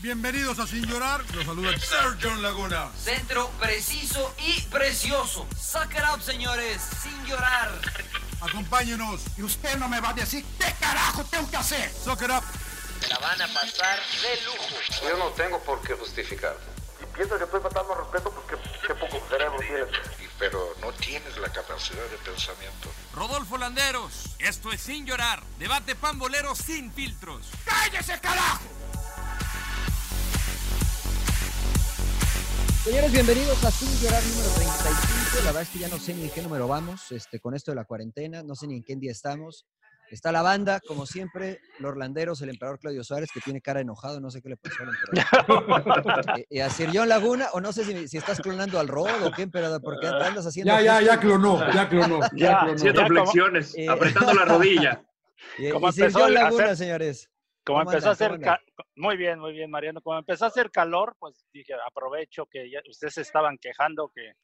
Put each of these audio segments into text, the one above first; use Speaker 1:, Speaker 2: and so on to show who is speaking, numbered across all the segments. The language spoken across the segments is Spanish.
Speaker 1: Bienvenidos a Sin Llorar. Los saluda Sergio Laguna.
Speaker 2: Centro preciso y precioso. Suck it up, señores, sin llorar.
Speaker 1: Acompáñenos.
Speaker 3: Y usted no me va a decir qué carajo tengo que hacer.
Speaker 1: Suck it up.
Speaker 4: Te la van a pasar de lujo.
Speaker 5: Yo no tengo por qué justificar.
Speaker 6: Si piensas que estoy faltando respeto, pues qué, qué poco cerebro tienes.
Speaker 7: Pero no tienes la capacidad de pensamiento.
Speaker 8: Rodolfo Landeros, esto es Sin Llorar. Debate pambolero sin filtros.
Speaker 3: ¡Cállese, carajo!
Speaker 9: Señores, bienvenidos a Sin Llorar número 35. La verdad es que ya no sé ni en qué número vamos este, con esto de la cuarentena. No sé ni en qué día estamos. Está la banda, como siempre, los Landeros, el emperador Claudio Suárez, que tiene cara enojado, no sé qué le pasó al emperador. y, y a Sir John Laguna, o no sé si, si estás clonando al Rod o qué, emperador, porque andas haciendo...
Speaker 10: Ya, Ah, ya, ya clonó, ya clonó.
Speaker 11: ya,
Speaker 10: clonó.
Speaker 11: haciendo
Speaker 10: ya
Speaker 11: flexiones, como... apretando la rodilla.
Speaker 9: y, Eh, y Sir John Laguna, hacer... señores.
Speaker 12: Como empezó anda, a hacer ca... muy bien, muy bien, Mariano. Como empezó a hacer calor, pues dije, aprovecho que ya... ustedes estaban quejando que...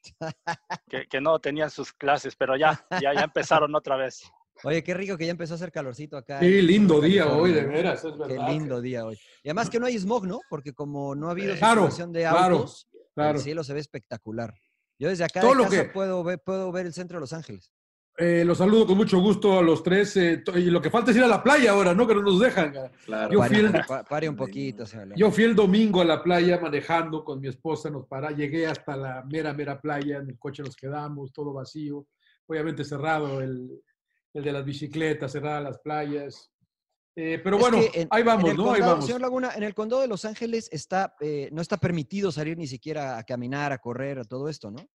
Speaker 12: que, que, no tenían sus clases, pero ya, ya, ya empezaron otra vez.
Speaker 9: Oye, qué rico que ya empezó a hacer calorcito acá.
Speaker 10: Qué lindo día hoy, de veras, es
Speaker 9: verdad. Qué lindo día hoy. Y además que no hay smog, ¿no? Porque como no ha habido circulación claro, de autos, claro, claro. el cielo se ve espectacular. Yo desde acá Todo de casa lo que... puedo, ver, puedo ver el centro de Los Ángeles.
Speaker 10: Eh, los saludo con mucho gusto a los tres. Eh, y lo que falta es ir a la playa ahora, ¿no? Que no nos dejan.
Speaker 9: Claro. Yo pare, fui el, pa, pare un poquito.
Speaker 10: Yo fui el domingo a la playa manejando con mi esposa, nos pará, llegué hasta la mera, mera playa, en el coche nos quedamos, todo vacío, obviamente cerrado el, el de las bicicletas, cerrada las playas. Eh, pero es bueno, en, ahí vamos, ¿no?
Speaker 9: Condado,
Speaker 10: ahí vamos.
Speaker 9: Señor Laguna, en el condado de Los Ángeles está, eh, no está permitido salir ni siquiera a caminar, a correr, a todo esto, ¿no?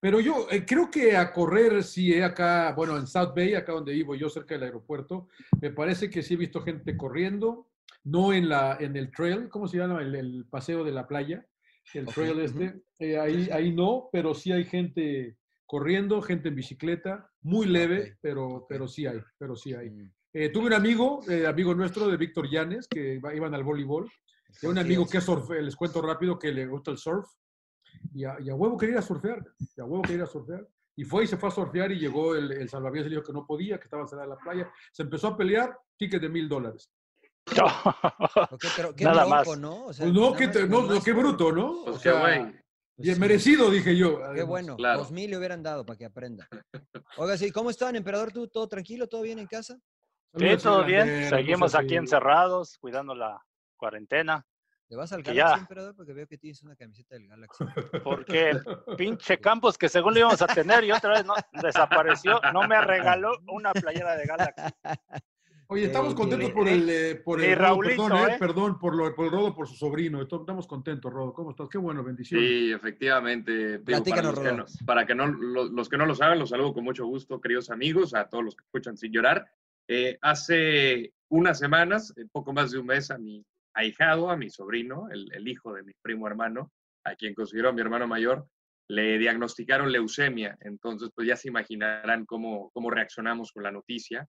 Speaker 10: Pero yo eh, creo que a correr, sí, eh, acá, bueno, en South Bay, acá donde vivo yo, cerca del aeropuerto, me parece que sí he visto gente corriendo, no en, la, en el trail, ¿cómo se llama? El, el paseo de la playa, el trail okay. este, eh, ahí, ahí no, pero sí hay gente corriendo, gente en bicicleta, muy leve, okay. pero, pero sí hay, pero sí
Speaker 9: Mm.
Speaker 10: hay. Eh, tuve un amigo, amigo nuestro de Víctor Llanes, que iba, iban al voleibol, y un amigo que surf, les cuento rápido, que le gusta el surf, y a, y a, huevo quería ir a surfear, y a huevo quería ir a surfear. Y fue y se fue a surfear y llegó el, el salvavidas y dijo que no podía, que estaba cerrada la playa. Se empezó a pelear, ticket de mil dólares.
Speaker 9: No. Okay, pero qué nada bronco, más. ¿no?
Speaker 10: O sea, pues no, qué, te, no, más, qué bruto, ¿no?
Speaker 11: Pues o sea, güey.
Speaker 10: Bien merecido, dije yo.
Speaker 9: Pues Qué bueno, claro. dos mil le hubieran dado para que aprenda. Oiga, sí, ¿cómo están, emperador? ¿Tú todo tranquilo? ¿Todo bien en casa?
Speaker 12: Sí, sí todo bien. Ver, Seguimos aquí encerrados, cuidando la cuarentena.
Speaker 9: ¿Te vas al Galaxy, emperador? Porque veo que tienes una camiseta del Galaxy.
Speaker 12: Porque pinche Campos, que según lo íbamos a tener y otra vez no, desapareció, no me regaló una playera de Galaxy.
Speaker 10: Oye, estamos eh, contentos eh, por el, eh, por el Raulito, perdón, eh, perdón por, lo, por el Rodo, por su sobrino. Estamos contentos, Rodo. ¿Cómo estás? Qué bueno, bendiciones.
Speaker 11: Sí, efectivamente. Digo, para, los que no, para que no, los, los que no lo saben, los saludo con mucho gusto, queridos amigos, a todos los que escuchan sin llorar. hace unas semanas, poco más de un mes, a mi ahijado, a mi sobrino, el, el, hijo de mi primo hermano, a quien considero a mi hermano mayor, le diagnosticaron leucemia. Entonces, pues ya se imaginarán cómo, cómo reaccionamos con la noticia.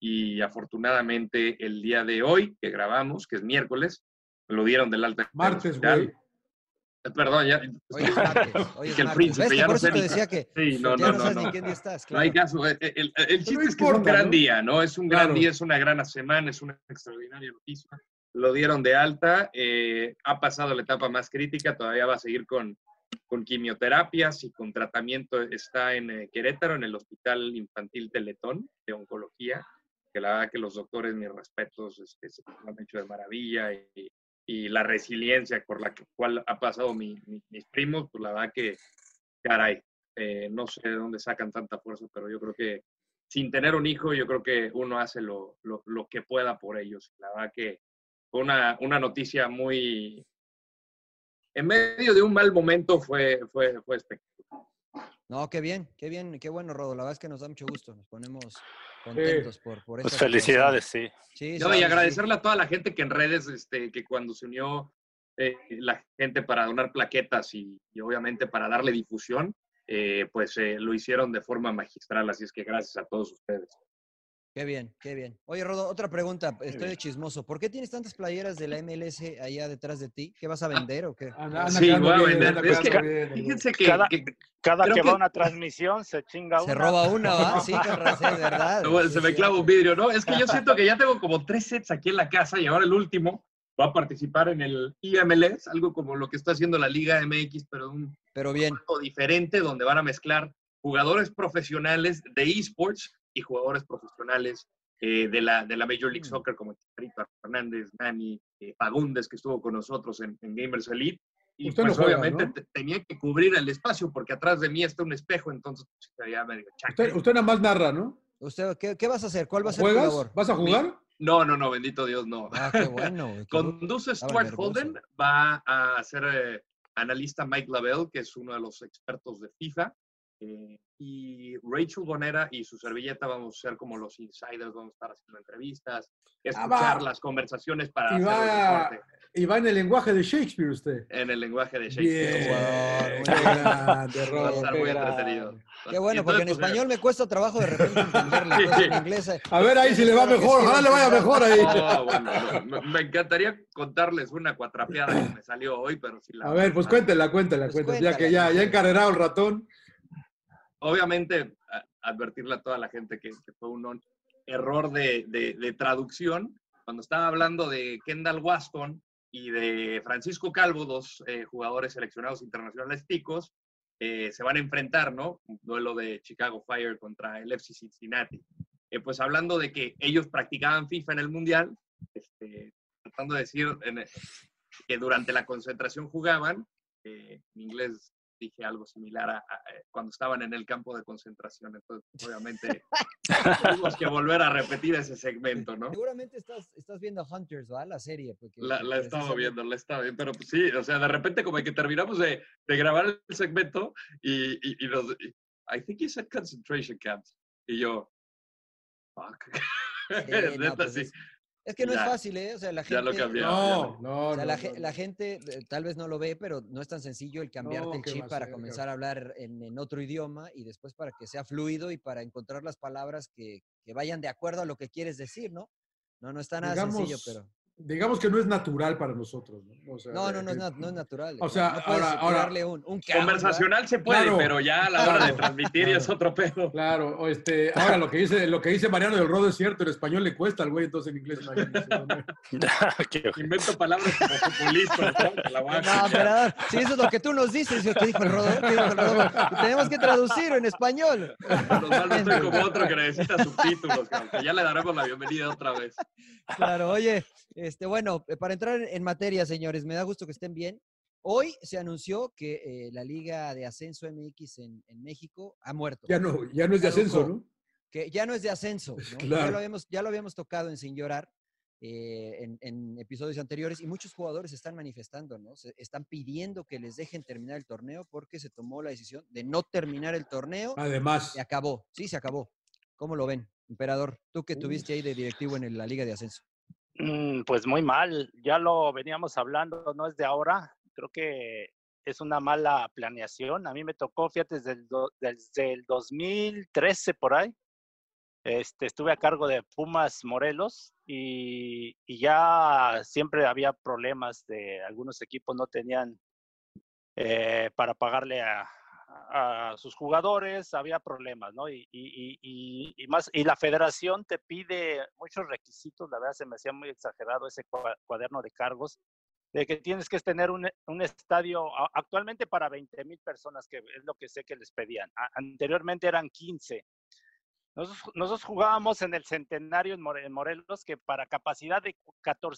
Speaker 11: Y afortunadamente, el día de hoy que grabamos, que es miércoles, lo dieron del alta.
Speaker 10: Martes, güey.
Speaker 11: Perdón, ya.
Speaker 9: Hoy es martes. Hoy es
Speaker 11: que el
Speaker 9: martes.
Speaker 11: príncipe
Speaker 9: ¿Ves?
Speaker 11: ya
Speaker 9: Por
Speaker 11: no
Speaker 9: eso
Speaker 11: sé
Speaker 9: te decía que
Speaker 11: sí, no,
Speaker 9: ya
Speaker 11: no, no,
Speaker 9: sabes
Speaker 11: no,
Speaker 9: ni
Speaker 11: no.
Speaker 9: quién día estás.
Speaker 11: No hay
Speaker 9: claro.
Speaker 11: caso. El, el- el chiste es que es
Speaker 10: importa,
Speaker 11: un gran
Speaker 10: ¿no?
Speaker 11: día, ¿no? Es un gran
Speaker 10: Claro.
Speaker 11: día, es una gran semana, es una extraordinaria noticia. Lo dieron de alta, eh, ha pasado la etapa más crítica, todavía va a seguir con, con quimioterapias y con tratamiento. Está en eh, Querétaro, en el Hospital Infantil Teletón de Oncología, que la verdad que los doctores, mis respetos, este, se lo han hecho de maravilla y, y la resiliencia por la que- cual ha pasado mi- mi- mis primos, pues la verdad que, caray, eh, no sé de dónde sacan tanta fuerza, pero yo creo que sin tener un hijo, yo creo que uno hace lo, lo- lo que pueda por ellos. La verdad que fue una, una noticia muy... En medio de un mal momento fue, fue, fue espectacular.
Speaker 9: No, qué bien, qué bien, qué bueno, Rodo. La verdad es que nos da mucho gusto. Nos ponemos contentos por, por
Speaker 12: Pues
Speaker 9: esta situación.
Speaker 12: felicidades, sí.
Speaker 9: Sí,
Speaker 11: No,
Speaker 9: sí,
Speaker 11: y
Speaker 9: sí.
Speaker 11: agradecerle a toda la gente que en redes, este, que cuando se unió eh, la gente para donar plaquetas y, y obviamente para darle difusión, eh, pues eh, lo hicieron de forma magistral. Así es que gracias a todos ustedes.
Speaker 9: Qué bien, qué bien. Oye, Rodo, otra pregunta. Estoy de
Speaker 11: bien.
Speaker 9: chismoso. ¿Por qué tienes tantas playeras de la MLS allá detrás de ti? ¿Qué vas a vender o qué?
Speaker 10: anda
Speaker 11: Sí, voy a vender. Es que fíjense que-
Speaker 12: Cada-
Speaker 11: que-
Speaker 12: Cada
Speaker 11: creo
Speaker 12: que,
Speaker 11: que-
Speaker 12: va una transmisión se chinga una.
Speaker 9: Se roba una, ¿va? Sí, con razón, es verdad.
Speaker 11: Luego se me clava un vidrio, ¿no? Es que yo siento que ya tengo como tres sets aquí en la casa y ahora el último va a participar en el IMLS, algo como lo que está haciendo la Liga MX, pero un
Speaker 9: pero bien.
Speaker 11: formato diferente donde van a mezclar jugadores profesionales de esports y jugadores profesionales eh, de, la, de la Major League Soccer, como Chicharito Fernández, Nani, eh, Fagundes, que estuvo con nosotros en, en Gamers Elite. Y
Speaker 10: Usted no
Speaker 11: pues,
Speaker 10: juega,
Speaker 11: obviamente
Speaker 10: ¿no?
Speaker 11: te- tenía que cubrir el espacio porque atrás de mí está un espejo, entonces pues, estaría medio chaca.
Speaker 10: Usted, usted nada más narra, ¿no?
Speaker 9: ¿Usted qué, qué vas a hacer? ¿Cuál va a ser tu
Speaker 10: ¿Juegas?
Speaker 9: labor?
Speaker 10: ¿Vas a jugar?
Speaker 11: No, no, no, bendito Dios, no.
Speaker 9: Ah, qué bueno. güey, qué
Speaker 11: Conduce
Speaker 9: Estaba
Speaker 11: Stuart
Speaker 9: nervioso.
Speaker 11: Holden, va a ser eh, analista Mike Lavelle, que es uno de los expertos de FIFA, eh, y Rachel Bonera y su servilleta vamos a ser como los insiders, vamos a estar haciendo entrevistas,
Speaker 10: Ah,
Speaker 11: escuchar
Speaker 10: va.
Speaker 11: las conversaciones para
Speaker 10: Y
Speaker 11: hacer el
Speaker 10: va,
Speaker 11: deporte
Speaker 10: y va en el lenguaje de Shakespeare usted.
Speaker 11: en el lenguaje de
Speaker 10: Bien.
Speaker 11: Shakespeare.
Speaker 10: Qué grande,
Speaker 11: Va a
Speaker 10: Rodo,
Speaker 11: estar
Speaker 10: qué
Speaker 11: muy
Speaker 10: grande.
Speaker 11: entretenido.
Speaker 9: Qué bueno, porque en
Speaker 11: Entonces, pues,
Speaker 9: español me cuesta trabajo de repente entenderla.
Speaker 11: Sí.
Speaker 9: pues, en inglés. eh,
Speaker 10: A ver ahí si le va
Speaker 9: claro que
Speaker 10: mejor,
Speaker 9: sí,
Speaker 10: ojalá le vaya
Speaker 9: entender.
Speaker 10: mejor ahí.
Speaker 11: No, pues, ah, bueno, no, me, me encantaría contarles una cuatrapeada que me salió hoy, pero si la.
Speaker 10: A ver, pues cuéntela, cuéntela,
Speaker 9: Pues
Speaker 10: cuéntela. Ya que
Speaker 9: cuéntala.
Speaker 10: ya, ya encarrerado el ratón.
Speaker 11: Obviamente, a- advertirle a toda la gente que, que fue un on- error de, de- de traducción. Cuando estaba hablando de Kendall Waston y de Francisco Calvo, dos eh, jugadores seleccionados internacionales ticos, eh, se van a enfrentar, ¿no? Un duelo de Chicago Fire contra el FC Cincinnati. Eh, pues hablando de que ellos practicaban FIFA en el Mundial, este, tratando de decir en- que durante la concentración jugaban, eh, en inglés dije algo similar a, a- eh, cuando estaban en el campo de concentración, entonces obviamente tuvimos que volver a repetir ese segmento, ¿no?
Speaker 9: Seguramente estás, estás viendo Hunters, ¿va? La serie. Porque,
Speaker 11: La, la he
Speaker 9: porque
Speaker 11: estado
Speaker 9: precisamente-
Speaker 11: viendo, la he estado viendo, pero pues, sí, o sea, de repente como que terminamos de, de grabar el segmento y, y, y los... y, I think you said concentration camps. Y yo, fuck.
Speaker 9: Sí,
Speaker 11: Neta,
Speaker 9: no, pues
Speaker 11: sí.
Speaker 9: es, es que no
Speaker 11: Ya.
Speaker 9: es fácil, ¿eh? O sea, la
Speaker 11: Ya
Speaker 9: gente.
Speaker 11: lo cambié. Ya,
Speaker 10: No,
Speaker 11: ya.
Speaker 10: no,
Speaker 9: o
Speaker 10: no,
Speaker 9: sea, la,
Speaker 10: no,
Speaker 9: ge-
Speaker 10: no.
Speaker 9: la gente eh, tal vez no lo ve, pero no es tan sencillo el cambiarte
Speaker 10: No,
Speaker 9: el
Speaker 10: qué
Speaker 9: chip
Speaker 10: va a
Speaker 9: para
Speaker 10: ser, qué
Speaker 9: comenzar a hablar en, en otro idioma y después para que sea fluido y para encontrar las palabras que, que vayan de acuerdo a lo que quieres decir, ¿no? No, no está nada sencillo,
Speaker 10: Digamos,
Speaker 9: pero.
Speaker 10: Digamos que no es natural para nosotros. No, O sea,
Speaker 9: No, no, no es,
Speaker 10: que-
Speaker 9: nat- no es natural.
Speaker 10: eh, O sea,
Speaker 9: no puedes
Speaker 10: ahora- ahora-
Speaker 9: darle un, un caos, ¿va?
Speaker 11: Conversacional se puede,
Speaker 10: Claro.
Speaker 11: pero ya a la hora de
Speaker 10: Claro.
Speaker 11: transmitir ya es otro pedo.
Speaker 10: Claro, o este, ahora lo que dice, lo que dice Mariano del Rodo es cierto, en español le cuesta al güey, entonces en inglés imagínese, ¿no?
Speaker 12: Qué ojete.
Speaker 11: Invento palabras como populista, ¿no? Te la voy a
Speaker 9: No,
Speaker 11: escuchar.
Speaker 9: pero si eso es lo que tú nos dices, yo te dijo el Rodolfo, ¿Qué dijo el Rodolfo? tenemos que traducirlo en español.
Speaker 11: Nosotros estoy como otro que necesita subtítulos, cabrón, que ya le daremos la bienvenida otra vez.
Speaker 9: Claro, oye, este, bueno, eh, para entrar en- en materia, señores, me da gusto que estén bien. Hoy se anunció que eh, la Liga de Ascenso MX en, en México ha muerto.
Speaker 10: Ya no, ya no es de ascenso, ¿no?
Speaker 9: que ya no es de ascenso. ¿no? Ya,
Speaker 10: Claro.
Speaker 9: lo habíamos, ya lo habíamos tocado en Sin Llorar eh, en, en episodios anteriores y muchos jugadores se están manifestando, ¿no? Se- están pidiendo que les dejen terminar el torneo porque se tomó la decisión de no terminar el torneo.
Speaker 10: Además,
Speaker 9: Se acabó, sí, se acabó. ¿Cómo lo ven, emperador? Tú
Speaker 10: Uh.
Speaker 9: que tuviste ahí de directivo en el- la Liga de Ascenso.
Speaker 12: Mm, Pues muy mal, ya lo veníamos hablando, no es de ahora, creo que es una mala planeación. A mí me tocó, fíjate, desde el, do- desde el 2013 por ahí, este, estuve a cargo de Pumas Morelos y, y ya siempre había problemas de algunos equipos no tenían eh, para pagarle a, a sus jugadores, había problemas, ¿no? Y, y- y- y- y más, y la federación te pide muchos requisitos, la verdad se me hacía muy exagerado ese cua- cuaderno de cargos, de que tienes que tener un, un estadio a- actualmente para 20 mil personas, que es lo que sé que les pedían. A- anteriormente eran 15. Nosotros, nosotros jugábamos en el centenario en More- en Morelos, que para capacidad de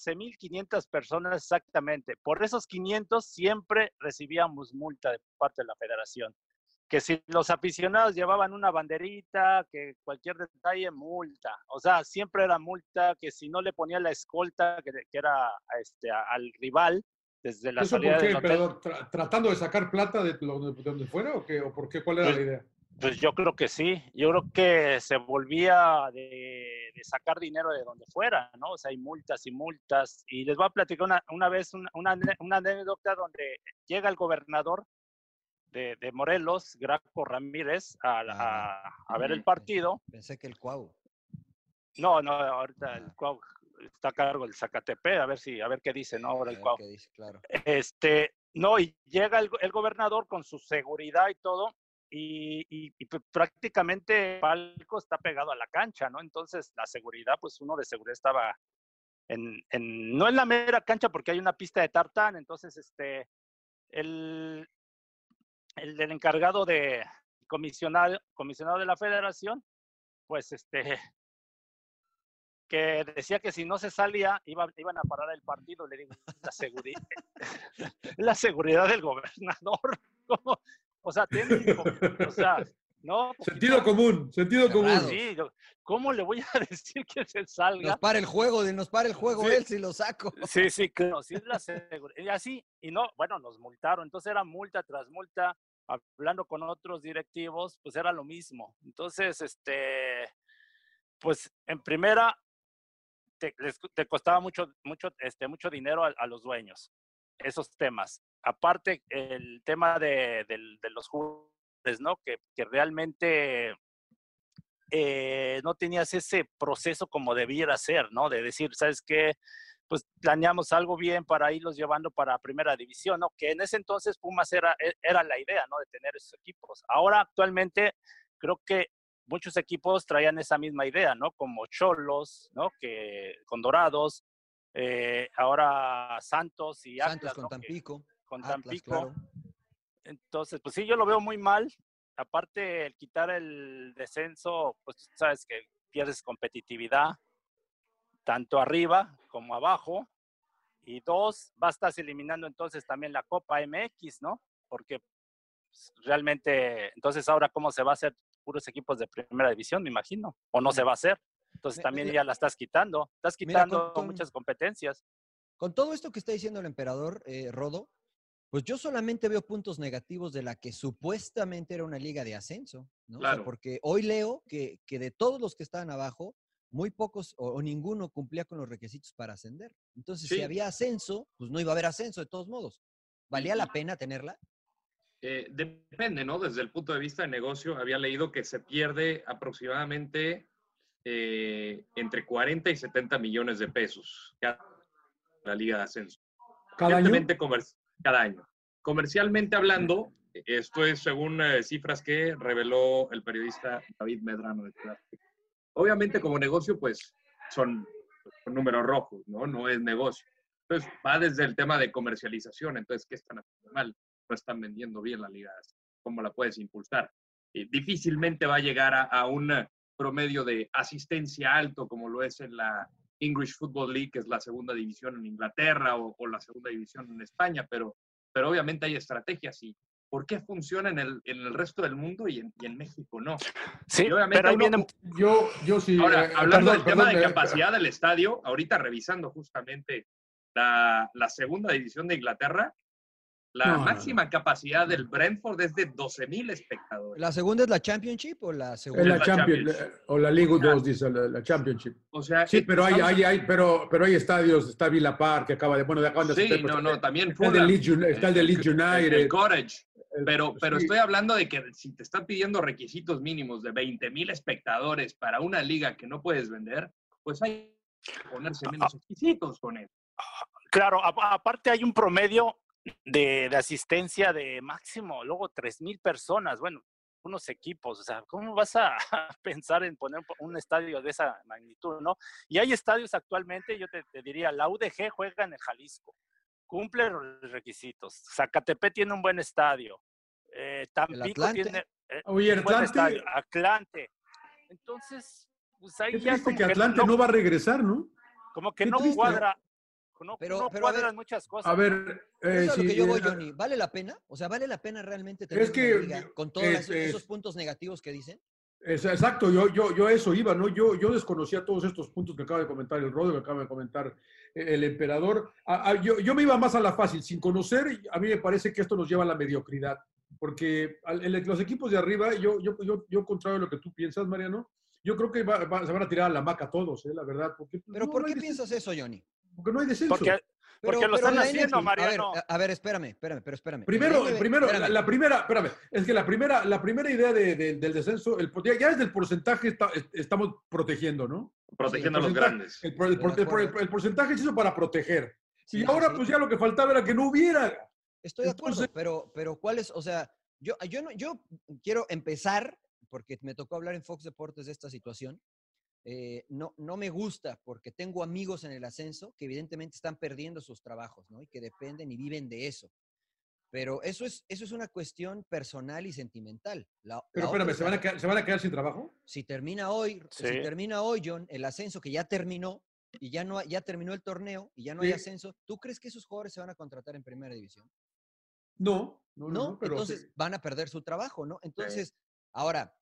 Speaker 12: 14.500 personas exactamente. Por esos 500 siempre recibíamos multa de parte de la federación. Que si los aficionados llevaban una banderita, que cualquier detalle, multa. O sea, siempre era multa, que si no le ponía la escolta, que, que era a este, a- al rival, desde la
Speaker 10: ¿eso
Speaker 12: salida
Speaker 10: por qué,
Speaker 12: del hotel.
Speaker 10: emperador? ¿Tra- ¿Tratando de sacar plata de lo- de donde fuera o qué? ¿O por qué? ¿Cuál era la idea?
Speaker 12: Pues yo creo que sí. Yo creo que se volvía de, de sacar dinero de donde fuera, ¿no? O sea, hay multas y multas. Y les voy a platicar una, una vez una, una, ane- una anécdota donde llega el gobernador de, de Morelos, Graco Ramírez, a, la- a- a ver el partido.
Speaker 9: Pensé que el Cuau.
Speaker 12: No, no, ahorita el Cuau está a cargo del Zacatepec, a ver si, a ver qué dice, ¿no?
Speaker 9: Eh.
Speaker 12: Ahora el Cuau.
Speaker 9: claro.
Speaker 12: Este, no, y llega el, go- el gobernador con su seguridad y todo, y, y- y pr- prácticamente el palco está pegado a la cancha, ¿no? Entonces, la seguridad, pues uno de seguridad estaba en, en- no en la mera cancha porque hay una pista de tartán, entonces, este, el, el, el encargado de comisionado, comisionado de la federación, pues, este, que decía que si no se salía iba- iban a parar el partido. Le digo, la seguridad, la seguridad del gobernador. ¿cómo? O sea, tiene, o sea, no.
Speaker 10: Sentido común, sentido común.
Speaker 12: Sí, yo, ¿cómo le voy a decir que se salga?
Speaker 9: Nos para el juego, de- nos para el juego él si lo saco.
Speaker 12: Sí, sí, claro. Sí, es la seguridad. Y así, y no, bueno, nos multaron. Entonces era multa tras multa, hablando con otros directivos, pues era lo mismo. Entonces, este, pues en primera, te, les- te costaba mucho, mucho, este, mucho dinero a, a los dueños, esos temas. Aparte, el tema de, del- de los jugadores, ¿no? Que, que realmente eh, no tenías ese proceso como debiera ser, ¿no? De decir, ¿sabes qué? Pues planeamos algo bien para irlos llevando para primera división, ¿no? Que en ese entonces Pumas era, e- era la idea, ¿no? De tener esos equipos. Ahora actualmente creo que muchos equipos traían esa misma idea, ¿no? Como Cholos, ¿no? Que con Dorados, eh, ahora Santos y
Speaker 9: Santos
Speaker 12: Atlas,
Speaker 9: con
Speaker 12: ¿no? Que-
Speaker 9: Tampico.
Speaker 12: con
Speaker 9: Atlas,
Speaker 12: Tampico.
Speaker 9: claro.
Speaker 12: Entonces, pues sí, yo lo veo muy mal. Aparte, el quitar el descenso, pues tú sabes que pierdes competitividad, tanto arriba como abajo. Y dos, vas a estar eliminando entonces también la Copa MX, ¿no? Porque pues, realmente, entonces ahora cómo se va a hacer puros equipos de primera división, me imagino, o no se va a hacer. Entonces
Speaker 9: Mi-
Speaker 12: también
Speaker 9: mira-
Speaker 12: ya la estás quitando, estás
Speaker 9: mira,
Speaker 12: quitando
Speaker 9: con- con-
Speaker 12: muchas competencias.
Speaker 9: Con todo esto que está diciendo el emperador eh, Rodo, pues yo solamente veo puntos negativos de la que supuestamente era una liga de ascenso, ¿no? O sea,
Speaker 12: Claro.
Speaker 9: porque hoy leo que, que de todos los que estaban abajo, muy pocos o, o ninguno cumplía con los requisitos para ascender. Entonces, si
Speaker 11: Sí.
Speaker 9: había ascenso, pues no iba a haber ascenso de todos modos. ¿Valía la pena tenerla?
Speaker 11: Eh, depende, ¿no? Desde el punto de vista de negocio, había leído que se pierde aproximadamente eh, entre 40 y 70 millones de pesos cada la Liga de Ascenso.
Speaker 10: ¿Cada año?
Speaker 11: Evidentemente, comer- cada año. Comercialmente hablando, esto es según eh, cifras que reveló el periodista David Medrano. de Ciudad Azteca. Obviamente, como negocio, pues son, son números rojos, ¿no? No es negocio. Entonces, va desde el tema de comercialización. Entonces, ¿qué están haciendo mal? No están vendiendo bien la Liga de Ascenso. ¿Cómo la puedes impulsar? Eh, difícilmente va a llegar a, a un eh, promedio de asistencia alto como lo es en la English Football League, que es la segunda división en Inglaterra o, o la segunda división en España, pero, pero obviamente hay estrategias y ¿por qué funciona en el, en el resto del mundo y en, y en México no?
Speaker 12: Sí,
Speaker 11: Y obviamente
Speaker 12: pero ahí
Speaker 11: uno-
Speaker 12: vienen-
Speaker 10: Yo, yo sí.
Speaker 11: Ahora,
Speaker 10: eh,
Speaker 11: hablando
Speaker 10: perdón,
Speaker 11: del tema
Speaker 10: perdón,
Speaker 11: de
Speaker 10: eh,
Speaker 11: capacidad del estadio, ahorita revisando justamente la, la segunda división de Inglaterra, la
Speaker 9: No, no,
Speaker 11: máxima capacidad del Brentford es de 12.000 espectadores.
Speaker 9: ¿La segunda es la Championship o la segunda?
Speaker 10: Es la Champions, eh, o la Liga 2, dice la, la Championship.
Speaker 11: O sea,
Speaker 10: Sí,
Speaker 11: eh,
Speaker 10: pero hay,
Speaker 11: estamos-
Speaker 10: hay, hay, pero, pero hay estadios, está Villa Park, que acaba de, bueno, de acaban de
Speaker 11: Sí,
Speaker 10: ascender, pero
Speaker 11: no,
Speaker 10: está-
Speaker 11: no, también
Speaker 10: está el de
Speaker 11: Fulham.
Speaker 10: Leeds Uni- está el de Leeds
Speaker 11: El-
Speaker 10: United.
Speaker 11: El Courage. Pero, pero
Speaker 10: sí.
Speaker 11: estoy hablando de que si te están pidiendo requisitos mínimos de 20 mil espectadores para una liga que no puedes vender, pues hay que ponerse menos exquisitos con él.
Speaker 12: Claro, a- aparte hay un promedio de, de asistencia de máximo, luego 3.000 personas, bueno, unos equipos, o sea, ¿cómo vas a pensar en poner un po- un estadio de esa magnitud, no? Y hay estadios actualmente, yo te, te diría, la UDG juega en el Jalisco, cumple los requisitos, Zacatepec tiene un buen estadio, eh, Tampico
Speaker 10: Atlante.
Speaker 12: tiene eh,
Speaker 10: Oye,
Speaker 12: un buen
Speaker 10: Atlante.
Speaker 12: estadio, Atlante. Entonces, pues ahí
Speaker 10: Qué
Speaker 12: ya
Speaker 10: triste
Speaker 12: como
Speaker 10: que Atlante no va a regresar, ¿no?
Speaker 12: como que
Speaker 10: Qué
Speaker 12: no
Speaker 10: triste.
Speaker 12: cuadra, no,
Speaker 9: Pero-
Speaker 12: no
Speaker 9: pero a ver,
Speaker 12: cuadran muchas cosas.
Speaker 10: A ver,
Speaker 9: Eso
Speaker 10: eh,
Speaker 9: es a lo
Speaker 10: sí,
Speaker 9: que yo voy,
Speaker 10: eh,
Speaker 9: Johnny. ¿Vale la pena? O sea, ¿vale la pena realmente tener
Speaker 10: que, eh, este
Speaker 9: una liga con todos
Speaker 10: es- es-
Speaker 9: esos puntos negativos que dicen?
Speaker 10: Es- Exacto, yo, yo, yo a eso iba, ¿no? Yo, yo desconocía todos estos puntos que acaba de comentar el Rodo, que acaba de comentar e, el emperador. A- a- yo, yo me iba más a la fácil, sin conocer, a mí me parece que esto nos lleva a la mediocridad. porque al- el- los equipos de arriba, yo, yo, yo, yo contrario a lo que tú piensas, Mariano, yo creo que va- va- se van a tirar a la maca todos, eh, la verdad. Porque,
Speaker 9: ¿Pero por qué piensas eso, Johnny?
Speaker 10: Porque no hay descenso.
Speaker 9: Porque-
Speaker 10: porque
Speaker 9: Pero-
Speaker 10: lo
Speaker 9: pero
Speaker 10: están
Speaker 9: la
Speaker 10: haciendo,
Speaker 9: NFL, a ver,
Speaker 10: Mariano.
Speaker 9: A a ver, espérame, espérame, pero espérame.
Speaker 10: Primero,
Speaker 9: La NFL,
Speaker 10: primero la,
Speaker 9: espérame.
Speaker 10: la primera, espérame, es que la primera, la primera idea de- de- del descenso, el, ya, ya desde el porcentaje está- estamos protegiendo, ¿no?
Speaker 11: Protegiendo
Speaker 10: El
Speaker 11: a los
Speaker 10: porcentaje-
Speaker 11: grandes.
Speaker 10: El, por- el por-
Speaker 11: De acuerdo.
Speaker 10: el por- el porcentaje se hizo para proteger. y ahora, pues ya lo que faltaba era que no hubiera.
Speaker 9: Estoy de acuerdo, pero, pero ¿cuál es? O sea, yo, yo, no, yo quiero empezar, porque me tocó hablar en Fox Deportes de esta situación. eh, no, no me gusta porque tengo amigos en el ascenso que evidentemente están perdiendo sus trabajos, ¿no? Y que dependen y viven de eso. Pero eso es, eso es una cuestión personal y sentimental. La- la
Speaker 10: Pero
Speaker 9: otra
Speaker 10: espérame,
Speaker 9: es
Speaker 10: ¿se
Speaker 9: la-
Speaker 10: van a quedar, se van a quedar sin trabajo?
Speaker 9: si termina hoy,
Speaker 10: Sí.
Speaker 9: si termina hoy, John, el ascenso que ya terminó y ya no hay- ya terminó el torneo y ya no
Speaker 10: Sí.
Speaker 9: hay ascenso, ¿tú crees que esos jugadores se van a contratar en primera división?
Speaker 10: No, no,
Speaker 9: No,
Speaker 10: no, no, pero
Speaker 9: entonces
Speaker 10: sí.
Speaker 9: van a perder su trabajo, ¿no? Entonces, ahora,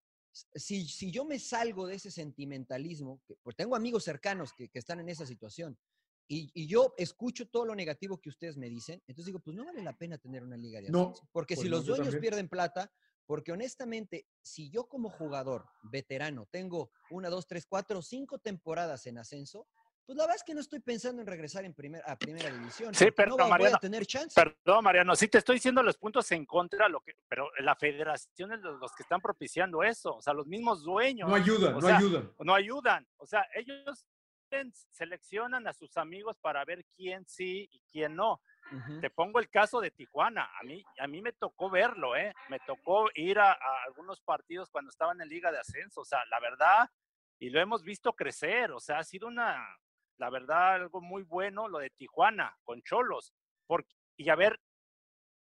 Speaker 9: si, si yo me salgo de ese sentimentalismo, que- pues tengo amigos cercanos que, que están en esa situación, y, y yo escucho todo lo negativo que ustedes me dicen, entonces digo, pues no vale la pena tener una liga de
Speaker 10: No,
Speaker 9: ascenso. porque
Speaker 10: pues
Speaker 9: si
Speaker 10: no,
Speaker 9: los
Speaker 10: yo
Speaker 9: dueños
Speaker 10: también.
Speaker 9: pierden plata, porque honestamente, si yo como jugador veterano tengo una, dos, tres, cuatro, cinco temporadas en ascenso, pues la verdad es que no estoy pensando en regresar en primer, a primera división.
Speaker 12: Sí,
Speaker 9: porque
Speaker 12: pero
Speaker 9: no va- voy
Speaker 12: Mariano,
Speaker 9: a tener chance.
Speaker 12: Perdón, Mariano, sí te estoy diciendo los puntos en contra, lo que, pero la federación es los, los que están propiciando eso, o sea, los mismos dueños.
Speaker 10: No ayudan,
Speaker 12: o
Speaker 10: no
Speaker 12: sea,
Speaker 10: ayudan.
Speaker 12: No ayudan, o sea, ellos en- seleccionan a sus amigos para ver quién sí y quién no. Te pongo el caso de Tijuana, a mí, a mí me tocó verlo, ¿eh? me tocó ir a, a algunos partidos cuando estaban en Liga de Ascenso, o sea, la verdad, y lo hemos visto crecer, o sea, ha sido una, la verdad, algo muy bueno lo de Tijuana con Cholos, porque, y a ver,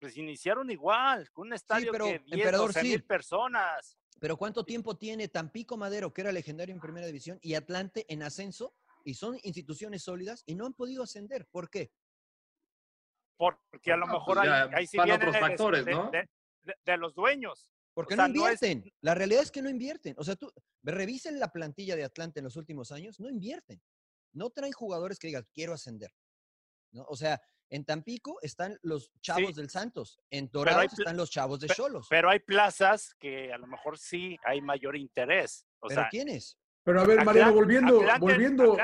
Speaker 12: pues iniciaron igual, con un estadio
Speaker 9: pero,
Speaker 12: que 10,
Speaker 9: emperador,
Speaker 12: 12
Speaker 9: sí.
Speaker 12: mil personas.
Speaker 9: Pero ¿cuánto tiempo tiene Tampico Madero, que era
Speaker 12: Ah.
Speaker 9: legendario en primera división, y Atlante en ascenso? Y son instituciones sólidas y no han podido ascender. ¿Por qué?
Speaker 12: Porque a lo
Speaker 9: Ah,
Speaker 12: mejor
Speaker 9: pues
Speaker 12: ahí,
Speaker 9: ya
Speaker 12: ahí sí
Speaker 9: van
Speaker 12: vienen
Speaker 9: otros
Speaker 12: de-
Speaker 9: factores,
Speaker 12: de-
Speaker 9: ¿no?
Speaker 12: de- de- de los dueños.
Speaker 9: Porque
Speaker 12: O sea,
Speaker 9: no
Speaker 12: no es-
Speaker 9: invierten. La realidad es que no invierten. O sea, tú revisen la plantilla de Atlante en los últimos años, no invierten. No traen jugadores que digan, quiero ascender. ¿no? O sea, en Tampico están los chavos del Santos, en Dorados
Speaker 12: pl-
Speaker 9: están los chavos de
Speaker 12: Pe-
Speaker 9: Cholos.
Speaker 12: Pero hay plazas que a lo mejor sí hay mayor interés. O
Speaker 9: ¿Pero
Speaker 12: sea,
Speaker 9: quiénes?
Speaker 10: Pero a ver, Mariano, volviendo, volviendo,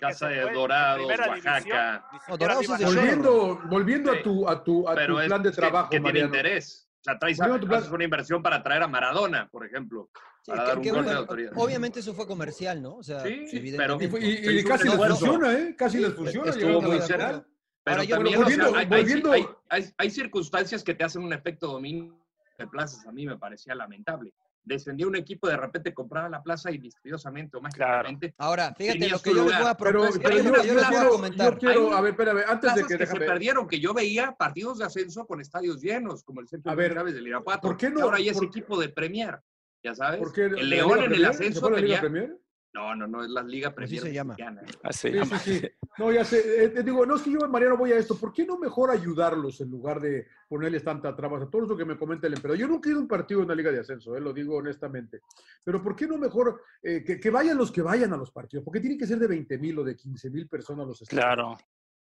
Speaker 12: Casa
Speaker 11: de Dorados, Oaxaca.
Speaker 9: No, Dorados es de Cholos.
Speaker 10: volviendo, volviendo a tu, a tu, a tu
Speaker 11: Pero es
Speaker 10: plan de
Speaker 11: que-
Speaker 10: trabajo,
Speaker 11: que, tiene
Speaker 10: Mariano.
Speaker 11: interés. O sea, traes,
Speaker 10: Volviendo a tu plan-
Speaker 11: haces una inversión para traer a Maradona, por ejemplo,
Speaker 9: Sí,
Speaker 11: para
Speaker 9: que-
Speaker 11: dar un
Speaker 9: que
Speaker 11: golpe de
Speaker 9: bueno,
Speaker 11: autoridad.
Speaker 9: obviamente eso fue comercial, ¿no? O sea,
Speaker 11: pero-
Speaker 9: evidentemente.
Speaker 11: Y fue-
Speaker 10: Y, y
Speaker 11: Sí,
Speaker 10: casi
Speaker 11: sí,
Speaker 10: les
Speaker 11: bueno.
Speaker 10: funciona, ¿eh? Casi les funciona.
Speaker 11: Estuvo
Speaker 10: llegaron a
Speaker 11: muy
Speaker 10: la
Speaker 11: cerca.
Speaker 10: final.
Speaker 11: Pero
Speaker 10: Ahora yo-
Speaker 11: también, o sea,
Speaker 10: volviendo,
Speaker 11: hay, hay-
Speaker 10: volviendo-
Speaker 11: hay- hay- hay circunstancias que te hacen un efecto dominio de plazas. A mí me parecía lamentable. Descendía un equipo, de repente compraba la plaza y misteriosamente o mágicamente.
Speaker 9: Ahora, fíjate
Speaker 11: tenía
Speaker 9: lo
Speaker 11: su
Speaker 9: que yo les
Speaker 11: lugar.
Speaker 9: voy a
Speaker 10: Pero,
Speaker 9: proponer.
Speaker 11: Pero-
Speaker 10: pero
Speaker 11: hay
Speaker 10: yo,
Speaker 11: unas
Speaker 10: yo
Speaker 11: plazas-
Speaker 10: quiero,
Speaker 9: comentar.
Speaker 10: yo quiero-
Speaker 11: Hay
Speaker 10: a ver, espérame, antes de
Speaker 11: plazas
Speaker 10: que
Speaker 11: que se
Speaker 10: déjame.
Speaker 11: perdieron, que yo veía partidos de ascenso con estadios llenos, como el centro
Speaker 10: A ver,
Speaker 11: de Chávez del Irapuato.
Speaker 10: ¿por qué no-
Speaker 11: Y ahora hay ese
Speaker 10: por-
Speaker 11: equipo de Premier, ya sabes.
Speaker 10: ¿Por qué la
Speaker 11: el
Speaker 10: Liga
Speaker 11: León en el
Speaker 10: Premier? ¿Se
Speaker 11: ascenso
Speaker 10: fue la
Speaker 11: tenía-
Speaker 10: Liga Premier?
Speaker 11: No, no, no, es la Liga
Speaker 10: Pues
Speaker 11: Premier
Speaker 9: se llama.
Speaker 11: mexicana.
Speaker 12: Así
Speaker 10: Sí, sí, sí. No, ya sé. eh, eh, digo, no es que yo, Mariano, voy a esto. ¿Por qué no mejor ayudarlos en lugar de ponerles tanta trabas a todo lo que me comenta el emperador? Yo nunca he ido a un partido en la Liga de Ascenso, eh, lo digo honestamente. Pero ¿por qué no mejor eh, que, que vayan los que vayan a los partidos? Porque tienen que ser de 20 mil o de 15 mil personas los estadios.
Speaker 12: Claro.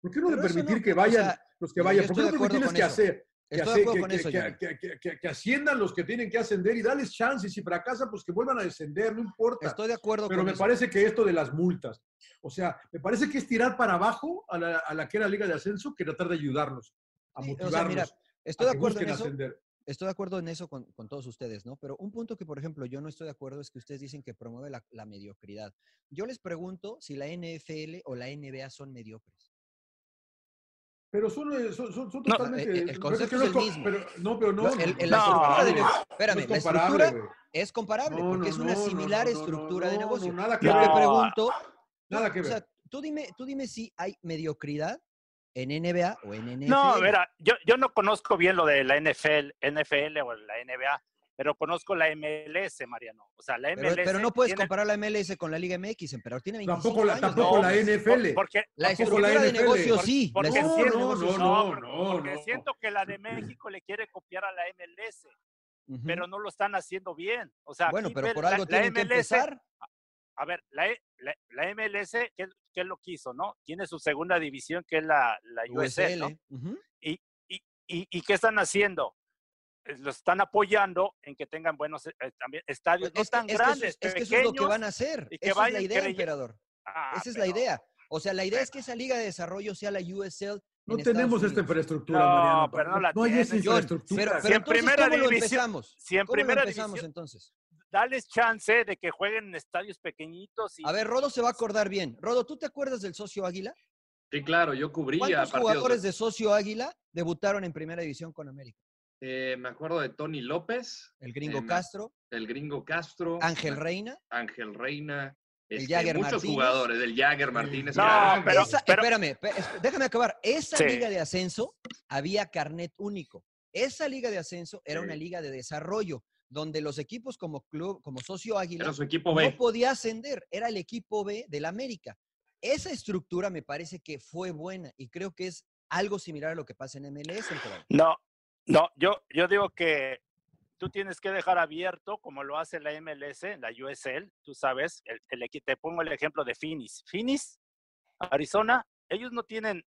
Speaker 10: ¿Por qué no
Speaker 9: Pero
Speaker 10: de
Speaker 9: eso
Speaker 10: permitir
Speaker 9: no,
Speaker 10: que
Speaker 9: o
Speaker 10: vayan
Speaker 9: sea,
Speaker 10: los que
Speaker 9: yo
Speaker 10: vayan?
Speaker 9: estoy
Speaker 10: ¿Por qué no
Speaker 9: de
Speaker 10: lo que
Speaker 9: acuerdo
Speaker 10: tienes
Speaker 9: con
Speaker 10: que
Speaker 9: eso.
Speaker 10: hacer? Que,
Speaker 9: Estoy de
Speaker 10: hacer-
Speaker 9: acuerdo
Speaker 10: que-
Speaker 9: con
Speaker 10: que-
Speaker 9: eso,
Speaker 10: que-
Speaker 9: Johnny.
Speaker 10: que- que- que- que asciendan los que tienen que ascender y darles chance. Y si fracasan, pues que vuelvan a descender, no importa.
Speaker 9: Estoy de acuerdo
Speaker 10: Pero
Speaker 9: con
Speaker 10: me
Speaker 9: eso.
Speaker 10: parece que esto de las multas, o sea, me parece que es tirar para abajo a la, a la que era Liga de Ascenso que tratar de ayudarlos, a
Speaker 9: Sí,
Speaker 10: motivarlos.
Speaker 9: o sea, mira, estoy
Speaker 10: a
Speaker 9: de
Speaker 10: que
Speaker 9: acuerdo en
Speaker 10: busquen
Speaker 9: eso.
Speaker 10: ascender.
Speaker 9: Estoy de acuerdo en eso con, con todos ustedes, ¿no? Pero un punto que, por ejemplo, yo no estoy de acuerdo es que ustedes dicen que promueve la, la mediocridad. Yo les pregunto si la NFL o la NBA son mediocres.
Speaker 10: Pero son, eh, son, son- son
Speaker 9: No,
Speaker 10: totalmente...
Speaker 9: eh, eh, el
Speaker 10: pero es
Speaker 9: concepto
Speaker 10: que
Speaker 9: es
Speaker 10: no
Speaker 9: el
Speaker 10: co-
Speaker 9: mismo.
Speaker 10: pero- no, pero no.
Speaker 9: Lo-
Speaker 10: no,
Speaker 9: el- el-
Speaker 10: no,
Speaker 9: la
Speaker 10: no,
Speaker 9: estructura de ne-
Speaker 10: no es
Speaker 9: espérame, la
Speaker 10: comparable,
Speaker 9: estructura
Speaker 10: güey.
Speaker 9: es comparable
Speaker 10: No,
Speaker 9: porque
Speaker 10: no,
Speaker 9: es una
Speaker 10: no, no,
Speaker 9: similar
Speaker 10: no, no,
Speaker 9: estructura de
Speaker 10: no, no,
Speaker 9: negocio.
Speaker 10: nada que
Speaker 9: Yo
Speaker 10: ver.
Speaker 9: te pregunto,
Speaker 10: Nada que
Speaker 9: o sea,
Speaker 10: ver.
Speaker 9: tú dime, tú dime si hay mediocridad en NBA o en NFL.
Speaker 12: No, mira, yo, yo no conozco bien lo de la NFL, NFL o la NBA, pero conozco la MLS, Mariano. O sea, la MLS.
Speaker 9: Pero, pero no puedes
Speaker 12: tiene-
Speaker 9: comparar la MLS con la Liga MX, emperador. Tiene 25
Speaker 10: Tampoco la-
Speaker 9: años.
Speaker 10: tampoco
Speaker 9: ¿no?
Speaker 10: la NFL.
Speaker 12: Porque
Speaker 9: La
Speaker 10: Tampoco la
Speaker 9: estructura de
Speaker 10: NFL.
Speaker 9: negocio sí.
Speaker 12: Porque
Speaker 9: la estructura de
Speaker 12: siento-
Speaker 9: negocio sí.
Speaker 10: no,
Speaker 12: porque-
Speaker 10: no,
Speaker 12: porque
Speaker 10: no.
Speaker 12: siento que la de México le quiere copiar a la MLS,
Speaker 9: Ujú.
Speaker 12: pero no lo están haciendo bien. O sea,
Speaker 9: Bueno,
Speaker 12: aquí
Speaker 9: pero
Speaker 12: ve
Speaker 9: por
Speaker 12: la-
Speaker 9: algo
Speaker 12: la
Speaker 9: tienen que
Speaker 12: MLS
Speaker 9: empezar.
Speaker 12: a ver, la, E- la, la MLS, ¿qué, qué es lo que hizo, no? Tiene su segunda
Speaker 9: ¿eh?
Speaker 12: división, que es la, la USL, ¿no?
Speaker 9: USL, ujú.
Speaker 12: ¿Y, y, y, y qué están haciendo? Eh, los están apoyando en que tengan buenos eh, también estadios no
Speaker 9: Pues es que-
Speaker 12: tan
Speaker 9: es que eso
Speaker 12: grandes,
Speaker 9: es- es que eso es lo que
Speaker 12: pequeños,
Speaker 9: van a hacer.
Speaker 12: y que
Speaker 9: Esa es la
Speaker 12: vayan
Speaker 9: idea,
Speaker 12: creyendo-
Speaker 9: emperador.
Speaker 12: Ah,
Speaker 9: Esa es la
Speaker 12: pero-
Speaker 9: idea. O sea, la idea es que esa liga de desarrollo sea la USL.
Speaker 10: No
Speaker 9: en Estados
Speaker 10: tenemos este esta
Speaker 9: Unidos.
Speaker 10: infraestructura, Mariano. hay esa
Speaker 9: tienen, John.
Speaker 10: infraestructura.
Speaker 9: Pero,
Speaker 12: Si en
Speaker 9: pero entonces,
Speaker 12: primera
Speaker 9: ¿cómo lo
Speaker 12: división-
Speaker 9: empezamos?
Speaker 12: si en
Speaker 9: ¿Cómo
Speaker 12: primera
Speaker 9: lo empezamos
Speaker 12: división-
Speaker 9: entonces?
Speaker 12: Dales chance de que jueguen en estadios pequeñitos. Y,
Speaker 9: A ver, Rodo se va a acordar bien. Rodo, ¿tú te acuerdas del socio Águila?
Speaker 11: Sí, claro, yo cubría
Speaker 9: ¿Cuántos
Speaker 11: partidos
Speaker 9: jugadores de socio Águila debutaron en primera división con América?
Speaker 11: Eh, me acuerdo de Tony López. eh,
Speaker 9: El gringo
Speaker 11: me-
Speaker 9: Castro.
Speaker 11: El gringo Castro.
Speaker 9: Ángel
Speaker 11: me-
Speaker 9: Reina.
Speaker 11: Ángel Reina.
Speaker 9: El
Speaker 11: este,
Speaker 9: Jagger
Speaker 11: Muchos
Speaker 9: Martínez.
Speaker 11: jugadores. El Jagger Martínez.
Speaker 9: No,
Speaker 11: claro.
Speaker 9: pero, espérame, pe- esp- déjame acabar. Esa
Speaker 11: Sí.
Speaker 9: liga de ascenso había carnet único. Esa liga de ascenso era
Speaker 11: Sí.
Speaker 9: una liga de desarrollo, donde los equipos como club, como socio Águila,
Speaker 11: Era su equipo B.
Speaker 9: no podía ascender, era el equipo B del América. Esa estructura me parece que fue buena y creo que es algo similar a lo que pasa en MLS. emperador.
Speaker 12: No, no, yo, yo digo que tú tienes que dejar abierto, como lo hace la MLS, la USL, tú sabes, el, el equi- te pongo el ejemplo de Phoenix. Phoenix, Arizona, ellos no tienen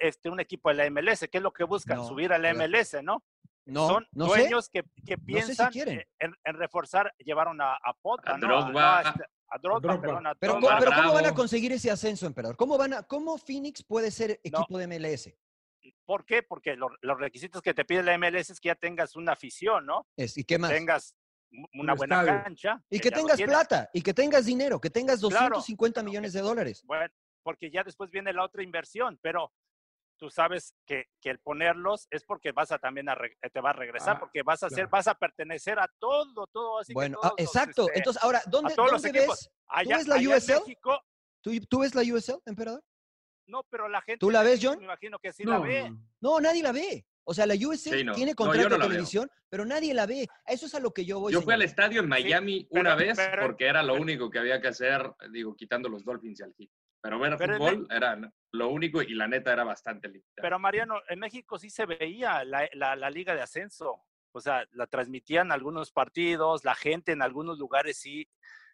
Speaker 12: este, un equipo de la MLS, que es lo que buscan,
Speaker 9: No,
Speaker 12: subir a la
Speaker 9: claro.
Speaker 12: MLS, ¿no?
Speaker 9: No,
Speaker 12: Son
Speaker 9: no sé.
Speaker 12: dueños que,
Speaker 9: No sé
Speaker 12: que
Speaker 9: si
Speaker 12: piensan
Speaker 9: quieren.
Speaker 12: eh, en, en reforzar, llevaron a, a Pota,
Speaker 11: A
Speaker 12: ¿no?
Speaker 11: Drogba.
Speaker 12: A, no, a este- a Drogba,
Speaker 11: Drogba.
Speaker 12: perdón, a
Speaker 9: Pero,
Speaker 12: Drogba.
Speaker 9: ¿cómo- pero ¿cómo van a conseguir ese ascenso, emperador? ¿Cómo, van a, cómo Phoenix puede ser equipo de MLS?
Speaker 12: ¿Por qué? Porque lo- los requisitos que te pide la MLS es que ya tengas una afición, ¿no?
Speaker 9: Es- ¿Y qué más?
Speaker 12: tengas mu- una
Speaker 9: Un
Speaker 12: buena
Speaker 9: estadio.
Speaker 12: cancha.
Speaker 9: Y que
Speaker 12: ya lo
Speaker 9: tengas
Speaker 12: tienes.
Speaker 9: plata, y que tengas dinero, que tengas
Speaker 12: Claro.
Speaker 9: 250 millones de dólares.
Speaker 12: Bueno, porque ya después viene la otra inversión, pero tú sabes que, que el ponerlos es porque vas a también a re- te va a regresar,
Speaker 9: Ah,
Speaker 12: porque vas a ser,
Speaker 9: claro.
Speaker 12: vas a pertenecer a todo, todo así. que
Speaker 9: Bueno,
Speaker 12: todos
Speaker 9: ah,
Speaker 12: los,
Speaker 9: exacto.
Speaker 12: este,
Speaker 9: Entonces, ahora,
Speaker 12: a
Speaker 9: ¿dónde,
Speaker 12: todos los
Speaker 9: dónde
Speaker 12: equipos.
Speaker 9: ves?
Speaker 12: Allá-
Speaker 9: ¿Tú ves la
Speaker 12: allá en
Speaker 9: USL?
Speaker 12: México,
Speaker 9: ¿Tú, tú ves la USL, emperador?
Speaker 12: no, pero la gente.
Speaker 9: ¿Tú la
Speaker 12: de
Speaker 9: ves,
Speaker 12: México,
Speaker 9: John?
Speaker 12: Me imagino que sí la ve.
Speaker 9: No, nadie la ve. O sea, la USL
Speaker 11: Sí, no.
Speaker 9: tiene
Speaker 11: No,
Speaker 9: contrato
Speaker 11: yo no
Speaker 9: de
Speaker 11: la veo.
Speaker 9: televisión, pero nadie la ve. A Eso es a lo que yo voy.
Speaker 11: Yo fui al
Speaker 9: señor.
Speaker 11: estadio en Miami una vez
Speaker 12: pero-
Speaker 11: porque era lo único que había que hacer, digo, quitando los Dolphins y al Heat. Pero ver
Speaker 12: Pero en
Speaker 11: fútbol era lo único y la neta era bastante limitado.
Speaker 12: Pero Mariano, en México sí se veía la, la- la liga de ascenso. O sea, la transmitían algunos partidos, la gente en algunos lugares sí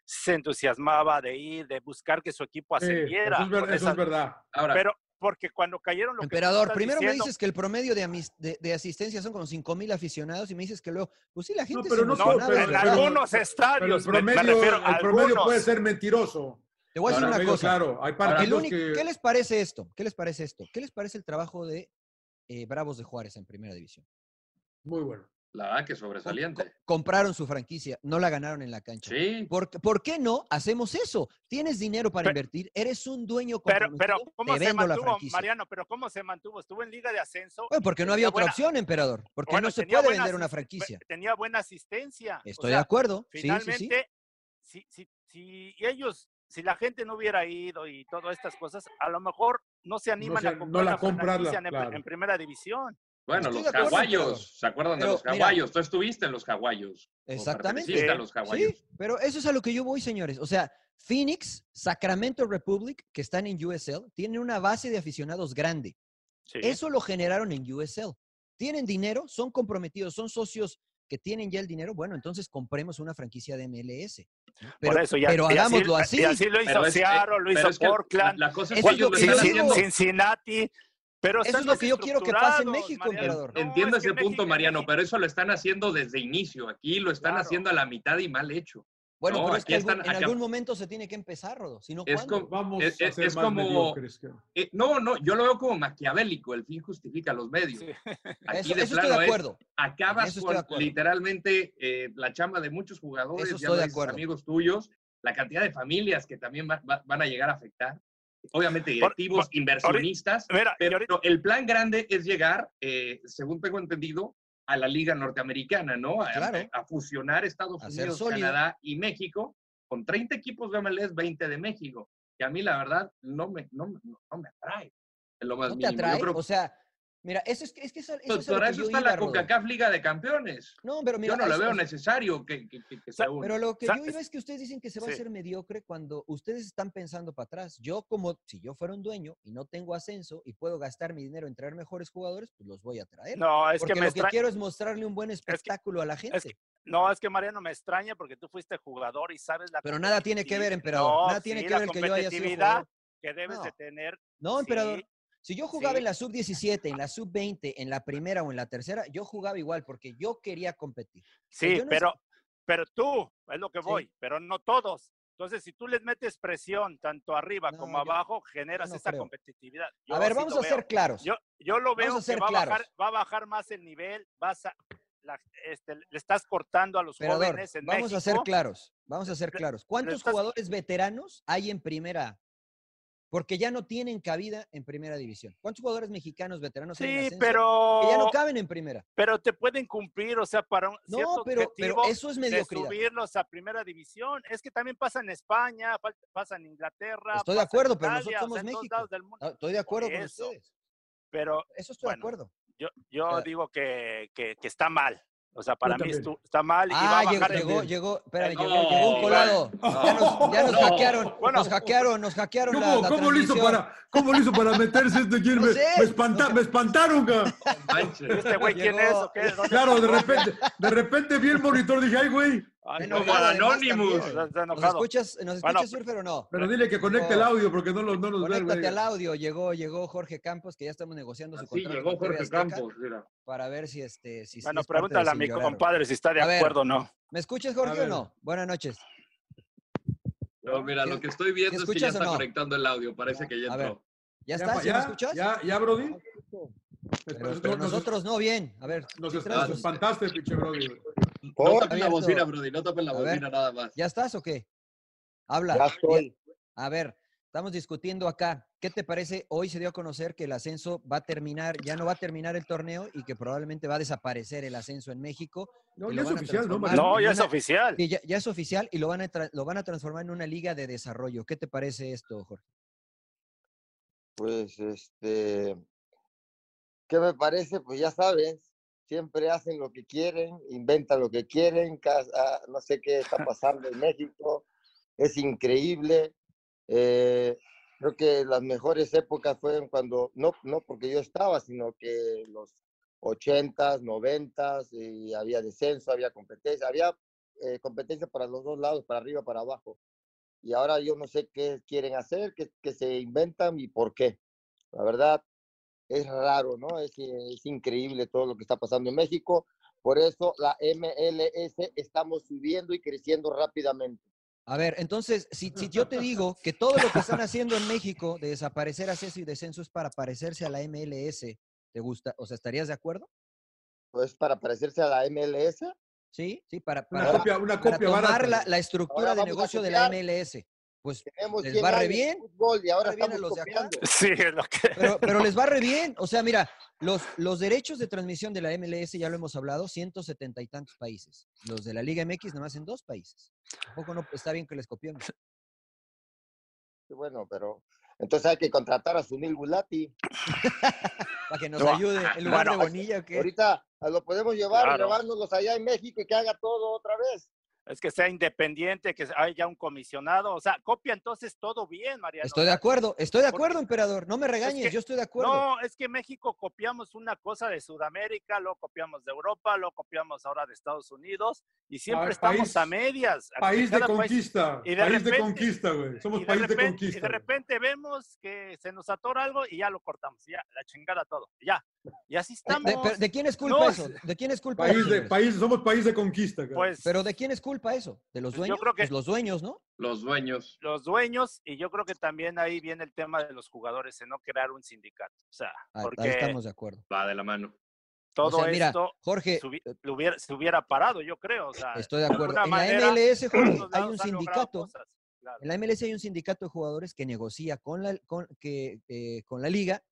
Speaker 12: se entusiasmaba de ir, de buscar que su equipo
Speaker 10: Sí, Eh, eso
Speaker 12: ascendiera.
Speaker 10: es ver-
Speaker 12: con
Speaker 10: eso es
Speaker 12: esas-
Speaker 10: verdad.
Speaker 11: Ahora-
Speaker 12: pero porque cuando cayeron los
Speaker 9: Emperador, primero me dices que el promedio de, amis- de, de asistencia son como 5 mil aficionados y me dices que luego, pues sí, la gente
Speaker 10: pero
Speaker 9: se
Speaker 10: no
Speaker 12: no,
Speaker 9: emocionaba,
Speaker 12: pero en
Speaker 9: pero-
Speaker 12: algunos
Speaker 10: Pero
Speaker 12: estadios,
Speaker 10: el
Speaker 12: me- me
Speaker 10: promedio,
Speaker 12: refiero a
Speaker 10: el promedio
Speaker 12: algunos.
Speaker 10: puede ser mentiroso.
Speaker 9: Te voy a decir
Speaker 10: Ahora,
Speaker 9: una
Speaker 10: digo,
Speaker 9: cosa.
Speaker 10: Claro, hay
Speaker 9: El
Speaker 10: partidos
Speaker 9: único-
Speaker 10: que...
Speaker 9: ¿Qué les parece esto? ¿Qué les parece esto? ¿Qué les parece el trabajo de eh, Bravos de Juárez en Primera División?
Speaker 10: Muy bueno.
Speaker 11: La verdad que sobresaliente.
Speaker 9: Compraron su franquicia, no la ganaron en la cancha.
Speaker 11: Sí.
Speaker 9: ¿Por, qué- por qué no hacemos eso? Tienes dinero para invertir, eres un dueño
Speaker 12: Pero,
Speaker 9: comprometido,
Speaker 12: pero ¿cómo
Speaker 9: te
Speaker 12: se
Speaker 9: vendo la
Speaker 12: mantuvo,
Speaker 9: franquicia.
Speaker 12: Mariano? ¿Pero cómo se mantuvo? Estuvo en liga de ascenso.
Speaker 9: Bueno, porque no había
Speaker 12: tenía
Speaker 9: otra
Speaker 12: buena-
Speaker 9: opción, emperador. Porque
Speaker 12: Bueno,
Speaker 9: no se
Speaker 12: tenía
Speaker 9: puede
Speaker 12: buena
Speaker 9: vender una
Speaker 12: asist-
Speaker 9: franquicia.
Speaker 12: Tenía buena asistencia. O
Speaker 9: Estoy de acuerdo. Sí, sí, sí.
Speaker 12: Finalmente, Si, si, si ellos, si la gente no hubiera ido y todas estas cosas, a lo mejor no se animan
Speaker 10: se-
Speaker 12: a
Speaker 10: no
Speaker 12: comprar
Speaker 10: la
Speaker 12: la
Speaker 10: compran, la-
Speaker 12: franquicia en,
Speaker 10: claro.
Speaker 12: en primera división.
Speaker 11: Bueno, los
Speaker 9: Estoy de acuerdo, emperador.
Speaker 11: hawaios, ¿se acuerdan
Speaker 9: Pero,
Speaker 11: de los
Speaker 9: mira.
Speaker 11: hawaios? Tú estuviste en los hawaios. o
Speaker 9: Exactamente.
Speaker 11: perteneciste a los hawaios.
Speaker 9: Sí, pero eso es a lo que yo voy, señores. O sea, Phoenix, Sacramento Republic, que están en USL, tienen una base de aficionados grande. Eso lo generaron en USL. Tienen dinero, son comprometidos, son socios que tienen ya el dinero. Bueno, entonces compremos una franquicia de MLS. Pero,
Speaker 12: Por eso, y a-
Speaker 9: pero
Speaker 12: y así-
Speaker 9: hagámoslo así.
Speaker 12: y así lo hizo
Speaker 11: Pero es que-
Speaker 12: Seattle, lo
Speaker 11: pero
Speaker 12: hizo
Speaker 11: es que la-
Speaker 12: Portland.
Speaker 11: la cosa es
Speaker 9: Eso que es ellos lo lo que están yo digo. haciendo.
Speaker 12: Cincinnati. Pero
Speaker 9: Eso
Speaker 12: están
Speaker 9: es lo que yo quiero que pase en
Speaker 12: desestructurados,
Speaker 9: México,
Speaker 12: Mariano.
Speaker 9: emperador.
Speaker 12: No,
Speaker 11: Entiendo
Speaker 12: es que
Speaker 11: ese punto,
Speaker 12: México-
Speaker 11: Mariano, pero eso lo están haciendo desde inicio. Aquí lo están haciendo a la mitad y mal hecho.
Speaker 9: Bueno,
Speaker 11: No,
Speaker 9: pero es que
Speaker 11: aquí
Speaker 9: algún-
Speaker 11: están
Speaker 9: en
Speaker 11: acá-
Speaker 9: algún momento se tiene que empezar, Rodo. Si no,
Speaker 11: Es
Speaker 9: ¿cuándo?
Speaker 11: como-
Speaker 10: Vamos
Speaker 11: Es-
Speaker 10: a
Speaker 11: es-
Speaker 10: ser
Speaker 11: es
Speaker 10: más
Speaker 11: como-
Speaker 10: mediocres que-
Speaker 11: Eh, no, no, yo lo veo como maquiavélico. El fin justifica los medios. Aquí
Speaker 9: Eso-
Speaker 11: de
Speaker 9: eso estoy
Speaker 11: plano
Speaker 9: de
Speaker 11: es,
Speaker 9: acuerdo. En
Speaker 11: acabas
Speaker 9: eso estoy de
Speaker 11: con
Speaker 9: acuerdo.
Speaker 11: literalmente eh, la chamba de muchos jugadores,
Speaker 9: Eso
Speaker 11: ya
Speaker 9: estoy
Speaker 11: lo
Speaker 9: de
Speaker 11: dices,
Speaker 9: acuerdo.
Speaker 11: amigos tuyos, la cantidad de familias que también va- va- van a llegar a afectar. Obviamente directivos,
Speaker 12: por-
Speaker 11: inversionistas,
Speaker 12: Mira, y
Speaker 11: pero
Speaker 12: ahorita-
Speaker 11: el plan grande es llegar, eh, según tengo entendido, a la Liga Norteamericana, ¿no? A,
Speaker 9: Claro.
Speaker 11: a fusionar Estados
Speaker 9: A ser
Speaker 11: Unidos,
Speaker 9: sólido.
Speaker 11: Canadá y México con 30 equipos de MLS, 20 de México. Que a mí, la verdad, no me, no, me- no me atrae. en Lo más
Speaker 9: ¿No te
Speaker 11: mínimo. Yo
Speaker 9: atrae?
Speaker 11: creo-
Speaker 9: O sea, mira, eso es, que- es que eso, eso
Speaker 11: pues,
Speaker 9: es a lo
Speaker 11: para
Speaker 9: que
Speaker 11: eso
Speaker 9: yo
Speaker 11: está
Speaker 9: iba,
Speaker 11: la
Speaker 9: Rodo.
Speaker 11: CONCACAF Liga de Campeones.
Speaker 9: No, pero mira,
Speaker 11: yo no
Speaker 9: a
Speaker 11: lo
Speaker 9: eso-
Speaker 11: veo
Speaker 9: o sea,
Speaker 11: necesario que, que- que- que se una.
Speaker 9: Pero lo que
Speaker 12: sea,
Speaker 9: yo iba
Speaker 12: es-
Speaker 9: es que ustedes dicen que se va
Speaker 12: sí.
Speaker 9: a hacer mediocre cuando ustedes están pensando para atrás. Yo como si yo fuera un dueño y no tengo ascenso y puedo gastar mi dinero en traer mejores jugadores, pues los voy a traer.
Speaker 12: No, es que
Speaker 9: Porque
Speaker 12: me
Speaker 9: lo
Speaker 12: extra-
Speaker 9: que quiero es mostrarle un buen espectáculo a la gente.
Speaker 12: No, es que Mariano me extraña porque tú fuiste jugador y sabes la
Speaker 9: Pero nada tiene que ver,
Speaker 12: competitividad.
Speaker 9: emperador. Nada tiene que
Speaker 12: la
Speaker 9: ver que yo haya sido
Speaker 12: competitividad
Speaker 9: jugador.
Speaker 12: que debes
Speaker 9: No. pues
Speaker 12: de tener.
Speaker 9: No,
Speaker 12: sí.
Speaker 9: emperador. Si yo jugaba en la sub-17, en la sub-20, en la primera o en la tercera, yo jugaba igual porque yo quería competir.
Speaker 12: Sí,
Speaker 9: Yo no-
Speaker 12: pero, pero tú, es lo que voy, pero no todos. Entonces, si tú les metes presión tanto arriba como abajo, generas
Speaker 9: no
Speaker 12: esa
Speaker 9: creo.
Speaker 12: competitividad.
Speaker 9: A ver,
Speaker 12: sí
Speaker 9: vamos
Speaker 12: lo
Speaker 9: a ser
Speaker 12: veo.
Speaker 9: claros.
Speaker 12: Yo, yo lo
Speaker 9: Vamos
Speaker 12: veo
Speaker 9: a ser
Speaker 12: que va a,
Speaker 9: claros.
Speaker 12: bajar, va a bajar más el nivel, vas a, la- este, le estás cortando a los
Speaker 9: Emperador,
Speaker 12: jóvenes en
Speaker 9: vamos a ser
Speaker 12: México. eh,
Speaker 9: claros, vamos a ser claros. ¿Cuántos
Speaker 12: estás-
Speaker 9: jugadores veteranos hay en primera? A? Porque ya no tienen cabida en primera división. ¿Cuántos jugadores mexicanos veteranos hay en
Speaker 12: Sí,
Speaker 9: ascenso
Speaker 12: pero...
Speaker 9: que ya no caben en primera?
Speaker 12: Pero te pueden cumplir, o sea, para un
Speaker 9: No,
Speaker 12: cierto
Speaker 9: pero- pero
Speaker 12: objetivo
Speaker 9: eso es mediocridad.
Speaker 12: de subirlos a primera división. Es que también pasa en España, fal- pasa en Inglaterra.
Speaker 9: Estoy de
Speaker 12: pasa en
Speaker 9: acuerdo, pero
Speaker 12: Italia,
Speaker 9: nosotros
Speaker 12: o
Speaker 9: somos
Speaker 12: sea, en todos
Speaker 9: México.
Speaker 12: lados del mundo.
Speaker 9: Ah, Estoy de acuerdo
Speaker 12: Por
Speaker 9: con
Speaker 12: eso.
Speaker 9: ustedes.
Speaker 12: Pero
Speaker 9: Eso estoy de acuerdo.
Speaker 12: yo, yo
Speaker 9: Claro.
Speaker 12: digo que, que, que está mal. O sea, para
Speaker 9: Yo
Speaker 12: mí
Speaker 9: también.
Speaker 12: estu- está mal y va
Speaker 9: Ah,
Speaker 12: a
Speaker 9: llegó,
Speaker 12: bajar el-
Speaker 9: llegó, llegó, espérame,
Speaker 12: No,
Speaker 9: llegó, llegó un colado. Ya nos, ya nos
Speaker 12: No.
Speaker 9: hackearon,
Speaker 12: Bueno.
Speaker 9: nos hackearon, nos hackearon la,
Speaker 10: ¿Cómo,
Speaker 9: la
Speaker 10: cómo lo hizo
Speaker 9: transmisión.
Speaker 10: para, ¿Cómo lo hizo para meterse este aquí? me,
Speaker 9: sé.
Speaker 10: me espanta- me espantaron, cabrón.
Speaker 12: ¿Este güey quién es
Speaker 9: Llegó-
Speaker 12: o qué? ¿Dónde-
Speaker 10: Claro, de repente, de repente vi el monitor, dije, ay, güey.
Speaker 12: Ay,
Speaker 9: Está
Speaker 12: no,
Speaker 9: enojado, además,
Speaker 12: Anonymous.
Speaker 9: también.
Speaker 12: Está
Speaker 9: ¿Nos
Speaker 12: enojado.
Speaker 9: escuchas, nos
Speaker 12: Bueno,
Speaker 9: escuchas Surfer o no?
Speaker 10: Pero dile que conecte el audio porque no, lo- no nos ve el güey.
Speaker 9: Conéctate al audio. Llegó, llegó Jorge Campos, que ya estamos negociando su
Speaker 12: Ah,
Speaker 11: Así
Speaker 9: contrato.
Speaker 11: llegó
Speaker 9: con TV
Speaker 11: Jorge
Speaker 9: Azteca
Speaker 11: Campos, mira.
Speaker 9: Para ver si este. Si si
Speaker 12: Bueno,
Speaker 9: es parte de
Speaker 12: pregúntale a
Speaker 9: Sin
Speaker 12: mi
Speaker 9: Llorar.
Speaker 12: compadre si está de
Speaker 9: A ver,
Speaker 12: acuerdo o no.
Speaker 9: ¿Me escuchas, Jorge,
Speaker 11: A
Speaker 9: o no? Buenas noches.
Speaker 11: No, mira, lo que estoy
Speaker 9: ¿Me
Speaker 11: viendo es que ya
Speaker 9: escuchas o
Speaker 11: está
Speaker 9: no?
Speaker 11: conectando el audio, parece que ya
Speaker 9: A ver.
Speaker 11: entró.
Speaker 9: ¿Ya estás? ¿Ya,
Speaker 10: ya,
Speaker 9: me escuchas?
Speaker 10: Ya, ya, Brody.
Speaker 9: Pero, pero nosotros no, bien. A ver.
Speaker 10: Nos
Speaker 9: ¿sí
Speaker 10: est-
Speaker 9: traes
Speaker 10: nos
Speaker 9: los-
Speaker 10: espantaste, pinche Brody.
Speaker 11: No
Speaker 9: Está
Speaker 11: topen la
Speaker 9: abierto.
Speaker 11: bocina, Brody, no topen la
Speaker 9: A ver.
Speaker 11: bocina nada más.
Speaker 9: ¿Ya estás o qué? Habla.
Speaker 11: Ya estoy.
Speaker 9: Bien. A ver, estamos discutiendo acá. ¿Qué te parece? Hoy se dio a conocer que el ascenso va a terminar, ya no va a terminar el torneo y que probablemente va a desaparecer el ascenso en México.
Speaker 10: No, ya
Speaker 9: y lo
Speaker 10: es
Speaker 9: van a
Speaker 10: oficial, ¿no,
Speaker 9: transformar
Speaker 10: Mariano?
Speaker 12: No,
Speaker 9: en
Speaker 12: ya es
Speaker 9: Ah, una-
Speaker 12: oficial.
Speaker 9: Sí, ya, ya es oficial y lo van, a tra- lo van a transformar en una liga de desarrollo. ¿Qué te parece esto, Jorge?
Speaker 13: Pues este, ¿qué me parece? Pues ya sabes, siempre hacen lo que quieren, inventan lo que quieren, cas- ah, no sé qué está pasando en México, es increíble. eh, creo que las mejores épocas fueron cuando, no, no porque yo estaba, sino que los 80s, 90s, y había descenso, había competencia, había eh, competencia para los dos lados, para arriba, para abajo y ahora yo no sé qué quieren hacer, qué, qué se inventan y por qué. La verdad, es raro, ¿no? Es, eh, es increíble todo lo que está pasando en México. Por eso la MLS estamos subiendo y creciendo rápidamente.
Speaker 9: A ver, entonces, si, si yo te digo que todo lo que están haciendo en México de desaparecer ascenso y descenso es para parecerse a la MLS, ¿te gusta? O sea, ¿estarías de acuerdo?
Speaker 13: Pues para parecerse a la MLS.
Speaker 9: Sí, sí, para,
Speaker 13: Una
Speaker 9: para,
Speaker 13: copia- una
Speaker 9: para
Speaker 13: copia
Speaker 9: tomar
Speaker 13: barata.
Speaker 9: la, la estructura
Speaker 13: Ahora
Speaker 9: de
Speaker 13: vamos a
Speaker 9: negocio de la
Speaker 13: copiar.
Speaker 9: MLS. Pues
Speaker 13: Tenemos
Speaker 9: les
Speaker 13: 100
Speaker 9: va re
Speaker 13: años de
Speaker 9: bien.
Speaker 13: fútbol y ahora
Speaker 9: Barre bien a
Speaker 13: estamos
Speaker 9: los de acá.
Speaker 13: copiando.
Speaker 12: Sí, es lo que.
Speaker 9: Pero, pero les va re bien. O sea, mira, los, los derechos de transmisión de la MLS, ya lo hemos hablado, 170 y tantos países. Los de la Liga MX nada más en dos países. Tampoco no Pues, está bien que les copiemos.
Speaker 13: Y Bueno, pero entonces hay que contratar a Sunil Gulati.
Speaker 9: Para que nos ayude en lugar de Bonilla. ¿o qué?
Speaker 13: Ahorita ah, lo podemos llevar,
Speaker 12: Claro.
Speaker 13: llevárnoslos allá en México y que haga todo otra vez.
Speaker 12: Es que sea independiente, que haya un comisionado. O sea, copia entonces todo bien, Mariano.
Speaker 9: Estoy de acuerdo, estoy de acuerdo, emperador. No me regañes,
Speaker 12: que-
Speaker 9: yo estoy de acuerdo.
Speaker 12: No, es que México copiamos una cosa de Sudamérica, lo copiamos de Europa, lo copiamos ahora de Estados Unidos y siempre
Speaker 10: Ah,
Speaker 12: estamos
Speaker 10: país-
Speaker 12: a medias. A-
Speaker 10: País de
Speaker 12: cada país-
Speaker 10: conquista.
Speaker 12: pues, y de
Speaker 10: país de
Speaker 12: repente-
Speaker 10: conquista, güey. Somos
Speaker 12: y de
Speaker 10: país de
Speaker 12: repente- Y
Speaker 10: conquista.
Speaker 12: de repente vemos que se nos atora algo y ya lo cortamos, ya, la chingada todo, ya. Y así
Speaker 9: Eh, De-
Speaker 12: estamos.
Speaker 9: de, pero ¿de quién es culpa
Speaker 12: No,
Speaker 9: eso? ¿De quién es culpa
Speaker 10: País
Speaker 9: eso?
Speaker 10: de,
Speaker 9: señores?
Speaker 10: país, somos país de conquista, güey.
Speaker 12: Pues-
Speaker 9: pero ¿de quién es culpa eso? ¿De los
Speaker 12: Pues yo
Speaker 9: dueños?
Speaker 12: creo que-
Speaker 9: Pues los dueños, ¿no?
Speaker 11: Los dueños.
Speaker 12: Los dueños, y yo creo que también ahí viene el tema de los jugadores, de no crear un sindicato. O sea,
Speaker 9: Ah, Ahí
Speaker 12: porque
Speaker 9: estamos de acuerdo.
Speaker 11: Va de la mano.
Speaker 12: todo
Speaker 9: O sea, mira,
Speaker 12: esto
Speaker 9: Jorge,
Speaker 12: se hubi- lo hubiera, se hubiera parado, yo creo. o sea,
Speaker 9: eh, Estoy de
Speaker 12: de
Speaker 9: acuerdo.
Speaker 12: alguna
Speaker 9: En la
Speaker 12: manera,
Speaker 9: MLS,
Speaker 12: por
Speaker 9: Jorge,
Speaker 12: todos
Speaker 9: hay
Speaker 12: lados
Speaker 9: un
Speaker 12: han logrado
Speaker 9: sindicato.
Speaker 12: cosas, claro.
Speaker 9: En la MLS hay un sindicato de jugadores que negocia con la, con, que, eh, con la liga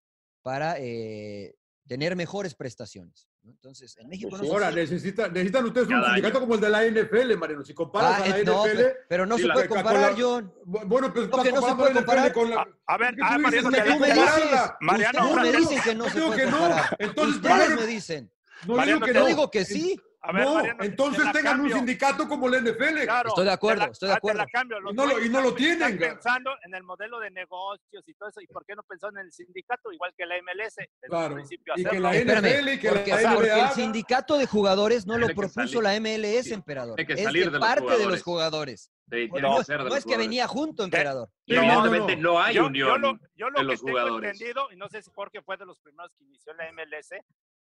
Speaker 9: para eh, tener mejores prestaciones. ¿no? Entonces, en
Speaker 11: Pues
Speaker 9: México no se
Speaker 10: Ahora,
Speaker 9: hace.
Speaker 10: necesita, necesitan ustedes un
Speaker 9: Cada
Speaker 10: sindicato como el de la NFL, Mariano. Si comparas
Speaker 9: Ah,
Speaker 10: a la
Speaker 9: eh, no,
Speaker 10: NFL...
Speaker 9: pero- pero no se puede
Speaker 10: con
Speaker 9: comparar,
Speaker 10: la-
Speaker 9: John.
Speaker 10: Bu- Bueno, pues
Speaker 9: Lo que no se
Speaker 10: comparando
Speaker 9: puede
Speaker 10: la NFL
Speaker 9: comparar-
Speaker 10: con la...
Speaker 12: A ver,
Speaker 10: ¿Qué tú
Speaker 12: ah,
Speaker 10: dices
Speaker 12: Mariano,
Speaker 10: que
Speaker 12: te
Speaker 10: hay
Speaker 12: la-
Speaker 10: que
Speaker 9: me
Speaker 10: compararla?
Speaker 9: dices,
Speaker 12: Mariano,
Speaker 9: ustedes me
Speaker 12: Francisco,
Speaker 9: dicen que no
Speaker 10: yo
Speaker 9: se
Speaker 10: digo
Speaker 9: puede
Speaker 10: que no.
Speaker 9: comparar.
Speaker 10: Entonces,
Speaker 9: ustedes
Speaker 10: Mariano-
Speaker 9: me dicen.
Speaker 10: No
Speaker 12: Mariano,
Speaker 10: digo que
Speaker 12: te
Speaker 10: no.
Speaker 9: digo que sí.
Speaker 12: A ver,
Speaker 10: no,
Speaker 12: Mariano, te-
Speaker 10: entonces
Speaker 12: te la
Speaker 10: tengan un
Speaker 12: cambio.
Speaker 10: sindicato como la NFL.
Speaker 12: Claro,
Speaker 9: Estoy de acuerdo,
Speaker 12: te la-
Speaker 9: estoy de
Speaker 12: ah, te la
Speaker 9: acuerdo.
Speaker 12: cambio,
Speaker 10: Y
Speaker 12: los
Speaker 10: no lo-
Speaker 12: dueños
Speaker 10: y no lo
Speaker 12: están- están
Speaker 10: tienen, güey.
Speaker 12: pensando en el modelo de negocios y todo eso. ¿Y por qué no pensaron en el sindicato? Igual que la MLS. desde
Speaker 10: Claro.
Speaker 12: un principio
Speaker 10: Y que
Speaker 12: hacerlo.
Speaker 10: la
Speaker 9: Espérame,
Speaker 10: NFL y que
Speaker 9: porque,
Speaker 10: la
Speaker 9: porque
Speaker 10: NBA.
Speaker 9: el sindicato de jugadores no lo
Speaker 11: Ah, Tiene que
Speaker 9: propuso la MLS, emperador.
Speaker 11: Tiene que
Speaker 9: Es
Speaker 11: salir
Speaker 9: de
Speaker 11: de los
Speaker 9: parte de los
Speaker 11: jugadores.
Speaker 9: jugadores.
Speaker 11: Sí, tiene
Speaker 9: No,
Speaker 11: que ser de
Speaker 9: no
Speaker 11: los
Speaker 9: es que
Speaker 11: jugadores.
Speaker 9: venía junto, emperador.
Speaker 11: No, Evidentemente no hay
Speaker 12: Yo-
Speaker 11: unión
Speaker 12: yo lo, yo lo
Speaker 11: de
Speaker 12: que
Speaker 11: los
Speaker 12: tengo
Speaker 11: jugadores.
Speaker 12: entendido, y no sé si Jorge fue de los primeros que inició la MLS,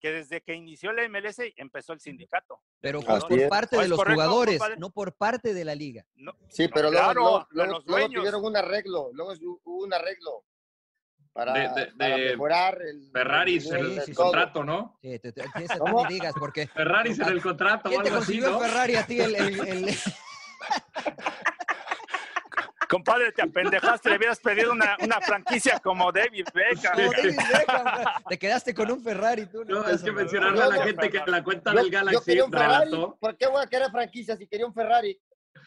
Speaker 12: que desde que inició la MLS empezó el sindicato.
Speaker 9: Pero
Speaker 12: Así
Speaker 9: por
Speaker 12: es.
Speaker 9: parte de
Speaker 12: ¿Es
Speaker 9: los
Speaker 12: correcto,
Speaker 9: jugadores,
Speaker 12: compadre?
Speaker 9: no por parte de la liga.
Speaker 13: Sí, pero luego-
Speaker 12: claro,
Speaker 13: luego,
Speaker 12: a
Speaker 13: luego-
Speaker 12: los
Speaker 13: luego
Speaker 12: dueños.
Speaker 13: tuvieron un arreglo, luego hu- hubo un arreglo para,
Speaker 11: De- de-
Speaker 13: para
Speaker 11: de
Speaker 13: mejorar el
Speaker 11: Ferraris
Speaker 13: el nivel
Speaker 11: en el
Speaker 13: de todo.
Speaker 11: contrato, ¿no?
Speaker 9: Sí, Eh, te- te- tienes a-
Speaker 13: ¿Cómo?
Speaker 9: ni digas, porque.
Speaker 11: Ferraris en el contrato o
Speaker 9: ¿Quién te
Speaker 11: algo así,
Speaker 9: consiguió el
Speaker 11: ¿no?
Speaker 9: Ferrari a ti el- el- el,
Speaker 12: Compadre, te apendejaste, le hubieras pedido una, una franquicia como David Beckham.
Speaker 9: Como David Beckham, güey. Te quedaste con un Ferrari, tú.
Speaker 11: No,
Speaker 9: estás
Speaker 11: es que
Speaker 9: hablando.
Speaker 11: mencionarle a la gente que la cuenta del
Speaker 13: Yo
Speaker 11: Galaxy
Speaker 13: quería un Ferrari,
Speaker 11: relató.
Speaker 13: ¿por qué voy a querer franquicia si quería un Ferrari?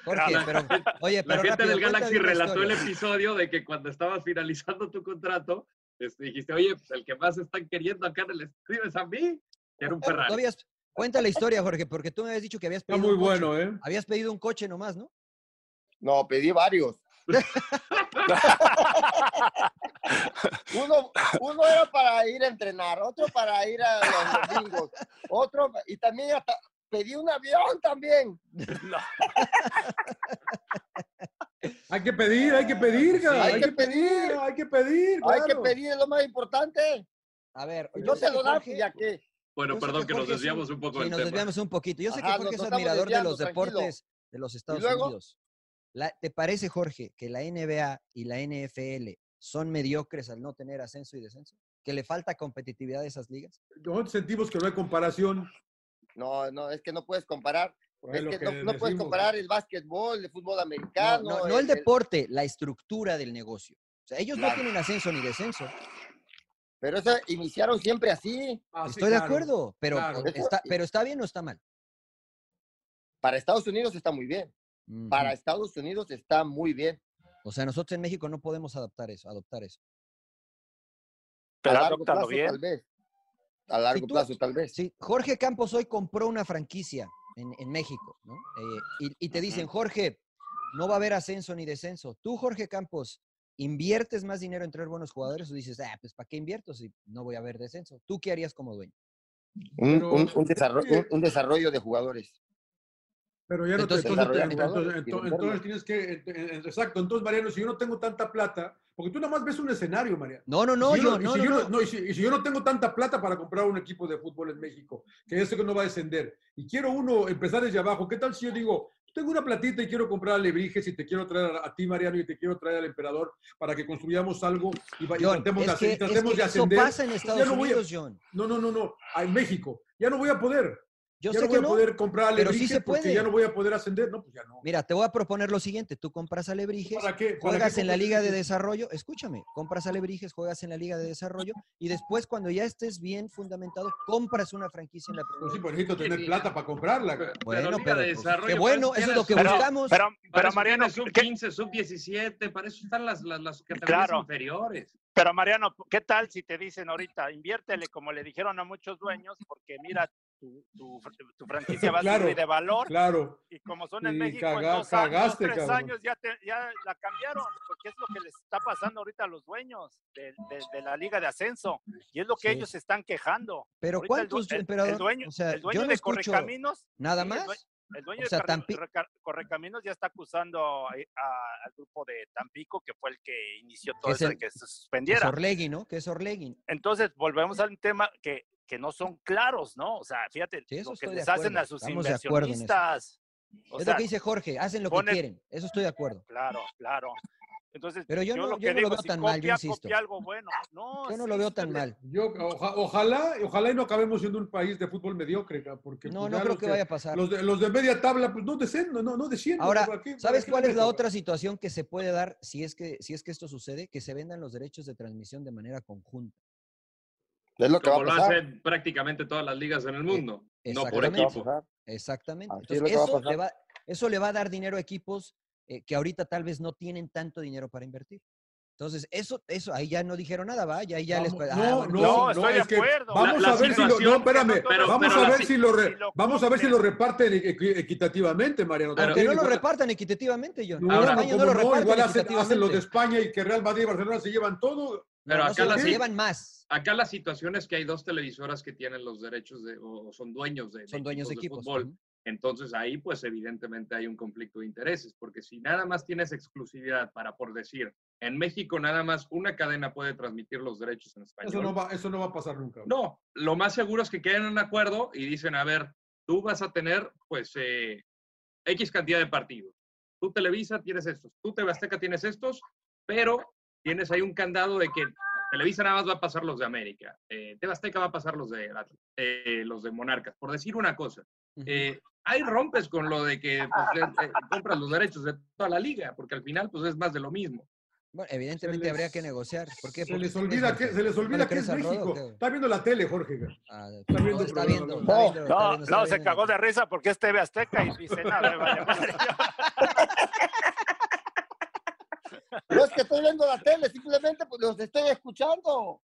Speaker 9: Jorge, pero, oye,
Speaker 11: La
Speaker 9: pero
Speaker 11: gente
Speaker 9: rápido,
Speaker 11: del Galaxy
Speaker 9: cuéntame una
Speaker 11: relató el
Speaker 9: historia.
Speaker 11: episodio de que cuando estabas finalizando tu contrato, este, dijiste, oye, pues el que más están queriendo acá en el estudio es a mí, que era un
Speaker 9: Tú
Speaker 11: Ferrari.
Speaker 9: habías- Cuenta la historia, Jorge, porque tú me habías dicho que habías pedido.
Speaker 11: muy
Speaker 9: un coche.
Speaker 11: bueno, ¿eh?
Speaker 9: Habías pedido un coche nomás, ¿no?
Speaker 13: No, pedí varios. Uno, uno era para ir a entrenar, otro para ir a los domingos, otro, y también hasta pedí un avión también.
Speaker 10: Hay que pedir, hay que pedir,
Speaker 13: Sí,
Speaker 10: cara,
Speaker 13: hay que pedir.
Speaker 10: hay que pedir.
Speaker 13: Hay
Speaker 10: claro.
Speaker 13: que pedir, es lo más importante.
Speaker 9: A ver,
Speaker 13: no
Speaker 9: sé
Speaker 13: te
Speaker 9: que
Speaker 13: lo dan,
Speaker 9: Jorge-
Speaker 13: pues, ya que.
Speaker 11: Bueno,
Speaker 9: Yo sé
Speaker 11: perdón que nos
Speaker 9: Jorge es
Speaker 11: desviamos un poco
Speaker 9: sí,
Speaker 11: del
Speaker 9: nos
Speaker 11: tema.
Speaker 9: desviamos un poquito. Yo sé
Speaker 13: Ajá,
Speaker 9: que Jorge
Speaker 13: nos
Speaker 9: es
Speaker 13: estamos
Speaker 9: admirador de los
Speaker 13: desviando, tranquilo.
Speaker 9: deportes de los Estados
Speaker 13: luego?
Speaker 9: Unidos. La- ¿Te parece, Jorge, que la NBA y la NFL son mediocres al no tener ascenso y descenso? ¿Que le falta competitividad a esas ligas?
Speaker 10: Nosotros sentimos que no hay comparación.
Speaker 13: No, no, es que no puedes comparar.
Speaker 10: Pues
Speaker 13: Es
Speaker 10: lo
Speaker 13: que,
Speaker 10: que
Speaker 13: no, no puedes
Speaker 10: decimos,
Speaker 13: comparar el básquetbol, el fútbol
Speaker 9: No,
Speaker 13: americano.
Speaker 9: no, no el deporte, la estructura del negocio. O sea, ellos
Speaker 13: Claro.
Speaker 9: no tienen ascenso ni descenso.
Speaker 13: Pero eso iniciaron siempre así.
Speaker 10: Ah,
Speaker 11: Ah,
Speaker 9: Estoy de acuerdo, pero,
Speaker 13: claro.
Speaker 9: está, pero ¿está bien o está mal?
Speaker 13: Para Estados Unidos está muy bien. Para Estados Unidos está muy bien.
Speaker 9: O sea, nosotros en México no podemos adaptar eso, adoptar eso.
Speaker 13: A
Speaker 9: Pero
Speaker 13: largo
Speaker 9: adóptalo
Speaker 13: plazo,
Speaker 9: bien.
Speaker 13: tal vez. A largo
Speaker 9: tú-
Speaker 13: plazo, tal vez.
Speaker 9: Eh, Sí, Jorge Campos hoy compró una franquicia en, en México, ¿no? Eh, y, y te dicen, Jorge, no va a haber ascenso ni descenso. Tú, Jorge Campos, ¿inviertes más dinero en traer buenos jugadores o dices, ah, pues ¿para qué invierto si no voy a haber descenso? ¿Tú qué harías como dueño?
Speaker 13: Un,
Speaker 10: Pero-
Speaker 13: un- un desarrollo, un, un desarrollo de jugadores.
Speaker 10: Pero ya no te-
Speaker 13: Entonces,
Speaker 10: entonces, te-
Speaker 13: desarrollar
Speaker 10: entonces,
Speaker 13: jugadores y
Speaker 10: entonces-
Speaker 13: venderlos.
Speaker 10: entonces tienes que. ent- ent- Exacto, entonces, Mariano, si yo no tengo tanta plata, porque tú nomás ves un escenario, Mariano.
Speaker 9: No, no, no,
Speaker 10: Y si
Speaker 9: yo,
Speaker 10: y
Speaker 9: no,
Speaker 10: si
Speaker 9: no,
Speaker 10: yo
Speaker 9: no.
Speaker 10: no- no, y si- y si yo no tengo tanta plata para comprar un equipo de fútbol en México, que yo sé que no va a descender, y quiero uno empezar desde abajo, ¿qué tal si yo digo, tengo una platita y quiero comprar a Lebrijes y te quiero traer a, a ti, Mariano, y te quiero traer al Emperador para que construyamos algo y, va- y
Speaker 9: John,
Speaker 10: tratemos,
Speaker 9: es
Speaker 10: de, hacer-
Speaker 9: que- es
Speaker 10: tratemos
Speaker 9: que
Speaker 10: de
Speaker 9: eso
Speaker 10: ascender?
Speaker 9: pasa en
Speaker 10: Ya
Speaker 9: Estados
Speaker 10: no voy a-
Speaker 9: Unidos, John.
Speaker 10: No, no, no, no, a México. Ya no voy a poder.
Speaker 9: Yo
Speaker 10: ya
Speaker 9: sé
Speaker 10: no voy
Speaker 9: que
Speaker 10: a
Speaker 9: no,
Speaker 10: poder comprar a
Speaker 9: pero
Speaker 10: Lebrijes
Speaker 9: sí se
Speaker 10: porque
Speaker 9: puede.
Speaker 10: ya no voy a poder ascender. No, pues ya no.
Speaker 9: Mira, te voy a proponer lo siguiente. Tú compras a Lebrijes,
Speaker 10: ¿Para qué? ¿Para
Speaker 9: juegas
Speaker 10: qué
Speaker 9: en la
Speaker 10: compras
Speaker 9: Liga de
Speaker 10: Lebrijes?
Speaker 9: Desarrollo. Escúchame, compras a Lebrijes, juegas en la Liga de Desarrollo y después, cuando ya estés bien fundamentado, compras una franquicia en la primera.
Speaker 10: Pues sí, pues necesito tener plata para comprarla.
Speaker 9: Bueno,
Speaker 11: Liga
Speaker 9: pero,
Speaker 11: de
Speaker 9: pues,
Speaker 11: Desarrollo,
Speaker 9: qué
Speaker 11: para
Speaker 9: bueno, eso es lo que
Speaker 11: quieres-
Speaker 9: buscamos.
Speaker 11: Para eso tienes sub 15, sub 17, para eso están las, las, las categorías
Speaker 12: Claro.
Speaker 11: inferiores.
Speaker 12: Pero Mariano, ¿qué tal si te dicen ahorita, inviértele como le dijeron a muchos dueños, porque mira, tu, tu- tu franquicia va a
Speaker 10: Claro,
Speaker 12: subir de valor
Speaker 10: Claro.
Speaker 12: y como son en
Speaker 10: Y
Speaker 12: México, en
Speaker 10: caga-
Speaker 12: dos años,
Speaker 10: cagaste,
Speaker 12: tres
Speaker 10: cabrón.
Speaker 12: años ya, te- ya la cambiaron, porque es lo que les está pasando ahorita a los dueños de, de- de la liga de ascenso y es lo que
Speaker 9: Sí.
Speaker 12: ellos se están quejando.
Speaker 9: Pero
Speaker 12: Ahorita el due-
Speaker 9: ¿cuántos,
Speaker 12: el- el
Speaker 9: emperador?
Speaker 12: dueño,
Speaker 9: O sea,
Speaker 12: el dueño
Speaker 9: yo no
Speaker 12: de
Speaker 9: escucho
Speaker 12: Correcaminos,
Speaker 9: nada
Speaker 12: sí, el due-
Speaker 9: más.
Speaker 12: el dueño
Speaker 9: O sea,
Speaker 12: de Corre-
Speaker 9: Tampi-
Speaker 12: Reca- Correcaminos ya está acusando a- a- al grupo de Tampico, que fue el que inició todo
Speaker 9: Que es
Speaker 12: eso de
Speaker 9: el-
Speaker 12: que se
Speaker 9: Es
Speaker 12: suspendiera.
Speaker 9: Orlegui, ¿no? Que es Orlegui.
Speaker 12: Entonces, volvemos al tema que, que no son claros, ¿no? O sea, fíjate,
Speaker 9: Sí, eso
Speaker 12: lo que
Speaker 9: estoy de
Speaker 12: les hacen
Speaker 9: acuerdo.
Speaker 12: a sus
Speaker 9: Estamos de acuerdo en eso.
Speaker 12: inversionistas. O
Speaker 9: es
Speaker 12: sea,
Speaker 9: lo que dice Jorge, hacen lo
Speaker 12: ponen-
Speaker 9: que quieren. Eso estoy de acuerdo.
Speaker 12: Claro, claro. Entonces,
Speaker 9: Pero yo no-
Speaker 12: lo
Speaker 9: yo
Speaker 12: que
Speaker 9: no lo
Speaker 12: digo,
Speaker 9: veo
Speaker 12: si
Speaker 9: tan mal, yo
Speaker 12: copia,
Speaker 9: insisto.
Speaker 12: copia algo bueno. No,
Speaker 9: Yo no
Speaker 12: sí,
Speaker 9: lo veo
Speaker 12: sí,
Speaker 9: tan
Speaker 12: le-
Speaker 9: mal.
Speaker 10: Yo, oja- ojalá, ojalá y no acabemos siendo un país de fútbol mediocre, ca, porque
Speaker 9: No,
Speaker 10: pues,
Speaker 9: no
Speaker 10: ya
Speaker 9: creo
Speaker 10: los
Speaker 9: que vaya a pasar.
Speaker 10: Los de, los de media tabla, pues no descienden, no, no descienden.
Speaker 9: Ahora,
Speaker 10: ¿para qué- para
Speaker 9: ¿sabes
Speaker 10: qué
Speaker 9: cuál
Speaker 10: lo
Speaker 9: es la
Speaker 10: meto?
Speaker 9: otra situación que se puede dar si es que, si es que esto sucede? Que se vendan los derechos de transmisión de manera conjunta.
Speaker 13: Es lo que va
Speaker 11: Como
Speaker 13: a
Speaker 11: lo
Speaker 13: pasar.
Speaker 11: hacen prácticamente todas las ligas en el mundo, no por
Speaker 9: exactamente.
Speaker 11: equipo.
Speaker 9: Exactamente.
Speaker 13: Así es
Speaker 9: Entonces,
Speaker 13: lo que va a
Speaker 9: eso, le
Speaker 13: pasar.
Speaker 9: va, eso le va a dar dinero a equipos eh, que ahorita tal vez no tienen tanto dinero para invertir. Entonces, eso, eso, ahí ya no dijeron nada, ¿va? Ya, ahí ya les
Speaker 10: Vamos-
Speaker 9: puede- ah,
Speaker 10: No,
Speaker 9: bueno,
Speaker 10: no,
Speaker 12: No,
Speaker 10: no,
Speaker 12: estoy de
Speaker 10: es que
Speaker 12: acuerdo.
Speaker 10: vamos
Speaker 11: La-
Speaker 10: a
Speaker 11: la
Speaker 10: ver si lo,
Speaker 11: situación-
Speaker 10: no, espérame,
Speaker 11: pero- pero
Speaker 10: vamos a
Speaker 11: la
Speaker 10: ver
Speaker 11: si-
Speaker 10: si lo, re-
Speaker 12: si lo
Speaker 10: vamos a ver si lo reparten equi- equi- equitativamente, Mariano.
Speaker 9: Aunque
Speaker 10: también
Speaker 9: no lo
Speaker 10: igual-
Speaker 9: repartan equitativamente,
Speaker 10: No,
Speaker 9: John. En
Speaker 10: no,
Speaker 9: España
Speaker 10: cómo
Speaker 9: no lo
Speaker 10: no,
Speaker 9: reparten
Speaker 10: igual hacen, hacen los de
Speaker 9: equitativamente.
Speaker 10: España y que Real Madrid y Barcelona se llevan todo.
Speaker 11: Pero
Speaker 9: No, no,
Speaker 11: acá
Speaker 9: se-
Speaker 11: la
Speaker 9: se
Speaker 11: si-
Speaker 9: llevan más.
Speaker 11: Acá la situación es que hay dos televisoras que tienen los derechos de, o son dueños de,
Speaker 9: Son dueños de equipos.
Speaker 11: fútbol.
Speaker 9: ujú.
Speaker 11: Entonces ahí pues evidentemente hay un conflicto de intereses, porque si nada más tienes exclusividad para, por decir, en México nada más una cadena puede transmitir los derechos en español.
Speaker 10: Eso no va, eso no va a pasar nunca.
Speaker 11: No, lo más seguro es que queden en un acuerdo y dicen, a ver, tú vas a tener pues eh, X cantidad de partidos. Tú Televisa tienes estos, tú TV Azteca tienes estos, pero tienes ahí un candado de que Televisa nada más va a pasar los de América, eh, TV Azteca va a pasar los de, Atlas, eh, los de Monarcas, por decir una cosa. Eh, ahí rompes con lo de que pues, eh, compras los derechos de toda la liga, porque al final pues es más de lo mismo.
Speaker 9: Bueno, evidentemente
Speaker 10: les-
Speaker 9: habría que negociar. ¿Por qué?
Speaker 10: Se
Speaker 9: ¿Por qué
Speaker 10: les
Speaker 9: crees,
Speaker 10: olvida
Speaker 9: Jorge?
Speaker 10: que, se les
Speaker 9: ¿No le
Speaker 10: olvida que
Speaker 9: crees
Speaker 10: es
Speaker 9: al Rodo
Speaker 10: México.
Speaker 9: o qué?
Speaker 10: Está viendo la tele, Jorge.
Speaker 9: Ah,
Speaker 10: Está viendo el
Speaker 9: está
Speaker 10: programa,
Speaker 9: viendo,
Speaker 10: ¿no?
Speaker 9: está viendo, está
Speaker 12: No,
Speaker 9: viendo, está
Speaker 12: no, se
Speaker 9: viendo.
Speaker 12: cagó de risa porque es TV Azteca y dice nada, me vale madre.
Speaker 13: No es que estoy viendo la tele, simplemente pues, los estoy escuchando.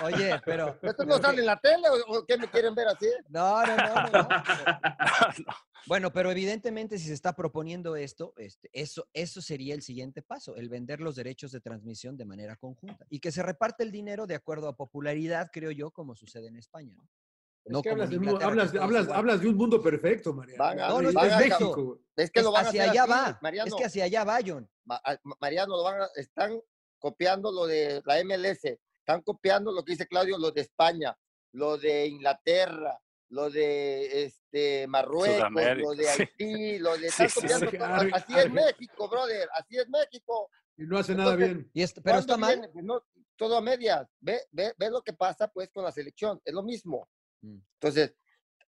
Speaker 9: Oye, pero.
Speaker 13: ¿Esto no sale en la tele o, o qué me quieren ver así?
Speaker 9: No, no, no, no, no. Bueno, pero evidentemente si se está proponiendo esto, este, eso, eso sería el siguiente paso, el vender los derechos de transmisión de manera conjunta y que se reparte el dinero de acuerdo a popularidad, creo yo, como sucede en España. ¿no?
Speaker 10: Es
Speaker 9: No
Speaker 10: que
Speaker 9: como
Speaker 10: hablas,
Speaker 9: en
Speaker 10: de un,
Speaker 9: Inglaterra,
Speaker 10: hablas,
Speaker 9: que todo es
Speaker 10: hablas,
Speaker 9: igual.
Speaker 10: hablas de un mundo perfecto, Mariano.
Speaker 13: Van a-
Speaker 10: No, no,
Speaker 13: van
Speaker 10: es
Speaker 13: a-
Speaker 10: México. güey.
Speaker 13: Es que lo
Speaker 9: Es
Speaker 13: van a
Speaker 9: hacia
Speaker 13: hacer
Speaker 9: allá
Speaker 13: así,
Speaker 9: va,
Speaker 13: Mariano.
Speaker 9: es que hacia allá va, John.
Speaker 13: Ma- a- Mariano, lo van a- están copiando lo de la MLS, están copiando lo que dice Claudio, lo de España, lo de Inglaterra, lo de este, Marruecos,
Speaker 12: Sudamérica,
Speaker 13: lo de
Speaker 12: sí.
Speaker 13: Haití, lo de... Están
Speaker 12: Sí, sí,
Speaker 13: copiando
Speaker 10: sí.
Speaker 13: todo.
Speaker 10: Arge-
Speaker 13: Así es
Speaker 10: Arge-
Speaker 13: México, brother, así es México.
Speaker 10: Y no hace nada
Speaker 13: Entonces,
Speaker 10: bien.
Speaker 9: Y es- este, pero
Speaker 13: ¿Cuándo
Speaker 9: está mal.
Speaker 13: viene? Pues no, todo a medias. Ve, ve, ve lo que pasa pues con la selección, es lo mismo.
Speaker 9: Mm.
Speaker 13: Entonces,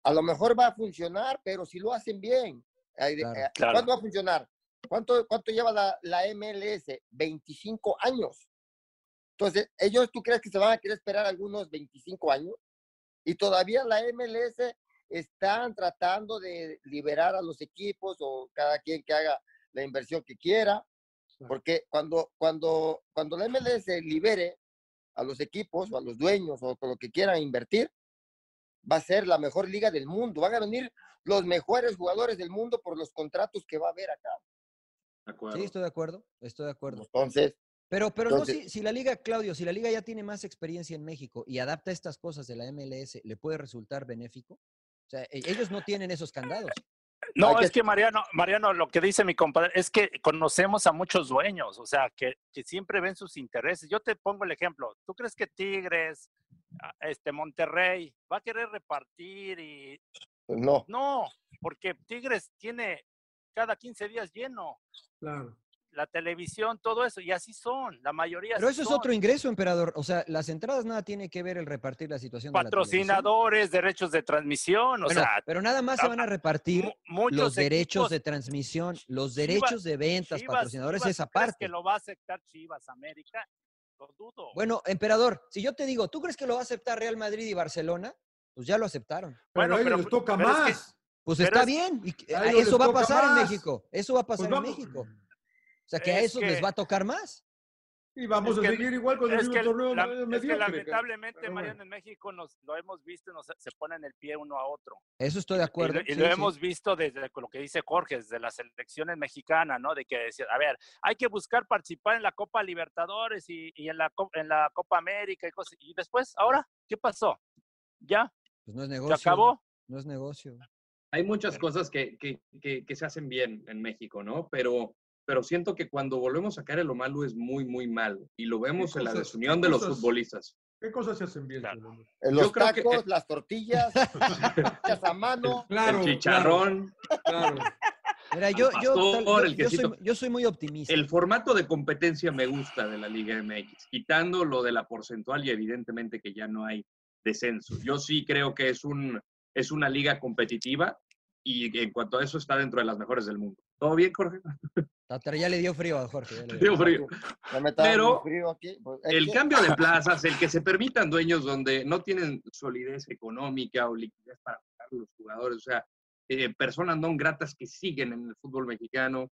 Speaker 13: a lo mejor va a funcionar, pero si lo hacen bien. Ay, de-
Speaker 9: Claro.
Speaker 13: eh,
Speaker 12: Claro.
Speaker 13: ¿Cuándo va a funcionar? ¿Cuánto, cuánto lleva la, la MLS? 25 años. Entonces, ellos, ¿tú crees que se van a querer esperar algunos 25 años? Y todavía la MLS están tratando de liberar a los equipos o cada quien que haga la inversión que quiera, porque cuando, cuando, cuando la MLS libere a los equipos o a los dueños o con lo que quieran invertir, va a ser la mejor liga del mundo. Van a venir los mejores jugadores del mundo por los contratos que va a haber acá.
Speaker 11: De acuerdo.
Speaker 9: Sí, estoy de acuerdo, estoy de acuerdo.
Speaker 13: Entonces,
Speaker 9: Pero, pero no,
Speaker 13: Entonces-
Speaker 9: si, si la liga, Claudio, si la liga ya tiene más experiencia en México y adapta estas cosas de la MLS, ¿le puede resultar benéfico? O sea, e- ellos no tienen esos candados.
Speaker 12: No,
Speaker 13: Hay que-
Speaker 12: es que Mariano, Mariano, lo que dice mi compadre es que conocemos a muchos dueños, o sea, que, que siempre ven sus intereses. Yo te pongo el ejemplo. ¿Tú crees que Tigres, a- este Monterrey, va a querer repartir y
Speaker 13: pues no.
Speaker 12: no, porque Tigres tiene cada 15 días lleno
Speaker 10: Claro.
Speaker 12: la televisión, todo eso y así son, la mayoría.
Speaker 9: Pero
Speaker 12: así
Speaker 9: eso es
Speaker 12: son.
Speaker 9: otro ingreso, emperador. O sea, las entradas nada tiene que ver el repartir la situación de la televisión.
Speaker 12: patrocinadores, derechos de transmisión, o
Speaker 9: Bueno,
Speaker 12: sea,
Speaker 9: pero nada más se van a repartir
Speaker 12: mu- muchos
Speaker 9: los derechos
Speaker 12: equipos-
Speaker 9: de transmisión, los derechos de ventas,
Speaker 12: Chivas-
Speaker 9: patrocinadores,
Speaker 12: Chivas,
Speaker 9: esa
Speaker 12: ¿tú crees
Speaker 9: parte.
Speaker 12: que lo va a aceptar Chivas América? Lo dudo.
Speaker 9: Bueno, emperador, si yo te digo, ¿tú crees que lo va a aceptar Real Madrid y Barcelona? Pues ya lo aceptaron.
Speaker 10: Pero
Speaker 12: Bueno,
Speaker 10: a ellos
Speaker 12: pero-
Speaker 10: les toca
Speaker 12: pero es
Speaker 10: más.
Speaker 12: que-
Speaker 9: Pues
Speaker 12: Pero
Speaker 9: está
Speaker 12: es-
Speaker 9: bien. y que-
Speaker 10: a
Speaker 9: a-
Speaker 10: ellos les
Speaker 9: eso va a
Speaker 10: toca
Speaker 9: pasar en
Speaker 10: más.
Speaker 9: México. Eso va a pasar en
Speaker 10: vamos.
Speaker 9: México. O sea, que a
Speaker 12: Pues Es
Speaker 9: esos les
Speaker 12: que-
Speaker 9: va a tocar más.
Speaker 10: Y vamos
Speaker 12: Es que-
Speaker 10: a seguir igual con el
Speaker 12: Es
Speaker 10: mismo
Speaker 12: que,
Speaker 10: torneo
Speaker 12: la-
Speaker 10: medio-
Speaker 12: es que
Speaker 10: mediocre, cara.
Speaker 12: lamentablemente,
Speaker 10: Pero bueno.
Speaker 12: Mariano, en México nos, lo hemos visto, nos, se ponen el pie uno a otro.
Speaker 9: Eso estoy de
Speaker 12: Y lo-
Speaker 9: acuerdo.
Speaker 12: Y,
Speaker 9: sí,
Speaker 12: lo
Speaker 9: sí.
Speaker 12: hemos visto desde con lo que dice Jorge, desde las elecciones mexicanas, ¿no? De que decía, a ver, hay que buscar participar en la Copa Libertadores y, y en, la, co- en la Copa América y cosas. Y después, ahora, ¿qué pasó? Ya,
Speaker 9: Pues no es
Speaker 12: se
Speaker 9: negocio.
Speaker 12: acabó.
Speaker 9: No es negocio.
Speaker 11: Hay muchas cosas que, que- que- que se hacen bien en México, ¿no? Pero, pero siento que cuando volvemos a caer en lo malo es muy, muy malo. Y lo vemos en la
Speaker 10: cosas,
Speaker 11: desunión de los
Speaker 10: cosas.
Speaker 11: futbolistas.
Speaker 10: ¿Qué cosas se hacen bien?
Speaker 12: Claro.
Speaker 10: Solano?
Speaker 13: eh, Los
Speaker 11: creo que-
Speaker 13: tacos, las tortillas, las a mano.
Speaker 10: Claro,
Speaker 11: el chicharrón,
Speaker 10: Claro.
Speaker 9: Mira, yo, yo,
Speaker 11: pastor,
Speaker 9: yo-
Speaker 11: el
Speaker 9: yo soy,
Speaker 11: quesito.
Speaker 9: yo soy muy optimista.
Speaker 11: el formato de competencia me gusta de la Liga MX, quitando lo de la porcentual y evidentemente que ya no hay descenso. Yo sí creo que es, un, es una liga competitiva y en cuanto a eso está dentro de las mejores del mundo. ¿Todo bien, Jorge?
Speaker 9: Tatra, ya le dio frío a Jorge. ya le dio.
Speaker 11: Digo, porque-
Speaker 13: Ya me está dando
Speaker 11: Pero
Speaker 13: frío aquí, pues, es
Speaker 11: El
Speaker 13: que-
Speaker 11: cambio de plazas, el que se permitan dueños donde no tienen solidez económica o liquidez para pagar los jugadores, o sea, eh, personas no gratas que siguen en el fútbol mexicano,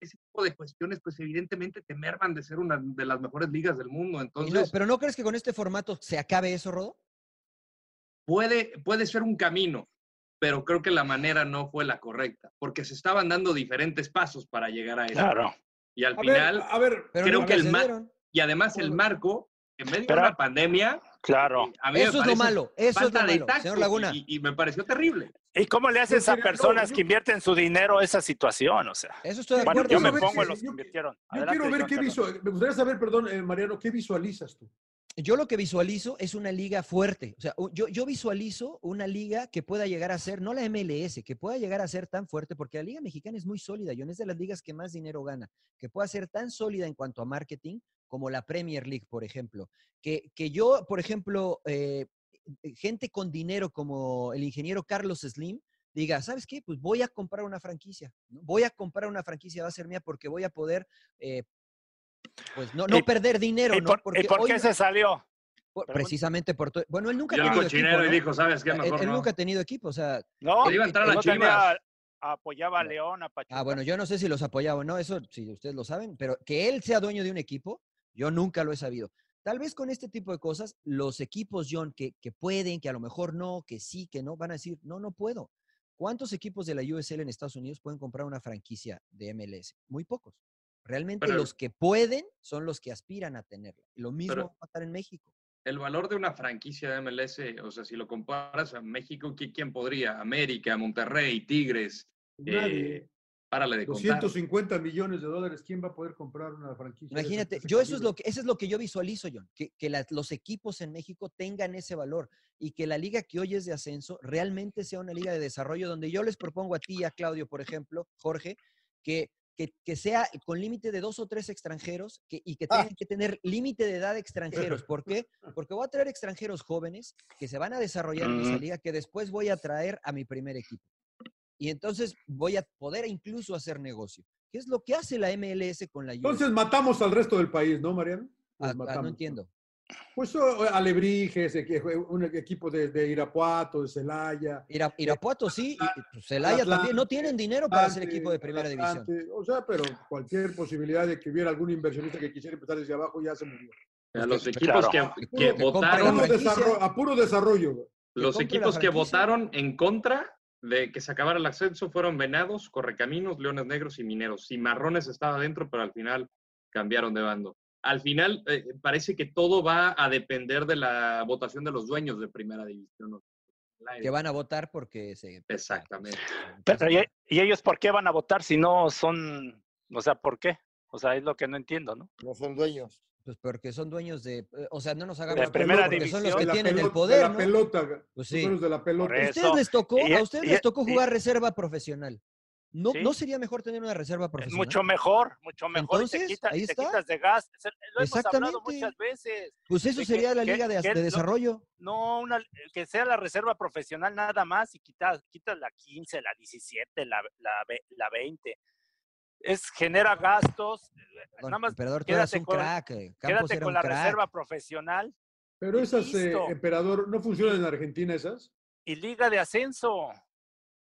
Speaker 11: ese tipo de cuestiones, pues evidentemente te merman de ser una de las mejores ligas del mundo.
Speaker 9: Y no,
Speaker 11: Entonces,
Speaker 9: pero ¿no crees que con este formato se acabe eso, Rodo?
Speaker 11: puede, puede ser un camino, pero creo que la manera no fue la correcta, porque se estaban dando diferentes pasos para llegar a eso.
Speaker 12: Claro.
Speaker 11: Y al
Speaker 10: A ver,
Speaker 11: final,
Speaker 10: a ver,
Speaker 9: Pero
Speaker 11: Creo
Speaker 9: nunca
Speaker 11: que el
Speaker 9: se
Speaker 11: ma-
Speaker 9: dieron.
Speaker 11: y además el marco, en medio de
Speaker 12: Pero-
Speaker 11: una pandemia,
Speaker 12: Claro.
Speaker 11: A mí me
Speaker 9: Eso es lo
Speaker 11: parece
Speaker 9: malo, eso es lo
Speaker 11: falta de
Speaker 9: malo, señor
Speaker 11: tacto
Speaker 9: Laguna.
Speaker 11: Y, y me pareció terrible.
Speaker 12: ¿Y cómo le haces a personas que invierten su dinero a esa situación? O sea,
Speaker 9: Eso estoy de
Speaker 12: bueno,
Speaker 9: acuerdo.
Speaker 12: yo me
Speaker 9: Yo-
Speaker 12: pongo en
Speaker 9: yo-
Speaker 12: los que invirtieron.
Speaker 10: Yo
Speaker 12: Adelante,
Speaker 10: quiero ver
Speaker 12: Juan
Speaker 10: qué
Speaker 12: Carlos.
Speaker 10: visual. Me gustaría saber, perdón, eh, Mariano, ¿qué visualizas tú?
Speaker 9: Yo lo que visualizo es una liga fuerte. O sea, u- yo, yo visualizo una liga que pueda llegar a ser, no la MLS, que pueda llegar a ser tan fuerte, porque la Liga Mexicana es muy sólida. Yo es de las ligas que más dinero gana, que pueda ser tan sólida en cuanto a marketing como la Premier League, por ejemplo. Que, que yo, por ejemplo, eh, gente con dinero como el ingeniero Carlos Slim diga, ¿sabes qué? Pues voy a comprar una franquicia. ¿no? Voy a comprar una franquicia, va a ser mía porque voy a poder, eh, pues no, no
Speaker 12: ¿Y-
Speaker 9: perder dinero.
Speaker 12: ¿Y
Speaker 9: ¿no?
Speaker 12: Eh, por, y por
Speaker 9: hoy
Speaker 12: qué
Speaker 9: no-
Speaker 12: se salió?
Speaker 9: por- precisamente por todo. Bueno, él
Speaker 10: Ah,
Speaker 9: nunca ha
Speaker 11: Yo el
Speaker 9: tenido
Speaker 11: cochinero
Speaker 9: equipo.
Speaker 11: y
Speaker 9: ¿no?
Speaker 11: dijo, ¿sabes qué?
Speaker 9: Él-
Speaker 11: Mejor
Speaker 9: él
Speaker 11: no.
Speaker 9: nunca ha tenido equipo, o sea.
Speaker 12: No,
Speaker 11: Le iba a entrar a
Speaker 12: no
Speaker 11: las
Speaker 12: tenía- apoyaba a León, a Pachuca.
Speaker 9: Ah, bueno, yo no sé si los apoyaba o no, eso si ustedes lo saben, pero que él sea dueño de un equipo, yo nunca lo he sabido. Tal vez con este tipo de cosas, los equipos, John, que, que pueden, que a lo mejor no, que sí, que no, van a decir, no, no puedo. ¿Cuántos equipos de la USL en Estados Unidos pueden comprar una franquicia de MLS? Muy pocos. Realmente
Speaker 11: Pero-
Speaker 9: los que pueden son los que aspiran a tenerla. Lo mismo
Speaker 11: Pero-
Speaker 9: va a estar en México.
Speaker 11: El valor de una franquicia de MLS, o sea, si lo comparas a México, ¿qui- ¿quién podría? América, Monterrey, Tigres.
Speaker 10: Nadie.
Speaker 11: Eh, párale
Speaker 9: Pues
Speaker 11: de contar.
Speaker 10: 250 millones de dólares, ¿quién va a poder comprar una franquicia? de
Speaker 9: Imagínate,
Speaker 10: ese
Speaker 9: yo eso es
Speaker 10: calibre?
Speaker 9: lo que, eso es lo que yo visualizo, John, que, que las- los equipos en México tengan ese valor y que la liga que hoy es de ascenso realmente sea una liga de desarrollo donde yo les propongo a ti, y a Claudio, por ejemplo, Jorge, que, que, que sea con límite de dos o tres extranjeros que- y
Speaker 10: Ah.
Speaker 9: que tengan que tener límite de edad de extranjeros. ¿Por qué? Porque voy a traer extranjeros jóvenes que se van a desarrollar en esa
Speaker 11: Ujú.
Speaker 9: liga que después voy a traer a mi primer equipo. Y entonces voy a poder incluso hacer negocio. ¿Qué es lo que hace la MLS con la
Speaker 10: Entonces matamos al resto del país, ¿no, Mariano? Los
Speaker 9: Ah, ah, no
Speaker 10: matamos.
Speaker 9: entiendo.
Speaker 10: Pues o- o Alebrijes, eh, que fue un equipo de, de Irapuato, de Celaya.
Speaker 9: Ira- Irapuato sí, y- y, pues, Celaya también. No tienen dinero para ser equipo de primera división.
Speaker 10: Atlante, O sea, pero cualquier posibilidad de que hubiera algún inversionista que quisiera empezar desde abajo ya se murió.
Speaker 11: A los
Speaker 9: Pues que-
Speaker 11: equipos
Speaker 9: claro.
Speaker 11: que,
Speaker 9: Que
Speaker 11: que
Speaker 9: compre la
Speaker 10: A
Speaker 11: votaron,
Speaker 10: puro,
Speaker 9: franquicia.
Speaker 10: desarrollo, a puro desarrollo, güey.
Speaker 11: los
Speaker 9: compre la
Speaker 11: equipos que
Speaker 9: franquicia.
Speaker 11: votaron en contra de que se acabara el ascenso fueron Venados, Correcaminos, Leones Negros y Mineros. Cimarrones estaba dentro, pero al final cambiaron de bando. Al final eh, parece que todo va a depender de la votación de los dueños de primera división. ¿no? La-
Speaker 9: Que van a votar porque se. pues,
Speaker 11: Exactamente.
Speaker 12: Pero, ¿y, y ellos por qué van a votar si no son, o sea, por qué? O sea, es lo que no entiendo, ¿no?
Speaker 13: No son dueños.
Speaker 9: Pues porque son dueños de. eh, O sea, no nos hagamos.
Speaker 12: De primera
Speaker 9: porque son los
Speaker 12: división.
Speaker 9: que
Speaker 10: De la
Speaker 9: tienen el
Speaker 10: pelota-
Speaker 9: poder.
Speaker 10: De la
Speaker 9: ¿no?
Speaker 10: pelota, güey.
Speaker 9: Pues
Speaker 10: Los
Speaker 9: sí.
Speaker 10: dueños de la pelota.
Speaker 12: Por
Speaker 9: ¿A ustedes
Speaker 12: eso.
Speaker 9: les tocó,
Speaker 12: Y-
Speaker 9: a ustedes
Speaker 12: y-
Speaker 9: les tocó
Speaker 12: y-
Speaker 9: jugar reserva profesional. ¿No,
Speaker 12: Sí.
Speaker 9: ¿No sería mejor tener una reserva
Speaker 12: Es
Speaker 9: profesional?
Speaker 12: mucho mejor, mucho mejor. y
Speaker 9: Pues, Entonces,
Speaker 12: te, quita-
Speaker 9: ahí
Speaker 12: y te
Speaker 9: está.
Speaker 12: quitas de gas. Se- Lo hemos hablado
Speaker 9: Exactamente.
Speaker 12: muchas veces.
Speaker 9: Pues eso
Speaker 12: de que-
Speaker 9: sería la
Speaker 12: que-
Speaker 9: liga de, as-
Speaker 12: que pues,
Speaker 9: de
Speaker 12: lo-
Speaker 9: desarrollo.
Speaker 12: No, una, que sea la reserva profesional nada más y quitas, quitas la 15, la 17, la, la, ve- la 20. Es, genera gastos. eh,
Speaker 9: Perdón,
Speaker 12: nada más
Speaker 9: emperador, tú eras
Speaker 12: quédate
Speaker 9: un
Speaker 12: con-
Speaker 9: crack. eh, Campos
Speaker 12: Quédate
Speaker 9: era
Speaker 12: con
Speaker 9: un
Speaker 12: la
Speaker 9: crack.
Speaker 12: reserva profesional
Speaker 10: Pero esas, eh,
Speaker 12: Listo.
Speaker 10: emperador, ¿no funcionan en Argentina esas?
Speaker 12: y liga de ascenso.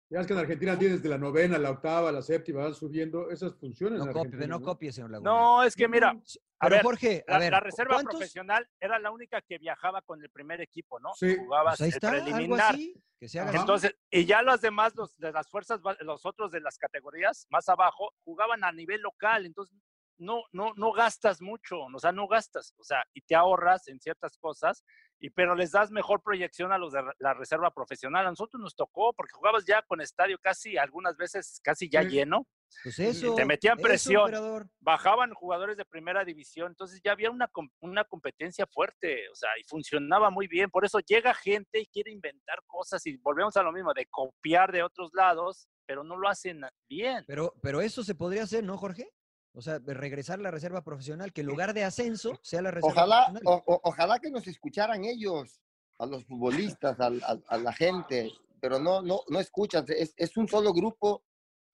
Speaker 10: Ya ves que en Argentina tienes de la novena, la octava, la séptima, van subiendo. Esas funcionan en
Speaker 9: No copie,
Speaker 10: Argentina,
Speaker 9: no copie, señor Laguna.
Speaker 12: No, es que mira, a
Speaker 9: Pero
Speaker 12: ver,
Speaker 9: Jorge, a
Speaker 12: la,
Speaker 9: ver.
Speaker 12: la reserva
Speaker 9: ¿cuántos-
Speaker 12: profesional era la única que viajaba con el primer equipo, ¿no?
Speaker 10: Sí.
Speaker 12: Jugabas
Speaker 9: Pues ahí
Speaker 12: el
Speaker 9: está, algo
Speaker 12: preliminar.
Speaker 9: así. Que se haga
Speaker 10: Ajá.
Speaker 9: así.
Speaker 12: Entonces, y ya los demás, los de las fuerzas, ba- los otros de las categorías más abajo, jugaban a nivel local, entonces no, no, no gastas mucho, o sea, no gastas, o sea, y te ahorras en ciertas cosas, y pero les das mejor proyección a los de la reserva profesional. A nosotros nos tocó, porque jugabas ya con estadio casi, algunas veces casi ya
Speaker 10: Sí.
Speaker 12: lleno,
Speaker 9: Pues eso.
Speaker 12: te metían
Speaker 9: eso,
Speaker 12: presión.
Speaker 9: emperador.
Speaker 12: bajaban jugadores de primera división, entonces ya había una, com- una competencia fuerte, o sea, y funcionaba muy bien. Por eso llega gente y quiere inventar cosas y volvemos a lo mismo, de copiar de otros lados, pero no lo hacen bien.
Speaker 9: Pero, pero eso se podría hacer, ¿no, Jorge? O sea, de regresar la reserva profesional, que en lugar de ascenso sea la reserva
Speaker 13: Ojalá,
Speaker 9: profesional.
Speaker 13: o- o- ojalá que nos escucharan ellos, a los futbolistas, al- al- a, la gente, pero no, no, no escuchan. Es, es un solo grupo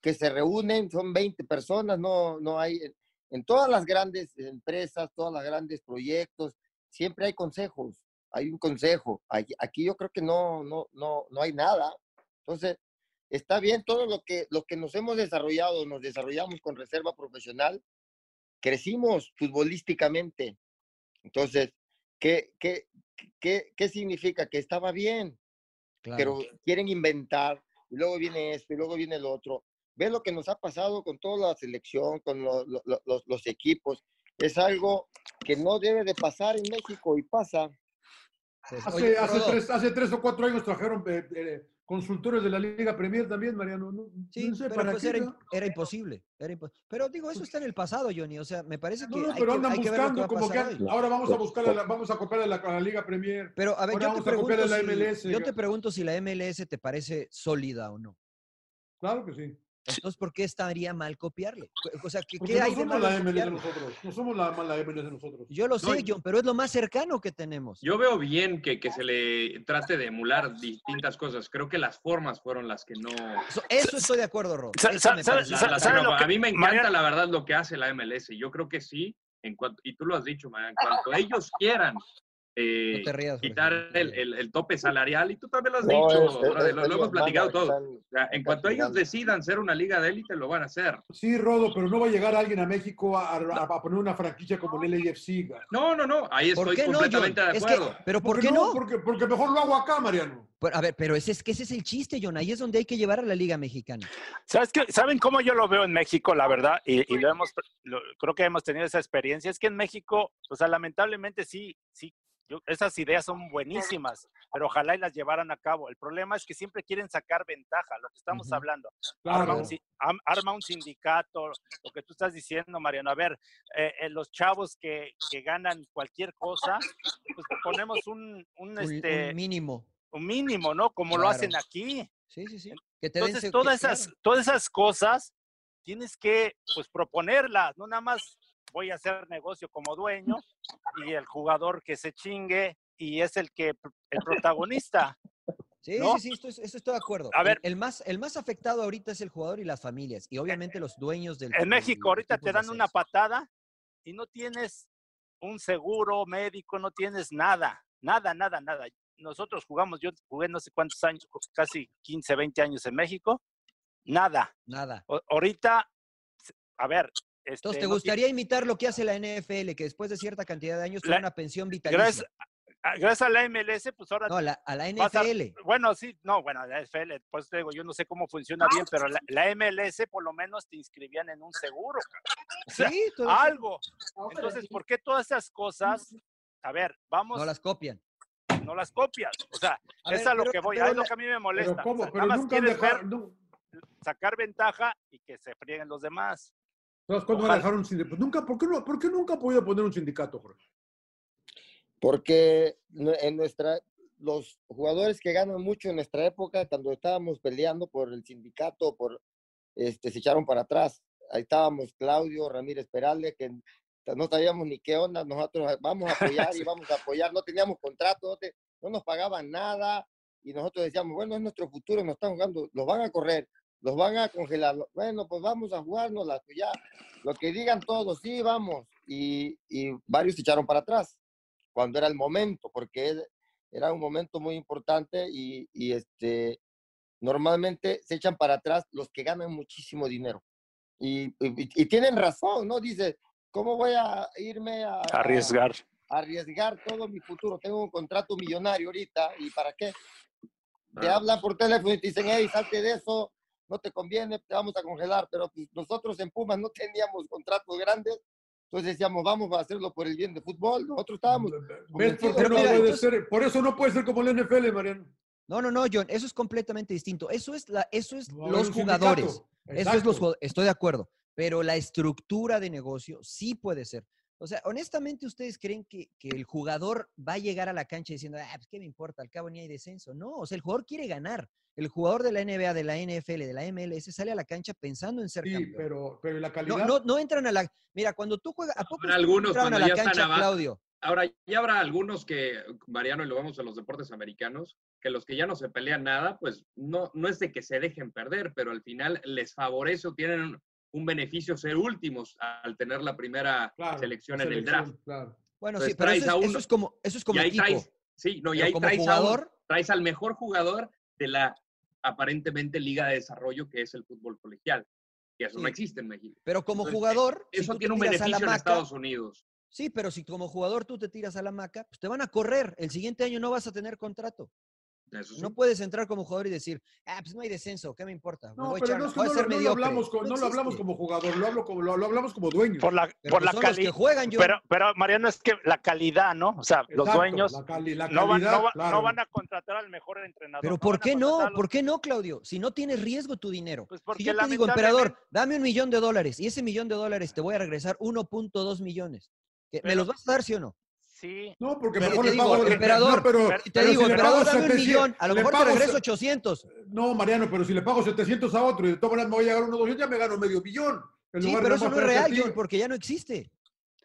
Speaker 13: que se reúnen, son 20 personas, no, no hay. En todas las grandes empresas, todos los grandes proyectos, siempre hay consejos, hay un consejo. Aquí, aquí yo creo que no, no, no, no hay nada. Entonces, está bien todo lo que, lo que nos hemos desarrollado, nos desarrollamos con reserva profesional, crecimos futbolísticamente, entonces, ¿qué, qué, qué, qué significa? Que estaba bien,
Speaker 9: Claro.
Speaker 13: pero quieren inventar, y luego viene esto, y luego viene el otro. Ve lo que nos ha pasado con toda la selección, con lo- lo- lo- los, los equipos. Es algo que no debe de pasar en México y pasa.
Speaker 9: Entonces,
Speaker 10: Hace,
Speaker 9: Pues, oye,
Speaker 10: hace
Speaker 9: Rodo,
Speaker 10: tres, hace tres o cuatro años trajeron eh, eh, consultores de la Liga Premier también, Mariano. No,
Speaker 9: Sí,
Speaker 10: no sé
Speaker 9: pero
Speaker 10: para
Speaker 9: pues
Speaker 10: qué,
Speaker 9: era,
Speaker 10: ¿no?
Speaker 9: imp- era imposible. era impo- pero digo, eso está en el pasado, Johnny. O sea, me parece que.
Speaker 10: No, no,
Speaker 9: hay
Speaker 10: pero
Speaker 9: que-
Speaker 10: andan
Speaker 9: hay que ver lo
Speaker 10: buscando,
Speaker 9: que va a
Speaker 10: como que
Speaker 9: pasar hoy.
Speaker 10: ahora vamos a buscar, a la- vamos a copiar a la, a la Liga Premier.
Speaker 9: Pero a
Speaker 10: ahora
Speaker 9: ver, yo te,
Speaker 10: vamos a copiar
Speaker 9: pregunto
Speaker 10: a la
Speaker 9: si,
Speaker 10: MLS.
Speaker 9: yo te pregunto si la MLS te parece sólida o no.
Speaker 10: Claro que sí.
Speaker 9: Entonces, ¿por qué estaría mal copiarle? O sea, ¿qué,
Speaker 10: Porque
Speaker 9: qué
Speaker 10: no
Speaker 9: hay de
Speaker 10: somos
Speaker 9: malo
Speaker 10: la
Speaker 9: en
Speaker 10: MLS de
Speaker 9: copiarlo?
Speaker 10: nosotros, no somos la mala MLS de nosotros.
Speaker 9: Yo lo
Speaker 10: No,
Speaker 9: sé, John, pero es lo más cercano que tenemos.
Speaker 11: Yo veo bien que, que se le trate de emular distintas cosas. Creo que las formas fueron las que no...
Speaker 9: Eso, eso estoy de acuerdo, Rob.
Speaker 12: Sa-
Speaker 9: Eso
Speaker 12: sa-
Speaker 9: me
Speaker 12: sa-
Speaker 9: parece.
Speaker 11: La-
Speaker 12: sa-
Speaker 11: la-
Speaker 12: ¿saben
Speaker 11: no,
Speaker 12: lo que-
Speaker 11: a mí me encanta
Speaker 12: Mariano-
Speaker 11: la verdad lo que hace la MLS. Yo creo que sí, en cuanto, y tú lo has dicho, Mariano, en cuanto ellos quieran eh,
Speaker 9: No te rías, Jorge,
Speaker 11: quitar el, el- el tope salarial, y tú también lo has
Speaker 13: No,
Speaker 11: dicho,
Speaker 13: es- es-
Speaker 11: brother, lo,
Speaker 13: es
Speaker 11: lo
Speaker 13: los
Speaker 11: hemos
Speaker 13: malos
Speaker 11: platicado
Speaker 13: que
Speaker 11: todos.
Speaker 13: están-
Speaker 11: O sea, en cuanto ellos
Speaker 13: castigando.
Speaker 11: decidan ser una liga de élite, lo van a hacer.
Speaker 10: Sí, Rodo, pero no va a llegar alguien a México a, a- a poner una franquicia como el LAFC.
Speaker 11: No, no, no, ahí
Speaker 9: ¿Por
Speaker 11: estoy
Speaker 9: qué no, John?
Speaker 11: completamente de
Speaker 9: Es que-
Speaker 11: acuerdo.
Speaker 9: pero ¿por
Speaker 10: Porque
Speaker 9: qué no?
Speaker 10: Porque, porque mejor lo hago acá, Mariano.
Speaker 9: Pero, a ver, pero ese es que ese es el chiste, John. Ahí es donde hay que llevar a la Liga Mexicana.
Speaker 12: ¿Sabes qué? ¿Saben cómo yo lo veo en México, la verdad? Y, y lo hemos, lo- creo que hemos tenido esa experiencia. Es que en México, o sea, lamentablemente sí, sí, yo- esas ideas son buenísimas, pero ojalá y las llevaran a cabo. El problema es que siempre quieren sacar ventaja, lo que estamos hablando. Arma,
Speaker 10: Claro.
Speaker 12: un, si- am- arma un sindicato, lo que tú estás diciendo, Mariano. A ver, eh, eh, los chavos que, que ganan cualquier cosa, pues ponemos un, un,
Speaker 9: Un,
Speaker 12: este,
Speaker 9: un mínimo.
Speaker 12: un mínimo, ¿no? Como lo
Speaker 9: Claro.
Speaker 12: hacen aquí.
Speaker 9: Sí, sí, sí. Que te den
Speaker 12: Entonces,
Speaker 9: seg-
Speaker 12: todas
Speaker 9: que-
Speaker 12: esas,
Speaker 9: claro.
Speaker 12: todas esas cosas tienes que pues, proponerlas, no nada más voy a hacer negocio como dueño y el jugador que se chingue y es el que el protagonista.
Speaker 9: Sí,
Speaker 12: ¿no?
Speaker 9: sí, sí, esto es- eso estoy de acuerdo.
Speaker 12: A ver. Eh,
Speaker 9: el, el más, el más afectado ahorita es el jugador y las familias, y obviamente los dueños del.
Speaker 12: En
Speaker 9: del-
Speaker 12: México ahorita
Speaker 9: equipos
Speaker 12: te
Speaker 9: de
Speaker 12: dan una
Speaker 9: ascenso.
Speaker 12: patada y no tienes un seguro médico, no tienes nada, nada, nada, nada. Nosotros jugamos, yo jugué no sé cuántos años, casi 15, 20 años en México, nada.
Speaker 9: Nada.
Speaker 12: O- ahorita, a ver. este,
Speaker 9: Entonces, ¿te
Speaker 12: no ti-
Speaker 9: gustaría imitar lo que hace la NFL, que después de cierta cantidad de años tiene
Speaker 12: La-
Speaker 9: una pensión vitalicia?
Speaker 12: gracias, a- gracias a la MLS, pues ahora.
Speaker 9: No, a la, a la
Speaker 12: vas a- ¡Ah,
Speaker 9: NFL.
Speaker 12: bueno, sí, no, bueno, la NFL, pues te digo, yo no sé cómo
Speaker 9: Ah,
Speaker 12: funciona bien,
Speaker 9: pues,
Speaker 12: pero la, la MLS por lo menos te inscribían en un seguro, cabrón. O sea,
Speaker 9: Sí, todo eso.
Speaker 12: algo. Entonces, ¿por qué todas esas cosas? A ver, vamos,
Speaker 9: No las copian.
Speaker 12: no las copias. O sea,
Speaker 9: A ver,
Speaker 12: es a lo
Speaker 9: pero-
Speaker 12: que voy,
Speaker 9: pero
Speaker 12: es lo
Speaker 9: la-
Speaker 12: que a mí me molesta.
Speaker 10: Pero
Speaker 12: O
Speaker 10: cómo,
Speaker 12: sea,
Speaker 10: pero
Speaker 12: nada más
Speaker 10: nunca han
Speaker 12: quieres
Speaker 10: dejado,
Speaker 12: ver-
Speaker 10: nu-
Speaker 12: sacar ventaja y que se frieguen los demás.
Speaker 10: ¿sabes cuándo van a dejar un sindicato? Pues Nunca, ¿por, qué no, ¿Por qué nunca ha podido poner un sindicato, Jorge?
Speaker 13: Porque nu- en nuestra, los jugadores que ganan mucho en nuestra época, cuando estábamos peleando por el sindicato, por este, se echaron para atrás. Ahí estábamos Claudio Ramírez Perales, que no sabíamos ni qué onda, nosotros vamos a apoyar y vamos a apoyar, no teníamos contrato, no, te- no nos pagaban nada y nosotros decíamos, bueno, es nuestro futuro, nos están jugando, los van a correr, los van a congelar, bueno, pues vamos a jugarnos la tuya, lo que digan todos, sí, vamos. Y, y varios se echaron para atrás cuando era el momento, porque él- era un momento muy importante y, y, este, normalmente se echan para atrás los que ganan muchísimo dinero. Y, y- y tienen razón, ¿no? Dice, ¿cómo voy a irme a a-
Speaker 12: Arriesgar.
Speaker 13: a arriesgar todo mi futuro? Tengo un contrato millonario ahorita, ¿y para qué? Te
Speaker 11: Ah.
Speaker 13: hablan por teléfono y te dicen, hey, salte de eso, no te conviene, te vamos a congelar. Pero pues, nosotros en Pumas no teníamos contratos grandes, entonces decíamos, vamos a hacerlo por el bien de fútbol. Nosotros estábamos
Speaker 10: ¿Ves por qué
Speaker 13: Pero
Speaker 10: no
Speaker 13: mira,
Speaker 10: puede
Speaker 13: entonces-
Speaker 10: ser? Por eso no puede ser como la NFL, Mariano.
Speaker 9: No, no, no, John, eso es completamente distinto. Eso es, la, eso es
Speaker 10: Va a haber
Speaker 9: los
Speaker 10: un
Speaker 9: jugadores.
Speaker 10: sindicato.
Speaker 9: Eso es los
Speaker 10: Exacto.
Speaker 9: jugadores. Estoy de acuerdo. Pero la estructura de negocio sí puede ser. O sea, honestamente, ¿ustedes creen que, que el jugador va a llegar a la cancha diciendo, ah, pues qué me importa, al cabo ni hay descenso? No, o sea, el jugador quiere ganar. El jugador de la NBA, de la NFL, de la MLS sale a la cancha pensando en ser
Speaker 10: Sí,
Speaker 9: campeón.
Speaker 10: pero, pero la
Speaker 9: No,
Speaker 10: calidad.
Speaker 9: no, no entran a la. Mira, cuando tú juegas. ¿A poco
Speaker 11: Habrá algunos
Speaker 9: entraron
Speaker 11: cuando
Speaker 9: a la
Speaker 11: ya están
Speaker 9: cancha,
Speaker 11: abajo.
Speaker 9: Claudio?
Speaker 11: Ahora, ya habrá algunos que, Mariano, y lo vamos a los deportes americanos, que los que ya no se pelean nada, pues no, no es de que se dejen perder, pero al final les favorece o tienen un, un beneficio ser últimos a- al tener la primera
Speaker 10: Claro,
Speaker 11: selección
Speaker 10: la
Speaker 11: en el
Speaker 10: selección,
Speaker 11: draft.
Speaker 10: claro.
Speaker 9: Bueno,
Speaker 11: Entonces,
Speaker 9: sí, pero
Speaker 11: traes
Speaker 9: eso
Speaker 11: a
Speaker 9: es, eso
Speaker 11: uno-
Speaker 9: es como, eso es como
Speaker 11: y ahí
Speaker 9: equipo.
Speaker 11: traes, sí, no, y
Speaker 9: Pero
Speaker 11: ahí
Speaker 9: como
Speaker 11: traes, a un-
Speaker 9: jugador-
Speaker 11: traes al mejor jugador de la aparentemente liga de desarrollo que es el fútbol colegial, que eso no
Speaker 9: Sí.
Speaker 11: existe en México.
Speaker 9: Pero como
Speaker 11: Entonces,
Speaker 9: jugador, si
Speaker 11: Eso
Speaker 9: tú te
Speaker 11: tiene un
Speaker 9: tiras a la
Speaker 11: beneficio en
Speaker 9: maca-
Speaker 11: Estados Unidos.
Speaker 9: Sí, pero si como jugador tú te tiras a la maca, pues te van a correr. El siguiente año no vas a tener contrato.
Speaker 11: Eso sí.
Speaker 9: No puedes entrar como jugador y decir, ah, pues no hay descenso, ¿qué me importa? Me
Speaker 10: No,
Speaker 9: voy a
Speaker 10: pero
Speaker 9: echar-
Speaker 10: no, es que
Speaker 9: voy a
Speaker 10: no
Speaker 9: ser
Speaker 10: lo, no lo
Speaker 9: mediocre".
Speaker 10: hablamos, con-
Speaker 9: No
Speaker 10: no lo hablamos
Speaker 9: existe.
Speaker 10: como jugador, lo, hablo como- lo- lo hablamos como dueño.
Speaker 12: Por la,
Speaker 10: Pero
Speaker 12: por
Speaker 9: pues
Speaker 10: que
Speaker 12: la
Speaker 10: son los que
Speaker 12: cali-
Speaker 10: juegan, John.
Speaker 12: Pero, pero Mariano, es que la calidad, ¿no? O sea, los
Speaker 10: Exacto,
Speaker 12: dueños
Speaker 10: la cali- la
Speaker 12: no, van,
Speaker 10: calidad,
Speaker 12: no va-
Speaker 10: claro.
Speaker 12: no van a contratar al mejor entrenador.
Speaker 9: Pero
Speaker 12: no
Speaker 9: ¿por
Speaker 12: van a
Speaker 9: qué no?
Speaker 12: contratar a los-
Speaker 9: ¿Por qué no, Claudio? Si no tienes riesgo tu dinero.
Speaker 12: Pues porque
Speaker 9: si yo te digo,
Speaker 12: lamentablemente-
Speaker 9: emperador, dame un millón de dólares y ese millón de dólares te voy a regresar 1.2 millones. ¿Qué- ¿Me
Speaker 12: Pero-
Speaker 9: los vas a dar, sí o no?
Speaker 12: Sí.
Speaker 10: No, porque
Speaker 9: Pero
Speaker 10: mejor
Speaker 9: te
Speaker 10: le
Speaker 9: digo,
Speaker 10: pago el
Speaker 9: emperador, y te digo, emperador, dame un millón, a lo mejor te regreso 800.
Speaker 10: No, Mariano, pero si le pago 700 a otro y de todas maneras me voy a llegar unos 200, ya me gano medio millón. En
Speaker 9: Sí,
Speaker 10: lugar de nada
Speaker 9: pero eso
Speaker 10: más
Speaker 9: no es
Speaker 10: traerte a
Speaker 9: real,
Speaker 10: ti.
Speaker 9: John, porque ya no existe.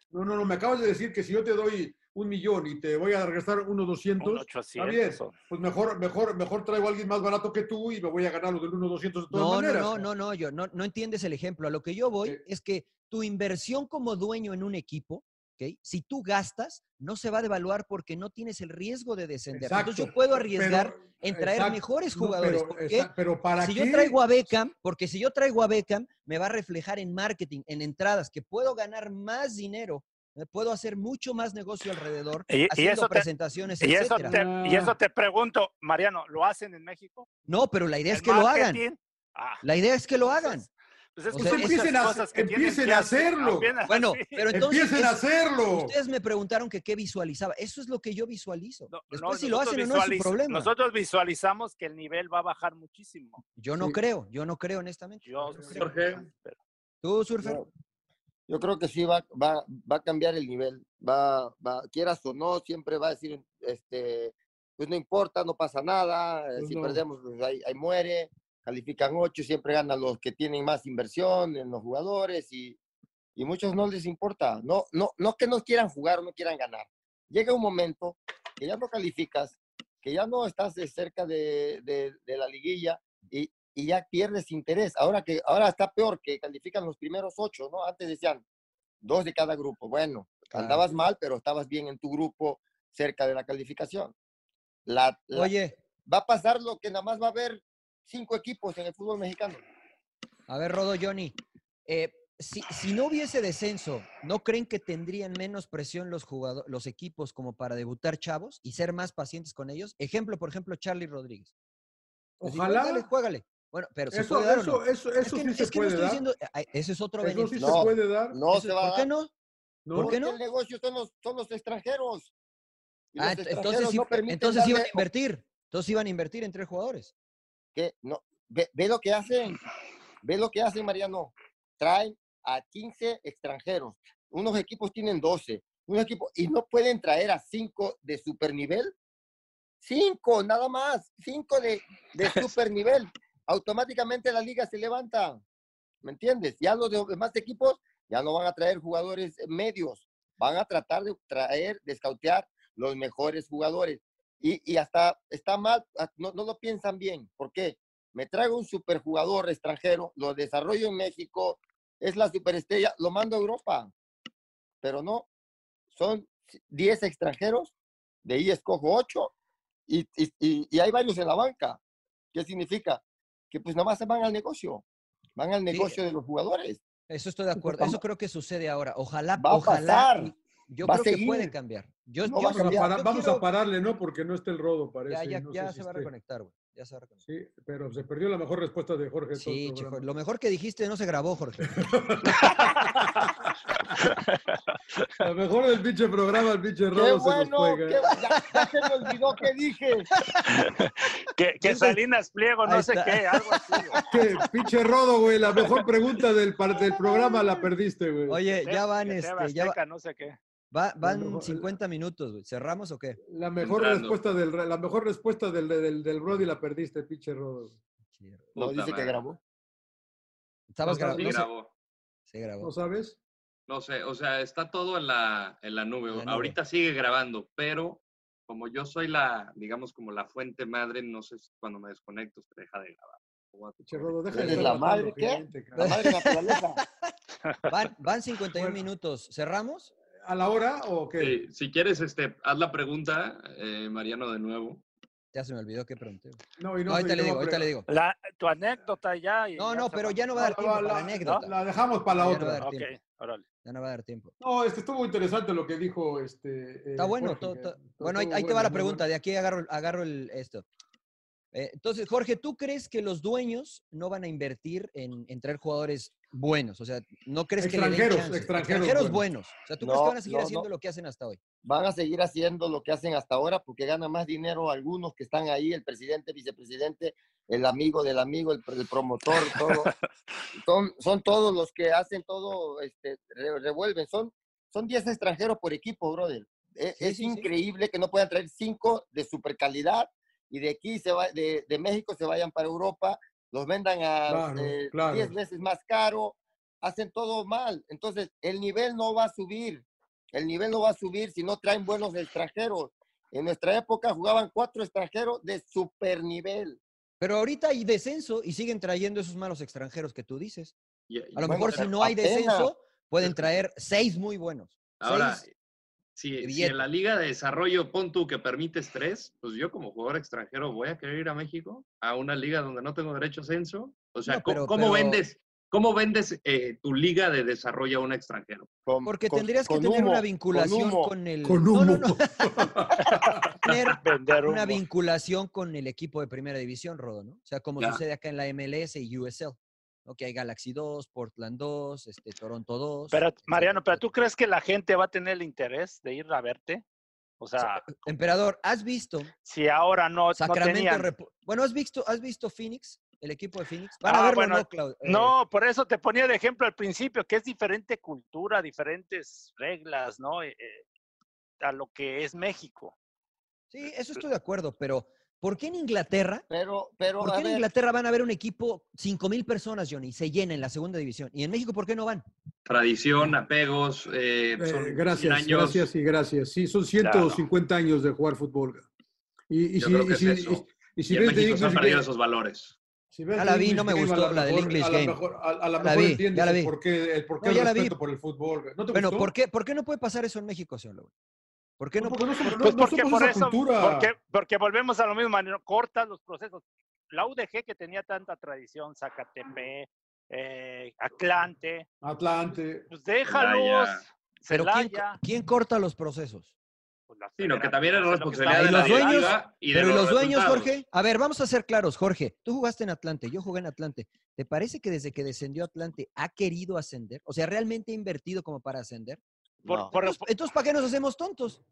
Speaker 10: No, no, no, me acabas de decir que si yo te doy un millón y te voy a regresar unos 200,
Speaker 12: Un
Speaker 10: está
Speaker 12: 800
Speaker 10: bien.
Speaker 12: o-
Speaker 10: Pues mejor, mejor, mejor traigo a alguien más barato que tú y me voy a ganar los del 1 200 de todas
Speaker 9: No, no,
Speaker 10: maneras.
Speaker 9: no, no, no, yo no, no entiendes el ejemplo. A lo que yo voy es que tu inversión como dueño en un equipo, ¿ok? si tú gastas, no se va a devaluar porque no tienes el riesgo de descender.
Speaker 10: Exacto,
Speaker 9: Entonces yo puedo
Speaker 10: pero-
Speaker 9: arriesgar en traer
Speaker 10: exacto,
Speaker 9: mejores
Speaker 10: no, pero-
Speaker 9: jugadores. ¿Por qué?
Speaker 10: exacto, pero ¿para
Speaker 9: si
Speaker 10: qué?
Speaker 9: yo traigo a Beckham, porque si yo traigo a Beckham, me va a reflejar en marketing, en entradas, que puedo ganar más dinero, eh, puedo hacer mucho más negocio alrededor,
Speaker 12: Y- y
Speaker 9: haciendo
Speaker 12: eso te-
Speaker 9: presentaciones,
Speaker 12: Y eso,
Speaker 9: etcétera.
Speaker 12: te, y eso te pregunto, Mariano, ¿lo hacen en México?
Speaker 9: No, pero la idea es
Speaker 12: ¿El
Speaker 9: que lo hagan.
Speaker 12: marketing? Ah,
Speaker 9: La idea es que lo hagan.
Speaker 12: pues es
Speaker 9: O
Speaker 12: que
Speaker 9: sea,
Speaker 12: son
Speaker 9: empiecen
Speaker 12: muchas
Speaker 9: a-
Speaker 12: cosas que tienen
Speaker 10: empiecen
Speaker 12: que
Speaker 10: a
Speaker 12: hacer,
Speaker 10: hacerlo.
Speaker 12: apenas
Speaker 9: Bueno,
Speaker 12: así.
Speaker 9: pero entonces.
Speaker 10: Empiecen a hacerlo.
Speaker 9: Ustedes me preguntaron que qué visualizaba. Eso es lo que yo visualizo. Después,
Speaker 12: No,
Speaker 9: si lo
Speaker 12: nosotros
Speaker 9: hacen o no es su
Speaker 12: visualiz-
Speaker 9: problema.
Speaker 12: Nosotros visualizamos que el nivel va a bajar muchísimo.
Speaker 9: Yo no
Speaker 13: Sí.
Speaker 9: creo, yo no creo, honestamente.
Speaker 12: Yo,
Speaker 11: Jorge.
Speaker 9: Tú, Surfer.
Speaker 13: Yo, yo creo que sí va, va, va a cambiar el nivel. Va, va, quieras o no, siempre va a decir, este, pues no importa, no pasa nada. eh,
Speaker 10: Pues
Speaker 13: si
Speaker 10: no.
Speaker 13: perdemos, pues ahí, ahí muere. Califican ocho, siempre ganan los que tienen más inversión en los jugadores y, y muchos no les importa. No, no, no que no quieran jugar, no quieran ganar. Llega un momento que ya no calificas, que ya no estás de cerca de, de- de la liguilla y, y ya pierdes interés. Ahora que ahora está peor que califican los primeros ocho, ¿no? Antes decían dos de cada grupo. Bueno,
Speaker 9: Claro.
Speaker 13: andabas mal, pero estabas bien en tu grupo, cerca de la calificación. La- la-
Speaker 9: Oye,
Speaker 13: va a pasar lo que nada más va a haber cinco equipos en el fútbol mexicano.
Speaker 9: a ver, Rodo Johnny. eh, si, si no hubiese descenso, ¿no creen que tendrían menos presión los, jugado- los equipos como para debutar chavos y ser más pacientes con ellos? Ejemplo, por ejemplo, Charlie Rodríguez. Pues igual,
Speaker 10: Ojalá.
Speaker 9: dale, juégale. Bueno, pero ¿se
Speaker 10: Eso,
Speaker 9: puede dar o
Speaker 10: eso,
Speaker 9: no?
Speaker 10: eso,
Speaker 9: Es
Speaker 10: eso
Speaker 9: que-
Speaker 10: sí se
Speaker 9: es que no
Speaker 10: puede
Speaker 9: estoy
Speaker 10: dar.
Speaker 9: diciendo- ay, Ese es otro
Speaker 10: Eso sí
Speaker 9: beneficio.
Speaker 10: se
Speaker 13: No.
Speaker 10: puede dar.
Speaker 13: No
Speaker 9: Eso-
Speaker 13: se va a
Speaker 9: ¿Por qué
Speaker 13: dar.
Speaker 9: no?
Speaker 10: ¿no?
Speaker 9: ¿Por qué no?
Speaker 13: Porque el negocio son los, son los extranjeros. Y los
Speaker 9: Ah, ent- entonces,
Speaker 13: extranjeros
Speaker 9: sí-
Speaker 13: no permiten
Speaker 9: entonces iban a
Speaker 13: darle-
Speaker 9: invertir. Entonces iban a invertir en tres jugadores.
Speaker 13: que no, ve, ve lo que hacen, ve lo que hacen, Mariano. Traen a 15 extranjeros, unos equipos tienen 12, unos equipos, y no pueden traer a 5 de supernivel. 5, nada más, 5 de, de supernivel. Automáticamente la liga se levanta, ¿me entiendes? Ya los de- demás equipos ya no van a traer jugadores medios, van a tratar de traer, de escautear los mejores jugadores. Y, y hasta está mal, ah, no, no lo piensan bien. ¿Por qué? Me traigo un superjugador extranjero, lo desarrollo en México, es la superestrella, lo mando a Europa. Pero no, son 10 extranjeros, de ahí escojo 8 y, y- y- y hay varios en la banca. ¿Qué significa? Que pues nada más se van al negocio, van al negocio de los jugadores.
Speaker 9: Eso estoy de acuerdo. Eso creo que sucede ahora. Ojalá,
Speaker 13: Pues, Va a
Speaker 9: ojalá.
Speaker 13: pasar.
Speaker 9: Yo
Speaker 13: Va a
Speaker 9: creo que puede
Speaker 13: seguir.
Speaker 9: cambiar. Yo,
Speaker 13: No
Speaker 9: yo-
Speaker 13: va a
Speaker 10: Vamos, a,
Speaker 13: cambiar.
Speaker 10: parar-
Speaker 9: yo
Speaker 10: vamos
Speaker 9: quiero-
Speaker 10: a pararle, ¿no? Porque no está el rodo,
Speaker 9: Ya,
Speaker 10: parece.
Speaker 9: ya,
Speaker 10: no sé
Speaker 9: ya
Speaker 10: si
Speaker 9: se va a
Speaker 10: esté.
Speaker 9: reconectar, güey. Ya se va a reconectar.
Speaker 10: Sí, pero se perdió la mejor respuesta de Jorge. de todo
Speaker 9: Sí,
Speaker 10: el
Speaker 9: chico,
Speaker 10: programa.
Speaker 9: lo mejor que dijiste no se grabó, Jorge. pues,
Speaker 10: La mejor del pinche programa, el pinche rodo
Speaker 13: ¡Qué
Speaker 10: se nos
Speaker 13: bueno!
Speaker 10: juega.
Speaker 13: qué- ya, ya se me olvidó que dije.
Speaker 12: Que, que Salinas Pliego, no
Speaker 9: Ahí
Speaker 12: sé
Speaker 9: está.
Speaker 12: qué, algo así. güey.
Speaker 10: Che, pinche rodo, güey. La mejor pregunta del, par- del programa la perdiste, güey.
Speaker 9: Oye, ya van,
Speaker 12: Que Teba
Speaker 9: este, ya va-
Speaker 12: Azteca, no sé qué.
Speaker 9: va- van
Speaker 10: mejor-
Speaker 9: 50 minutos, güey. ¿Cerramos o qué?
Speaker 10: La mejor
Speaker 11: Entrando.
Speaker 10: respuesta del la mejor respuesta del, del, del Brody la perdiste, pinche rodo.
Speaker 13: No,
Speaker 11: Puta
Speaker 13: dice que
Speaker 11: madre.
Speaker 13: grabó.
Speaker 9: Estabas
Speaker 10: No,
Speaker 9: grabando.
Speaker 11: Sí,
Speaker 10: no sé.
Speaker 11: grabó.
Speaker 9: Se
Speaker 10: ¿No
Speaker 9: grabó.
Speaker 10: sabes?
Speaker 11: No sé, o sea, está todo en la, en la nube.
Speaker 9: La nube.
Speaker 11: Ahorita sigue grabando, pero como yo soy la, digamos, como la fuente madre, no sé si cuando me desconecto se deja de grabar. O voy a tu
Speaker 10: Pinche
Speaker 11: correo.
Speaker 10: rodo, deja de
Speaker 13: ¿Eres
Speaker 10: estar
Speaker 13: la
Speaker 10: matando
Speaker 13: madre qué?
Speaker 10: gente,
Speaker 13: La
Speaker 10: cabrón.
Speaker 13: madre naturaleza.
Speaker 9: Van, van 51
Speaker 10: Bueno.
Speaker 9: minutos. ¿Cerramos?
Speaker 10: ¿A la hora o qué?
Speaker 11: Sí, si quieres, este, haz la pregunta, eh, Mariano, de nuevo.
Speaker 9: Ya se me olvidó que pregunté. güey.
Speaker 10: No, y no,
Speaker 9: ahorita
Speaker 10: y
Speaker 9: le
Speaker 10: no
Speaker 9: digo,
Speaker 10: va a
Speaker 9: ahorita le
Speaker 10: pre-
Speaker 9: digo.
Speaker 12: La, tu anécdota ya. y
Speaker 9: No, no,
Speaker 12: se
Speaker 9: pero
Speaker 12: Ah, va.
Speaker 9: ya no va a dar
Speaker 10: No, la-
Speaker 9: tiempo para
Speaker 10: Ah, la-
Speaker 9: la anécdota.
Speaker 10: La dejamos para la
Speaker 9: Ya no
Speaker 10: otra.
Speaker 9: va a dar
Speaker 12: Ok,
Speaker 9: tiempo.
Speaker 12: órale.
Speaker 9: Ya no va a dar tiempo.
Speaker 10: No, este estuvo interesante lo que dijo este. eh,
Speaker 9: Está bueno.
Speaker 10: Jorge,
Speaker 9: todo-
Speaker 10: que
Speaker 9: todo-
Speaker 10: estuvo
Speaker 9: Bueno, ahí, ahí te
Speaker 10: bueno,
Speaker 9: va la
Speaker 10: muy
Speaker 9: pregunta.
Speaker 10: bueno.
Speaker 9: De aquí agarro, agarro el, esto. Eh, entonces, Jorge, ¿tú crees que los dueños no van a invertir en, en traer jugadores buenos? O sea, ¿no crees que le den
Speaker 10: Extranjeros,
Speaker 9: chance?
Speaker 10: extranjeros
Speaker 9: buenos.
Speaker 10: buenos.
Speaker 9: O sea, ¿tú
Speaker 13: No,
Speaker 9: crees que van a seguir
Speaker 13: no,
Speaker 9: haciendo
Speaker 13: no.
Speaker 9: lo que hacen hasta hoy?
Speaker 13: Van a seguir haciendo lo que hacen hasta ahora porque ganan más dinero algunos que están ahí, el presidente, vicepresidente, el amigo del amigo, el, el promotor, todo. Son, son todos los que hacen todo, este, re- revuelven. Son, son 10 extranjeros por equipo, brother. E-
Speaker 9: Sí,
Speaker 13: es
Speaker 9: sí, sí.
Speaker 13: increíble que no puedan traer 5 de super calidad y de aquí, se va, de, de México, se vayan para Europa, los vendan a
Speaker 10: Claro,
Speaker 13: eh, 10
Speaker 10: claro.
Speaker 13: veces más caro, hacen todo mal. Entonces, el nivel no va a subir. El nivel no va a subir si no traen buenos extranjeros. En nuestra época jugaban cuatro extranjeros de super nivel.
Speaker 9: Pero ahorita hay descenso y siguen trayendo esos malos extranjeros que tú dices. A lo
Speaker 13: bueno,
Speaker 9: mejor si
Speaker 13: pero
Speaker 9: no hay
Speaker 13: apenas.
Speaker 9: descenso,
Speaker 2: Este
Speaker 9: pueden traer seis muy buenos.
Speaker 11: Ahora,
Speaker 9: Seis.
Speaker 11: si, si
Speaker 9: billete.
Speaker 11: en la liga de desarrollo pon tú que permites tres, pues yo como jugador extranjero voy a querer ir a México, a una liga donde no tengo derecho a censo. O sea,
Speaker 9: No,
Speaker 11: ¿cómo-
Speaker 9: pero-
Speaker 11: ¿cómo
Speaker 9: pero-
Speaker 11: vendes, cómo vendes eh, tu liga de desarrollo a un extranjero?
Speaker 9: Porque tendrías que tener una vinculación con, el.
Speaker 11: Con
Speaker 9: No, no,
Speaker 11: humo.
Speaker 9: no. Tener
Speaker 12: Vender
Speaker 9: Ah, una
Speaker 12: humo.
Speaker 9: vinculación con el equipo de primera división, Rodo, ¿no? O sea, como
Speaker 11: Ya.
Speaker 9: sucede acá en la MLS y USL. ¿no? Que hay Galaxy 2, Portland 2, este, Toronto este, 2.
Speaker 12: Pero, Mariano, ¿pero tú crees que la gente va a tener el interés de ir a verte? O sea,
Speaker 9: Emperador, ¿has visto
Speaker 12: si ahora no, no
Speaker 9: Sacramento
Speaker 12: tenían-
Speaker 9: Repu- Bueno, ¿has visto, ¿has visto Phoenix? ¿El equipo de Phoenix? Van a
Speaker 12: Ah,
Speaker 9: verlo,
Speaker 12: bueno,
Speaker 9: ¿no, Clau- eh,
Speaker 10: Este
Speaker 12: no, por eso te ponía de ejemplo al principio, que es diferente cultura, diferentes reglas, ¿no? Eh, eh, a lo que es México.
Speaker 9: Sí, eso estoy de acuerdo, pero ¿por qué en Inglaterra?
Speaker 13: Pero, pero,
Speaker 9: ¿Por
Speaker 13: a
Speaker 9: qué en
Speaker 13: ver.
Speaker 9: Inglaterra van a ver un equipo 5 mil personas, Johnny, y se llena en la segunda división? ¿Y en México por qué no van?
Speaker 11: Tradición, apegos, eh,
Speaker 10: Eh,
Speaker 11: son
Speaker 10: gracias,
Speaker 11: 100 años.
Speaker 10: gracias y gracias. Sí, son 150 años de jugar fútbol. Y, y
Speaker 11: Yo
Speaker 10: si,
Speaker 11: creo que
Speaker 10: y
Speaker 11: es
Speaker 10: si-
Speaker 11: eso.
Speaker 10: y- y si
Speaker 11: Y en
Speaker 10: ves de
Speaker 11: México se han
Speaker 10: English
Speaker 11: perdido
Speaker 10: Game-
Speaker 11: esos valores.
Speaker 10: si ves
Speaker 9: Ya
Speaker 10: de
Speaker 9: la vi,
Speaker 10: English
Speaker 9: no me
Speaker 10: Game, a
Speaker 9: gustó
Speaker 10: lo
Speaker 9: la del
Speaker 10: mejor-
Speaker 9: English
Speaker 10: a lo
Speaker 9: Game.
Speaker 10: mejor- a- a lo
Speaker 9: Ya la
Speaker 10: mejor
Speaker 9: vi, ya
Speaker 10: entiendes
Speaker 9: la
Speaker 10: el
Speaker 9: vi.
Speaker 10: porqué- el porqué
Speaker 9: No,
Speaker 10: del
Speaker 9: ya la vi.
Speaker 10: respeto por el fútbol. ¿No te
Speaker 9: Bueno,
Speaker 10: gustó?
Speaker 9: ¿por qué, ¿por qué no puede pasar eso en México, señor Laguna? ¿Por qué no,
Speaker 10: porque no
Speaker 11: Pues,
Speaker 10: somos-
Speaker 9: por-
Speaker 10: no-
Speaker 12: Pues,
Speaker 9: por-
Speaker 10: no somos esa cultura.
Speaker 12: Porque, porque volvemos a lo mismo, Mariano, cortas los procesos. La UDG que tenía tanta tradición, Zacatepec, eh, Atlante,
Speaker 10: Atlante.
Speaker 12: pues déjalos,
Speaker 9: pero ¿quién,
Speaker 12: Celaya. pues
Speaker 9: quién corta los procesos?
Speaker 11: Sino que también es
Speaker 12: lo que
Speaker 11: responsabilidad
Speaker 12: está-
Speaker 11: de
Speaker 12: Y
Speaker 11: la
Speaker 12: los dueños,
Speaker 11: directiva y de
Speaker 9: pero
Speaker 11: los,
Speaker 9: los dueños,
Speaker 11: resultados.
Speaker 9: Jorge, a ver, vamos a ser claros, Jorge, tú jugaste en Atlante, yo jugué en Atlante. ¿Te parece que desde que descendió Atlante ha querido ascender? O sea, ¿realmente ha invertido como para ascender?
Speaker 12: Por-
Speaker 13: No.
Speaker 12: por-
Speaker 9: Entonces, entonces, ¿para qué nos hacemos tontos?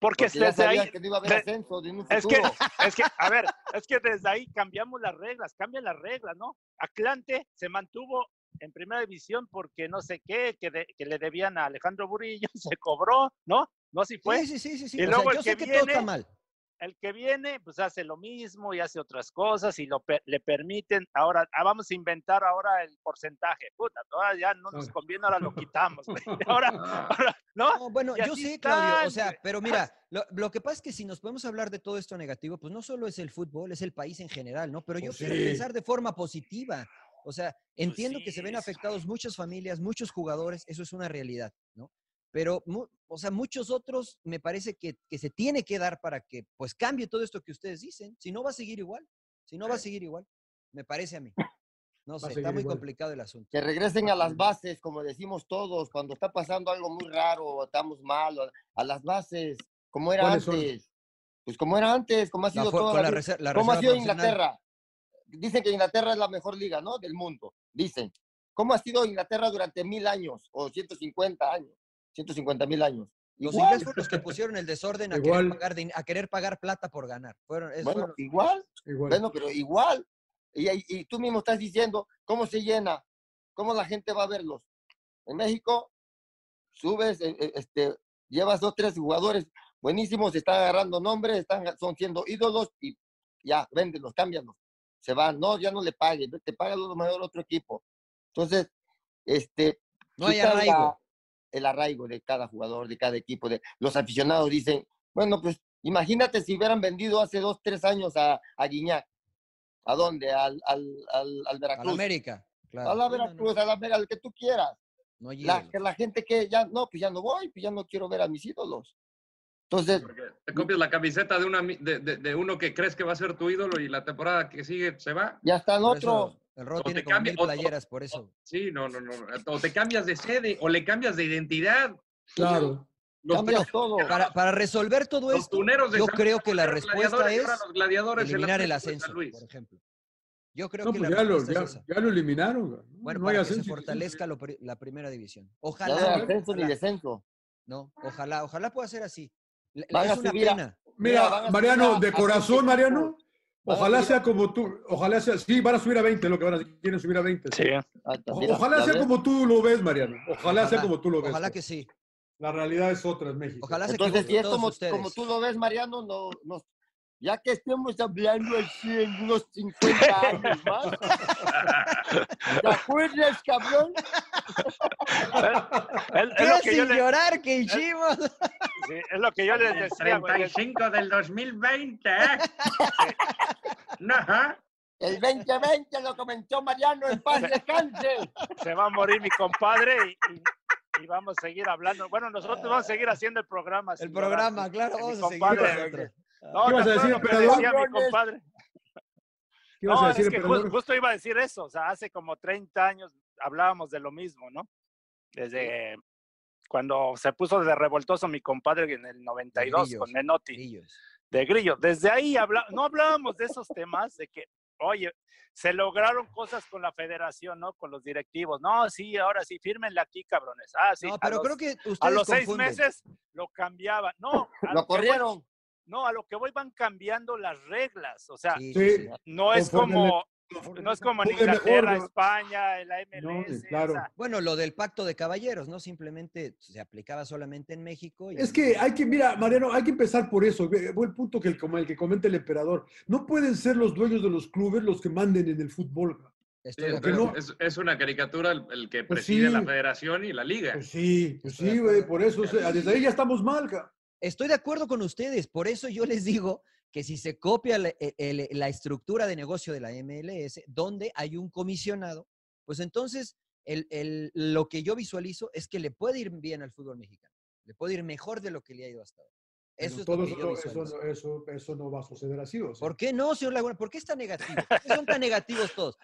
Speaker 12: porque,
Speaker 13: Porque ya
Speaker 12: desde
Speaker 13: sabían
Speaker 12: ahí,
Speaker 13: que no iba a haber
Speaker 12: de-
Speaker 13: ascenso en un
Speaker 12: Es que,
Speaker 13: futuro.
Speaker 12: es que, a ver, es que desde ahí cambiamos las reglas, cambian las reglas, ¿no? Atlante se mantuvo en primera división porque no sé qué, que, de- que le debían a Alejandro Burillo, se cobró, ¿no? No así fue.
Speaker 11: Pues,
Speaker 9: Sí, sí, sí, sí, sí.
Speaker 12: y
Speaker 9: O sea,
Speaker 12: luego el
Speaker 9: yo sé
Speaker 12: que
Speaker 9: que todo está
Speaker 12: viene-
Speaker 9: mal.
Speaker 12: El que viene, pues hace lo mismo y hace otras cosas y lo per- le permiten. Ahora, ah, vamos a inventar ahora el porcentaje. Puta, ahora ya no nos conviene, ahora lo quitamos. güey. Ahora, ahora,
Speaker 11: Ah,
Speaker 12: ¿no?
Speaker 9: No, bueno,
Speaker 12: Y
Speaker 9: yo
Speaker 12: así
Speaker 9: sé, Claudio, o
Speaker 12: están,
Speaker 9: sea,
Speaker 12: güey.
Speaker 9: pero mira, lo, lo que pasa es que si nos podemos hablar de todo esto negativo, pues no solo es el fútbol, es el país en general, ¿no? Pero yo
Speaker 10: Pues
Speaker 9: quiero
Speaker 10: sí.
Speaker 9: pensar de forma positiva. O sea, entiendo que se
Speaker 12: sí,
Speaker 9: ven
Speaker 12: Pues sí.
Speaker 9: afectados muchas familias, muchos jugadores, eso es una realidad, ¿no? Pero, mu- o sea, muchos otros me parece que, que se tiene que dar para que, pues, cambie todo esto que ustedes dicen. Si no, va a seguir igual. Si no, va a seguir igual. Me parece a mí. No sé,
Speaker 13: seguir
Speaker 9: está muy
Speaker 13: igual.
Speaker 9: complicado el asunto.
Speaker 13: Que regresen a las bases, como decimos todos, cuando está pasando algo muy raro, o estamos mal, o- a las bases, como era
Speaker 9: ¿Cuáles
Speaker 13: antes.
Speaker 9: son?
Speaker 13: Pues como era antes, como ha
Speaker 9: La
Speaker 13: sido
Speaker 9: for-
Speaker 13: toda
Speaker 9: con la
Speaker 13: vida.
Speaker 9: reser- la
Speaker 13: ¿Cómo ha
Speaker 9: reserva
Speaker 13: sido
Speaker 9: profesional.
Speaker 13: Inglaterra? Dicen que Inglaterra es la mejor liga, ¿no? Del mundo, dicen. ¿Cómo ha sido Inglaterra durante mil años o 150 años? 150 mil años.
Speaker 9: Los
Speaker 13: Igual.
Speaker 9: ingleses fueron los que pusieron el desorden a,
Speaker 13: Igual.
Speaker 9: Querer, pagar, din- a querer pagar plata por ganar. Fueron, esos
Speaker 13: Bueno,
Speaker 9: fueron-
Speaker 13: igual.
Speaker 10: eh,
Speaker 9: Pues
Speaker 13: Bueno, pero igual. Y, ahí- y tú mismo estás diciendo cómo se llena, cómo la gente va a verlos. En México, subes, eh, eh, este, llevas dos, tres jugadores buenísimos, están agarrando nombres, están, son siendo ídolos y ya, véndelos, cámbialos. Se van, no, ya no le pagues, te paga lo mejor otro equipo. Entonces, este.
Speaker 9: No hay
Speaker 13: quitan la-
Speaker 9: arraigo.
Speaker 13: el arraigo de cada jugador, de cada equipo. De, los aficionados dicen, bueno, pues imagínate si hubieran vendido hace dos, tres años a, a Guiñac. ¿A dónde? Al, al, al, al
Speaker 9: a
Speaker 13: Veracruz.
Speaker 9: la América. Claro.
Speaker 13: A la
Speaker 9: Sí, no, no,
Speaker 13: Veracruz, a la Vera, al que tú quieras.
Speaker 9: no llega.
Speaker 13: La, que la gente que ya, no, pues ya no voy, pues ya no quiero ver a mis ídolos. Entonces,
Speaker 11: Te copias la camiseta de, una, mi- de, de- de uno que crees que va a ser tu ídolo y la temporada que sigue se va.
Speaker 13: ya están
Speaker 9: Por eso
Speaker 13: otros.
Speaker 9: El Rod
Speaker 11: O
Speaker 9: tiene
Speaker 11: te
Speaker 9: como
Speaker 11: cambia-
Speaker 9: mil
Speaker 11: o- o-
Speaker 9: playeras, por eso.
Speaker 11: Sí, no, no, no. O te cambias de sede o le cambias de identidad.
Speaker 10: Claro.
Speaker 11: Los
Speaker 9: Cambio.
Speaker 11: tres todos.
Speaker 9: Para, para resolver todo esto,
Speaker 11: tuneros de
Speaker 9: Pues, yo
Speaker 11: San
Speaker 9: creo
Speaker 11: Luis
Speaker 9: que la
Speaker 11: fueron
Speaker 9: respuesta
Speaker 11: gladiadores,
Speaker 9: es
Speaker 11: ahora los gladiadores del
Speaker 9: eliminar el
Speaker 11: Atlético de San
Speaker 9: ascenso,
Speaker 11: Luis.
Speaker 9: por ejemplo. Yo creo
Speaker 10: No,
Speaker 9: que
Speaker 10: pues
Speaker 9: la
Speaker 10: ya lo,
Speaker 9: respuesta
Speaker 10: ya-
Speaker 9: es esa.
Speaker 10: ya lo eliminaron. güey.
Speaker 9: Bueno,
Speaker 10: no hay
Speaker 9: para que se
Speaker 10: ascenso, sí, sí.
Speaker 9: fortalezca lo pri- la primera división.
Speaker 13: No
Speaker 9: Ojalá.
Speaker 13: hay ascenso ni
Speaker 9: ojalá.
Speaker 13: descenso.
Speaker 9: No, ojalá, ojalá pueda ser así. Le-
Speaker 13: Van
Speaker 9: es
Speaker 13: a
Speaker 9: una
Speaker 13: subir a-
Speaker 9: pena.
Speaker 13: Mira, van a
Speaker 10: Mira,
Speaker 13: subir
Speaker 10: Mariano,
Speaker 13: a-
Speaker 10: de
Speaker 13: a 20
Speaker 10: corazón, Mariano,
Speaker 13: Van a
Speaker 10: ojalá
Speaker 13: subir-
Speaker 10: sea como tú, ojalá sea, sí, van a subir a 20, lo que van a quieren subir a 20.
Speaker 12: Sí.
Speaker 13: Ah, está,
Speaker 10: O-
Speaker 13: mira,
Speaker 10: Ojalá
Speaker 13: ya
Speaker 10: sea
Speaker 13: ves.
Speaker 10: como tú lo ves, Mariano. Ojalá sea
Speaker 9: Ojalá,
Speaker 10: como tú lo ves.
Speaker 9: Ojalá que sí.
Speaker 10: La realidad es otra en México.
Speaker 9: Ojalá se
Speaker 13: Entonces, si
Speaker 9: equivoquen
Speaker 13: es
Speaker 9: todos
Speaker 13: como,
Speaker 9: ustedes.
Speaker 13: como tú lo ves, Mariano, no, no- ya que estemos hablando así en unos 50 años más, ¿te acuerdas, cabrón?
Speaker 12: Es, es lo que yo le-
Speaker 9: que hicimos?
Speaker 12: sí, es lo que yo les
Speaker 14: El
Speaker 12: decía, güey.
Speaker 14: 35 del 2020, ¿eh? Ajá.
Speaker 13: El 2020 lo comentó Mariano en paz descanse.
Speaker 12: Se va a morir mi compadre y, y- y vamos a seguir hablando. Bueno, nosotros vamos a seguir haciendo el programa.
Speaker 9: El
Speaker 12: sin
Speaker 9: programa,
Speaker 12: llorar.
Speaker 9: claro,
Speaker 12: Mi
Speaker 9: vamos a seguir
Speaker 12: compadre,
Speaker 9: nosotros.
Speaker 10: ¿Qué
Speaker 12: No,
Speaker 10: ibas a
Speaker 12: no,
Speaker 10: decir,
Speaker 12: lo que
Speaker 10: emperador?
Speaker 12: decía mi compadre.
Speaker 10: ¿Qué ibas a
Speaker 12: No,
Speaker 10: decir,
Speaker 12: es que ju-
Speaker 10: emperador?
Speaker 12: justo iba a decir eso. O sea, hace como 30 años hablábamos de lo mismo, ¿no? Desde cuando se puso de revoltoso mi compadre en el 92
Speaker 9: Grillos,
Speaker 12: con Menotti.
Speaker 9: Grillos.
Speaker 12: De Grillo. Desde ahí habla- no hablábamos de esos temas, de que, oye, se lograron cosas con la federación, ¿no? Con los directivos. No, sí, ahora sí, fírmenle aquí, cabrones. Ah, sí.
Speaker 9: No,
Speaker 12: a
Speaker 9: pero
Speaker 12: los-
Speaker 9: creo que ustedes
Speaker 12: a los seis
Speaker 9: confunden.
Speaker 12: meses lo cambiaban. No, a
Speaker 13: Lo
Speaker 12: que voy-
Speaker 13: corrieron.
Speaker 12: no, a lo que voy van cambiando las reglas. O sea,
Speaker 9: Sí,
Speaker 10: Sí.
Speaker 12: no es
Speaker 10: Conforme
Speaker 12: como,
Speaker 10: le- conforme
Speaker 12: no es como en
Speaker 10: pude mejor,
Speaker 12: Inglaterra,
Speaker 10: ¿no?
Speaker 12: España, la
Speaker 10: No,
Speaker 12: MLS.
Speaker 10: claro.
Speaker 12: o sea,
Speaker 9: Bueno, lo del pacto de caballeros, ¿no? Simplemente se aplicaba solamente en México. y-
Speaker 10: Es que hay que, mira, Mariano, hay que empezar por eso. Ve- Buen punto que el, como el que comenta el emperador. No pueden ser los dueños de los clubes los que manden en el fútbol. güey.
Speaker 9: Estoy de
Speaker 11: Sí, pero
Speaker 9: acuerdo.
Speaker 10: no.
Speaker 11: es, es una caricatura el, el que
Speaker 10: Pues
Speaker 11: preside
Speaker 10: sí.
Speaker 11: la federación y la liga.
Speaker 10: Pues sí, pues
Speaker 9: Estoy de
Speaker 10: sí, güey,
Speaker 9: acuerdo.
Speaker 10: por eso. o sea, desde ahí ya estamos mal. güey.
Speaker 9: Estoy de acuerdo con ustedes, por eso yo les digo que si se copia la, el- la estructura de negocio de la MLS, donde hay un comisionado, pues entonces el- el- lo que yo visualizo es que le puede ir bien al fútbol mexicano, le puede ir mejor de lo que le ha ido hasta ahora.
Speaker 10: Pero
Speaker 9: Eso es lo
Speaker 10: todo
Speaker 9: que yo
Speaker 10: eso,
Speaker 9: visualizo.
Speaker 10: eso, eso- eso no va a suceder así. O sea.
Speaker 9: ¿Por qué no, señor Laguna? ¿Por qué está negativo? ¿Por qué son tan negativos todos?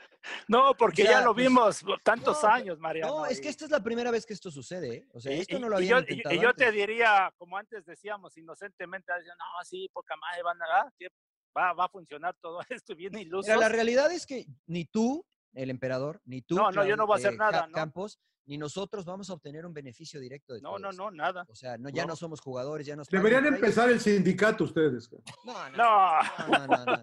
Speaker 12: no, porque
Speaker 9: O sea,
Speaker 12: ya lo
Speaker 9: pues,
Speaker 12: vimos tantos
Speaker 9: no,
Speaker 12: años, Mariano.
Speaker 9: No, es que
Speaker 12: y-
Speaker 9: esta es la primera vez que esto sucede, ¿eh? O sea,
Speaker 12: Y-
Speaker 9: esto
Speaker 12: y-
Speaker 9: no lo
Speaker 12: y
Speaker 9: habían
Speaker 12: yo, y-
Speaker 9: intentado
Speaker 12: y yo te
Speaker 9: antes.
Speaker 12: diría, como antes decíamos, inocentemente, ah, diciendo, no, sí, poca madre, van a, ah, sí, va, va a funcionar todo esto, y bien iluso.
Speaker 9: Mira, la realidad es que ni tú, el emperador, ni tú, eh,
Speaker 12: No, no, yo no voy a hacer
Speaker 9: Ca-
Speaker 12: nada, ¿no?
Speaker 9: Campos, ni nosotros vamos a obtener un beneficio directo de
Speaker 12: No,
Speaker 9: todo
Speaker 12: no,
Speaker 9: esto.
Speaker 12: no, nada.
Speaker 9: O sea, no, ya no.
Speaker 10: No.
Speaker 9: somos jugadores, ya nos pagan
Speaker 10: Deberían
Speaker 9: por ahí.
Speaker 10: empezar el sindicato ustedes. güey.
Speaker 9: No, Pues, no,
Speaker 12: No,
Speaker 9: no, no, no,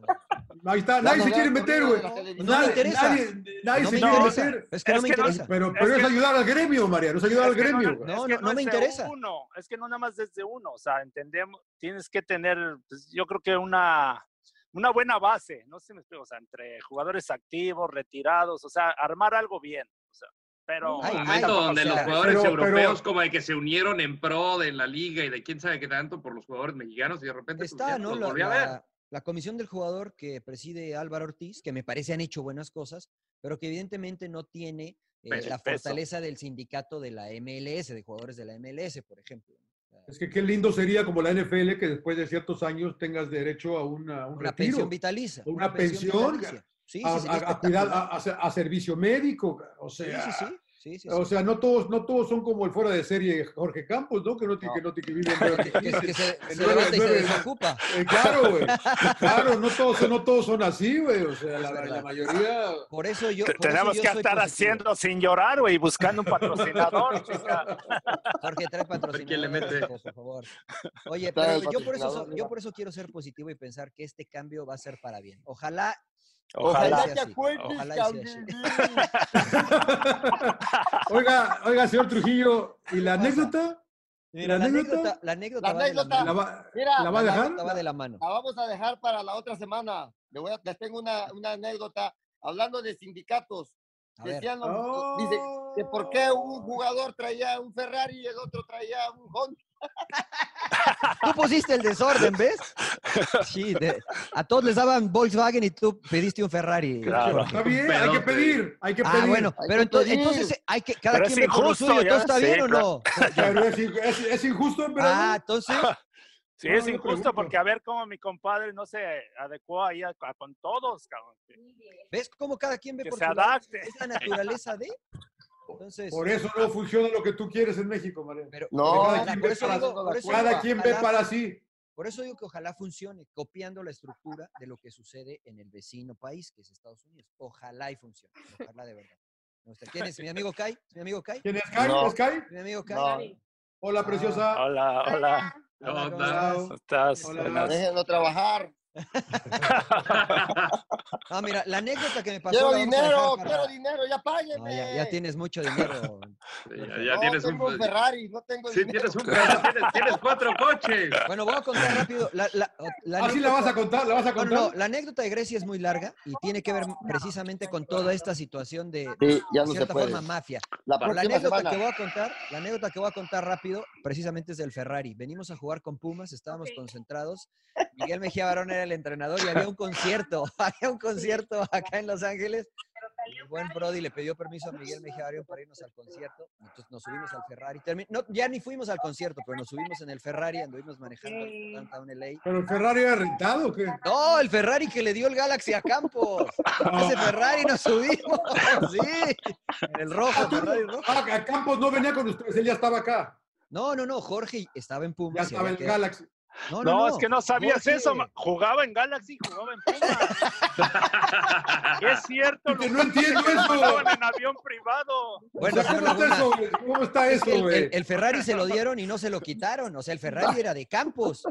Speaker 9: no.
Speaker 10: Ahí está,
Speaker 13: Ya
Speaker 10: nadie
Speaker 13: nos
Speaker 10: se quiere
Speaker 13: han
Speaker 10: meter,
Speaker 13: corrido
Speaker 10: güey.
Speaker 13: de la televisión.
Speaker 9: No me
Speaker 10: Nadie-
Speaker 9: interesa.
Speaker 10: Nadie, nadie
Speaker 9: No
Speaker 10: se
Speaker 9: me
Speaker 10: quiere
Speaker 9: interesa.
Speaker 10: meter.
Speaker 9: Es que no
Speaker 12: Es
Speaker 9: me
Speaker 12: que no-
Speaker 9: interesa.
Speaker 10: Pero, pero
Speaker 12: Es
Speaker 10: es,
Speaker 12: que-
Speaker 10: ayudar al gremio, Mariano, es ayudar
Speaker 12: Es
Speaker 10: al
Speaker 12: que no,
Speaker 10: gremio.
Speaker 12: no,
Speaker 10: güey.
Speaker 9: No,
Speaker 12: es que
Speaker 9: no, no me
Speaker 12: es de
Speaker 9: interesa.
Speaker 12: uno, es que no nada más desde uno, o sea, entendemos, tienes que tener, pues, yo creo que una, una buena base, no sé si me explico, o sea, entre jugadores activos, retirados, o sea, armar algo bien, o sea, pero...
Speaker 9: Ay,
Speaker 11: Un
Speaker 9: ay,
Speaker 11: momento
Speaker 9: tampoco
Speaker 11: donde
Speaker 9: sea-
Speaker 11: los jugadores
Speaker 10: Pero- pero-
Speaker 11: europeos como de que se unieron en pro de la liga y de quién sabe qué tanto por los jugadores mexicanos y de repente pues, ya
Speaker 9: Está,
Speaker 11: no
Speaker 9: ¿no?
Speaker 11: los
Speaker 9: La,
Speaker 11: volví a ver.
Speaker 9: la- la comisión del jugador que preside Álvaro Ortiz, que me parece han hecho buenas cosas, pero que evidentemente no tiene eh,
Speaker 11: Peso,
Speaker 9: la
Speaker 12: peso.
Speaker 9: fortaleza del sindicato de la MLS, de jugadores de la MLS, por ejemplo.
Speaker 10: Es que qué lindo sería como la NFL que después de ciertos años tengas derecho a una, un
Speaker 9: Una
Speaker 10: retiro,
Speaker 9: pensión vitaliza.
Speaker 10: Una pensión,
Speaker 9: vitalicia. Sí, sí,
Speaker 10: a,
Speaker 9: sí,
Speaker 10: a- a
Speaker 9: espectacular.
Speaker 10: cuidar, a, a ser- a servicio médico. ca- O
Speaker 9: Sí,
Speaker 10: sea,
Speaker 9: sí, sí, sí, sí,
Speaker 10: O
Speaker 9: sí.
Speaker 10: sea no, todos, no todos son como el fuera de serie Jorge Campos, ¿no? Que no, tiene Que, no tiene que viven
Speaker 9: Que- que- que se,
Speaker 10: en
Speaker 9: se
Speaker 10: nueve-
Speaker 9: levanta y se
Speaker 10: nueve-
Speaker 9: desocupa.
Speaker 10: Eh, claro, güey. Claro, no todos, son- no todos son así, güey. O sea, la, la
Speaker 9: verdad.
Speaker 10: mayoría.
Speaker 9: Por eso yo.
Speaker 12: te-
Speaker 9: por eso
Speaker 12: Tenemos
Speaker 9: yo
Speaker 12: que
Speaker 9: soy
Speaker 12: estar
Speaker 9: positivo.
Speaker 12: haciendo sin llorar, güey, buscando un patrocinador. chica.
Speaker 9: Jorge, trae patrocinador.
Speaker 11: quién le mete.
Speaker 9: Por favor. Oye,
Speaker 13: Trae
Speaker 9: pero
Speaker 13: el
Speaker 9: yo por, eso,
Speaker 13: patrocinador,
Speaker 9: so- yo
Speaker 13: mira.
Speaker 9: por eso quiero ser positivo y pensar que este cambio va a ser para bien. Ojalá.
Speaker 12: Ojalá.
Speaker 9: Ojalá.
Speaker 13: te
Speaker 9: así,
Speaker 13: acuerdes,
Speaker 9: ojalá y sea así.
Speaker 13: cabrón.
Speaker 10: Oiga, oiga, señor Trujillo, ¿y la anécdota? ¿Y
Speaker 9: La anécdota, la anécdota,
Speaker 13: La
Speaker 9: va, de la
Speaker 13: anécdota. Ah,
Speaker 10: ¿La
Speaker 9: mano.
Speaker 10: va,
Speaker 13: Mira,
Speaker 10: ¿la va a
Speaker 9: La
Speaker 10: dejar?
Speaker 9: anécdota va de la mano.
Speaker 13: La vamos a dejar para la otra semana. Le voy a- les tengo una, una anécdota hablando de sindicatos.
Speaker 9: A ver.
Speaker 13: Decían los- dice que por qué un jugador traía un Ferrari y el otro traía un Honda.
Speaker 9: Tú pusiste el desorden, ¿ves? Sí, de- a todos les daban Volkswagen y tú pediste un Ferrari.
Speaker 12: Claro.
Speaker 9: Jorge.
Speaker 10: Está bien, hay que
Speaker 11: Pedote.
Speaker 10: pedir, hay que pedir.
Speaker 9: Ah, bueno,
Speaker 13: Hay
Speaker 9: pero
Speaker 13: que
Speaker 9: ento-
Speaker 13: pedir.
Speaker 9: entonces eh, hay que, cada
Speaker 12: Pero es
Speaker 9: quien ve por lo
Speaker 12: injusto,
Speaker 9: suyo,
Speaker 12: ya,
Speaker 9: ¿todo está
Speaker 12: sí,
Speaker 9: bien o
Speaker 12: claro.
Speaker 9: no?
Speaker 10: Pero es, in- es- es injusto, emperador.
Speaker 9: Ah, entonces,
Speaker 12: Sí,
Speaker 10: No,
Speaker 12: es
Speaker 10: yo
Speaker 12: injusto
Speaker 10: pregunto.
Speaker 12: porque a ver cómo mi compadre no se adecuó ahí a- a- con todos, cabrón. que-
Speaker 9: ¿ves cómo cada quien ve
Speaker 12: Que
Speaker 9: por
Speaker 12: se
Speaker 9: su lado?
Speaker 12: adapte.
Speaker 9: Es la naturaleza de. Entonces,
Speaker 10: Por eso
Speaker 9: ah.
Speaker 10: no funciona lo que tú quieres en México, Mariano.
Speaker 13: No.
Speaker 10: Porque cada
Speaker 13: Ojalá,
Speaker 10: quien
Speaker 13: por
Speaker 10: ve
Speaker 13: eso
Speaker 10: para,
Speaker 13: digo, por eso
Speaker 10: cada
Speaker 13: digo,
Speaker 10: quien ve
Speaker 9: ojalá-
Speaker 10: para sí.
Speaker 9: Por eso digo que ojalá funcione, copiando la estructura de lo que sucede en el vecino país, que es Estados Unidos. Ojalá y funcione. Ojalá de verdad. No sé, ¿Quién es mi amigo Kai? ¿Es mi amigo Kai?
Speaker 10: ¿Quién es Kai?
Speaker 12: No.
Speaker 10: ¿Es Kai?
Speaker 9: Mi amigo Kai.
Speaker 13: No.
Speaker 9: Ah,
Speaker 10: Hola, preciosa.
Speaker 12: Hola, hola.
Speaker 10: Hola, ¿cómo
Speaker 12: ¿Cómo estás?
Speaker 10: Hola.
Speaker 12: Buenas.
Speaker 13: Déjenlo trabajar.
Speaker 9: Ah, mira, la anécdota que me pasó.
Speaker 13: Quiero
Speaker 9: la vamos a dejar
Speaker 13: dinero,
Speaker 9: para-
Speaker 13: quiero dinero, ya
Speaker 9: No,
Speaker 13: páguenme.
Speaker 9: ya, ya tienes mucho dinero.
Speaker 11: Ya, ya
Speaker 13: no,
Speaker 11: tienes
Speaker 13: tengo
Speaker 11: un.
Speaker 13: un Ferrari, no tengo
Speaker 11: Sí,
Speaker 13: dinero.
Speaker 11: tienes un. Tienes, tienes cuatro coches.
Speaker 9: Bueno, voy a contar rápido. La, la,
Speaker 10: Ah, sí, la vas a contar, la vas a
Speaker 9: No, no,
Speaker 10: contar.
Speaker 9: no, la anécdota de Grecia es muy larga y tiene que ver precisamente con toda esta situación de,
Speaker 13: Sí, ya
Speaker 9: de
Speaker 13: no se
Speaker 9: cierta
Speaker 13: puede.
Speaker 9: forma mafia.
Speaker 13: La
Speaker 9: Pero La,
Speaker 13: próxima
Speaker 9: anécdota
Speaker 13: semana.
Speaker 9: que voy a contar, la anécdota que voy a contar rápido, precisamente es del Ferrari. Venimos a jugar con Pumas, estábamos concentrados. Miguel Mejía Barón era el entrenador y había un concierto, había un concierto acá en Los Ángeles. Y el buen Brody le pidió permiso a Miguel Mejía Barón para irnos al concierto. Entonces nos subimos al Ferrari. Termi- no, ya ni fuimos al concierto, pero nos subimos en el Ferrari, anduvimos manejando al downtown LA.
Speaker 10: ¿Pero el Ferrari era rentado o qué?
Speaker 9: No, el Ferrari que le dio el Galaxy a Campos. Ese Ferrari nos subimos. Sí, el rojo, Ferrari rojo.
Speaker 10: Ah, a Campos no venía con ustedes, él ya estaba acá.
Speaker 9: No, no, no, Jorge estaba en Pumas.
Speaker 10: Ya
Speaker 9: y
Speaker 10: estaba
Speaker 9: había
Speaker 10: en
Speaker 9: que-
Speaker 10: Galaxy.
Speaker 9: No,
Speaker 12: No,
Speaker 9: no, no.
Speaker 12: es que no sabías
Speaker 9: Jorge.
Speaker 12: eso. ma- Jugaba en Galaxy, jugaba en Pumas. es cierto.
Speaker 10: Que
Speaker 12: lo
Speaker 10: no entiendo
Speaker 12: que
Speaker 10: eso.
Speaker 12: mandaban en avión privado.
Speaker 9: Bueno,
Speaker 10: O sea,
Speaker 9: Fer
Speaker 10: ¿cómo, está
Speaker 9: Laguna,
Speaker 10: eso, güey? ¿Cómo está
Speaker 9: es que
Speaker 10: eso,
Speaker 9: el,
Speaker 10: güey?
Speaker 9: el- el Ferrari se lo dieron y no se lo quitaron. O sea, el Ferrari era de Campos.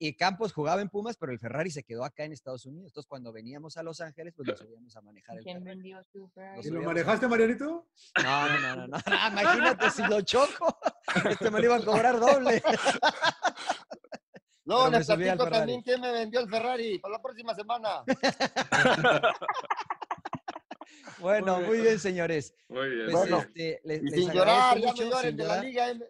Speaker 9: Y Campos jugaba en Pumas, pero el Ferrari se quedó acá en Estados Unidos. Entonces, cuando veníamos a Los Ángeles, pues nos subíamos a manejar el
Speaker 15: ¿Quién
Speaker 9: Ferrari.
Speaker 15: vendió su Ferrari?
Speaker 10: ¿Y lo manejaste, Marianito?
Speaker 9: No, no, no, no, no, no, Imagínate si lo choco. Este me lo iban a cobrar doble.
Speaker 13: No,
Speaker 9: Pero me
Speaker 13: les
Speaker 9: subí al
Speaker 13: platico
Speaker 9: Ferrari.
Speaker 13: también quién me vendió el Ferrari para la próxima semana.
Speaker 9: Bueno, muy bien, señores.
Speaker 11: Muy bien.
Speaker 9: Pues,
Speaker 13: Bueno,
Speaker 9: este, le-
Speaker 13: Y
Speaker 9: les
Speaker 13: sin
Speaker 9: agradezco
Speaker 13: llorar, ya me
Speaker 9: mucho,
Speaker 13: lloren
Speaker 9: sin
Speaker 13: de la
Speaker 9: llorar.
Speaker 13: Liga, M-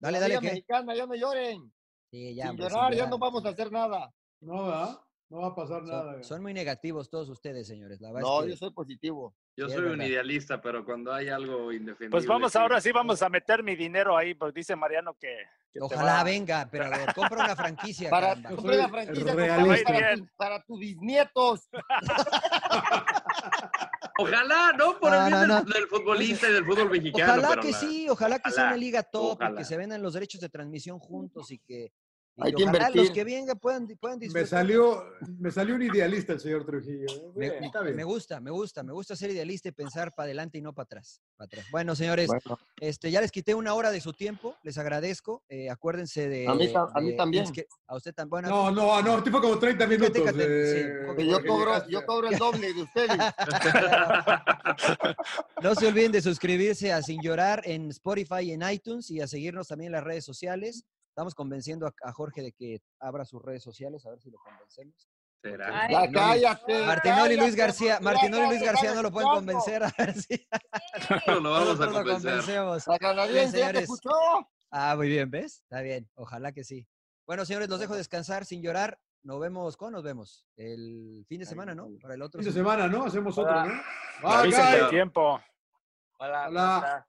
Speaker 9: Dale,
Speaker 13: la
Speaker 9: dale,
Speaker 13: liga
Speaker 9: ¿qué?
Speaker 13: Mexicana, ya me lloren.
Speaker 9: Sí, ya,
Speaker 13: sin
Speaker 9: hombre,
Speaker 13: llorar, ya
Speaker 9: llorar.
Speaker 13: no vamos a hacer nada.
Speaker 10: No, ¿verdad? No va a pasar nada.
Speaker 9: Son,
Speaker 10: güey.
Speaker 9: son muy negativos todos ustedes, señores. La verdad es
Speaker 13: No,
Speaker 9: Pues que-
Speaker 13: yo soy positivo.
Speaker 11: Yo
Speaker 9: Sí, es
Speaker 11: soy un
Speaker 9: verdad.
Speaker 11: idealista, pero cuando hay algo indefendible.
Speaker 12: Pues vamos
Speaker 11: sí.
Speaker 12: ahora sí, vamos a meter mi dinero ahí, pues dice Mariano que, que te
Speaker 9: Ojalá
Speaker 12: va-
Speaker 9: venga, emperador. Compra una franquicia.
Speaker 13: Para
Speaker 9: caramba.
Speaker 13: comprar la
Speaker 10: soy
Speaker 13: franquicia
Speaker 10: realista.
Speaker 13: compadre, para, tus- para tus bisnietos.
Speaker 11: Ojalá, ¿no? Por
Speaker 9: No,
Speaker 11: el bien
Speaker 9: no,
Speaker 11: del, del futbolista y del fútbol mexicano.
Speaker 9: Ojalá
Speaker 11: pero
Speaker 9: que
Speaker 11: la-
Speaker 9: sí, ojalá que sea una
Speaker 11: ojalá,
Speaker 9: liga top y que
Speaker 11: ojalá.
Speaker 9: se vendan los derechos de transmisión juntos y que, y
Speaker 13: Hay que
Speaker 9: que ojalá los
Speaker 13: invertir.
Speaker 9: que vengan puedan, puedan
Speaker 10: Me
Speaker 9: disfrutar.
Speaker 10: salió, me salió un idealista el señor Trujillo. ¿eh?
Speaker 9: Me,
Speaker 10: Bien, está bien.
Speaker 9: me gusta, me gusta, me gusta ser idealista y pensar para adelante y no para atrás, pa' atrás. Bueno, señores,
Speaker 13: Bueno,
Speaker 9: este, ya les quité una hora de su tiempo, les agradezco. eh, acuérdense de.
Speaker 13: A mí ta- a mí
Speaker 9: de-
Speaker 13: también.
Speaker 9: es que a usted también. Bueno,
Speaker 10: No, no, no, tipo como 30 minutos.
Speaker 9: Cate, sí,
Speaker 10: eh,
Speaker 9: como-
Speaker 13: que yo cobro, yo cobro el doble de ustedes.
Speaker 9: No se olviden de suscribirse a Sin Llorar en Spotify y en iTunes y a seguirnos también en las redes sociales. Estamos convenciendo a, a Jorge de que abra sus redes sociales, a ver si lo convencemos.
Speaker 11: Será.
Speaker 15: Ay,
Speaker 13: Ya cállate.
Speaker 9: Martinoli y Luis
Speaker 13: cállate,
Speaker 9: García,
Speaker 13: porque ya
Speaker 9: Martinoli y Luis
Speaker 13: te
Speaker 9: García
Speaker 13: están
Speaker 9: no lo pueden
Speaker 13: escuchando.
Speaker 9: convencer, a ver si
Speaker 11: No lo vamos a
Speaker 9: nosotros lo
Speaker 11: convencer.
Speaker 9: convencemos.
Speaker 13: La
Speaker 9: Bien,
Speaker 13: canadiense ya te
Speaker 9: señores.
Speaker 13: escuchó.
Speaker 9: Ah, muy bien, ¿ves? Está bien, ojalá que sí. Bueno, señores, los dejo descansar sin llorar. Nos vemos, ¿cuándo nos vemos? El fin de semana, ¿no? Para el otro.
Speaker 10: Fin de
Speaker 9: sí.
Speaker 10: semana, ¿no? Hacemos otro,
Speaker 12: Hola.
Speaker 10: ¿no?
Speaker 12: Ah,
Speaker 10: Ah,
Speaker 12: avisen
Speaker 10: Kai.
Speaker 12: con tiempo.
Speaker 10: Hola. Hola.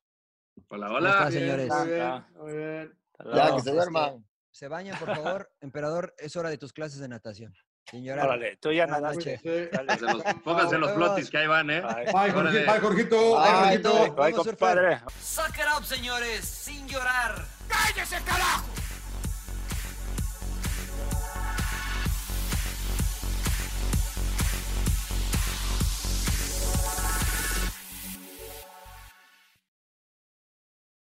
Speaker 11: Hola,
Speaker 9: ¿Cómo
Speaker 11: hola.
Speaker 9: estás, señores?
Speaker 10: Muy bien, muy bien.
Speaker 13: Ya
Speaker 9: No,
Speaker 13: que se
Speaker 9: es
Speaker 13: duerman.
Speaker 9: Se bañan, por favor. Emperador, es hora de tus clases de natación. Sin llorar.
Speaker 12: Órale, tú ya
Speaker 9: Buenas
Speaker 12: nadaste.
Speaker 9: noches.
Speaker 10: Sí.
Speaker 11: Pónganse los, pónganse los flotis que ahí van, ¿eh?
Speaker 12: Ay.
Speaker 10: Bye, Jorgito. Bye, Jorgito. Bye,
Speaker 13: Ay,
Speaker 10: Jorgito.
Speaker 12: Ay, compadre.
Speaker 2: Suck it up, señores, sin llorar.
Speaker 14: ¡Cállese, carajo!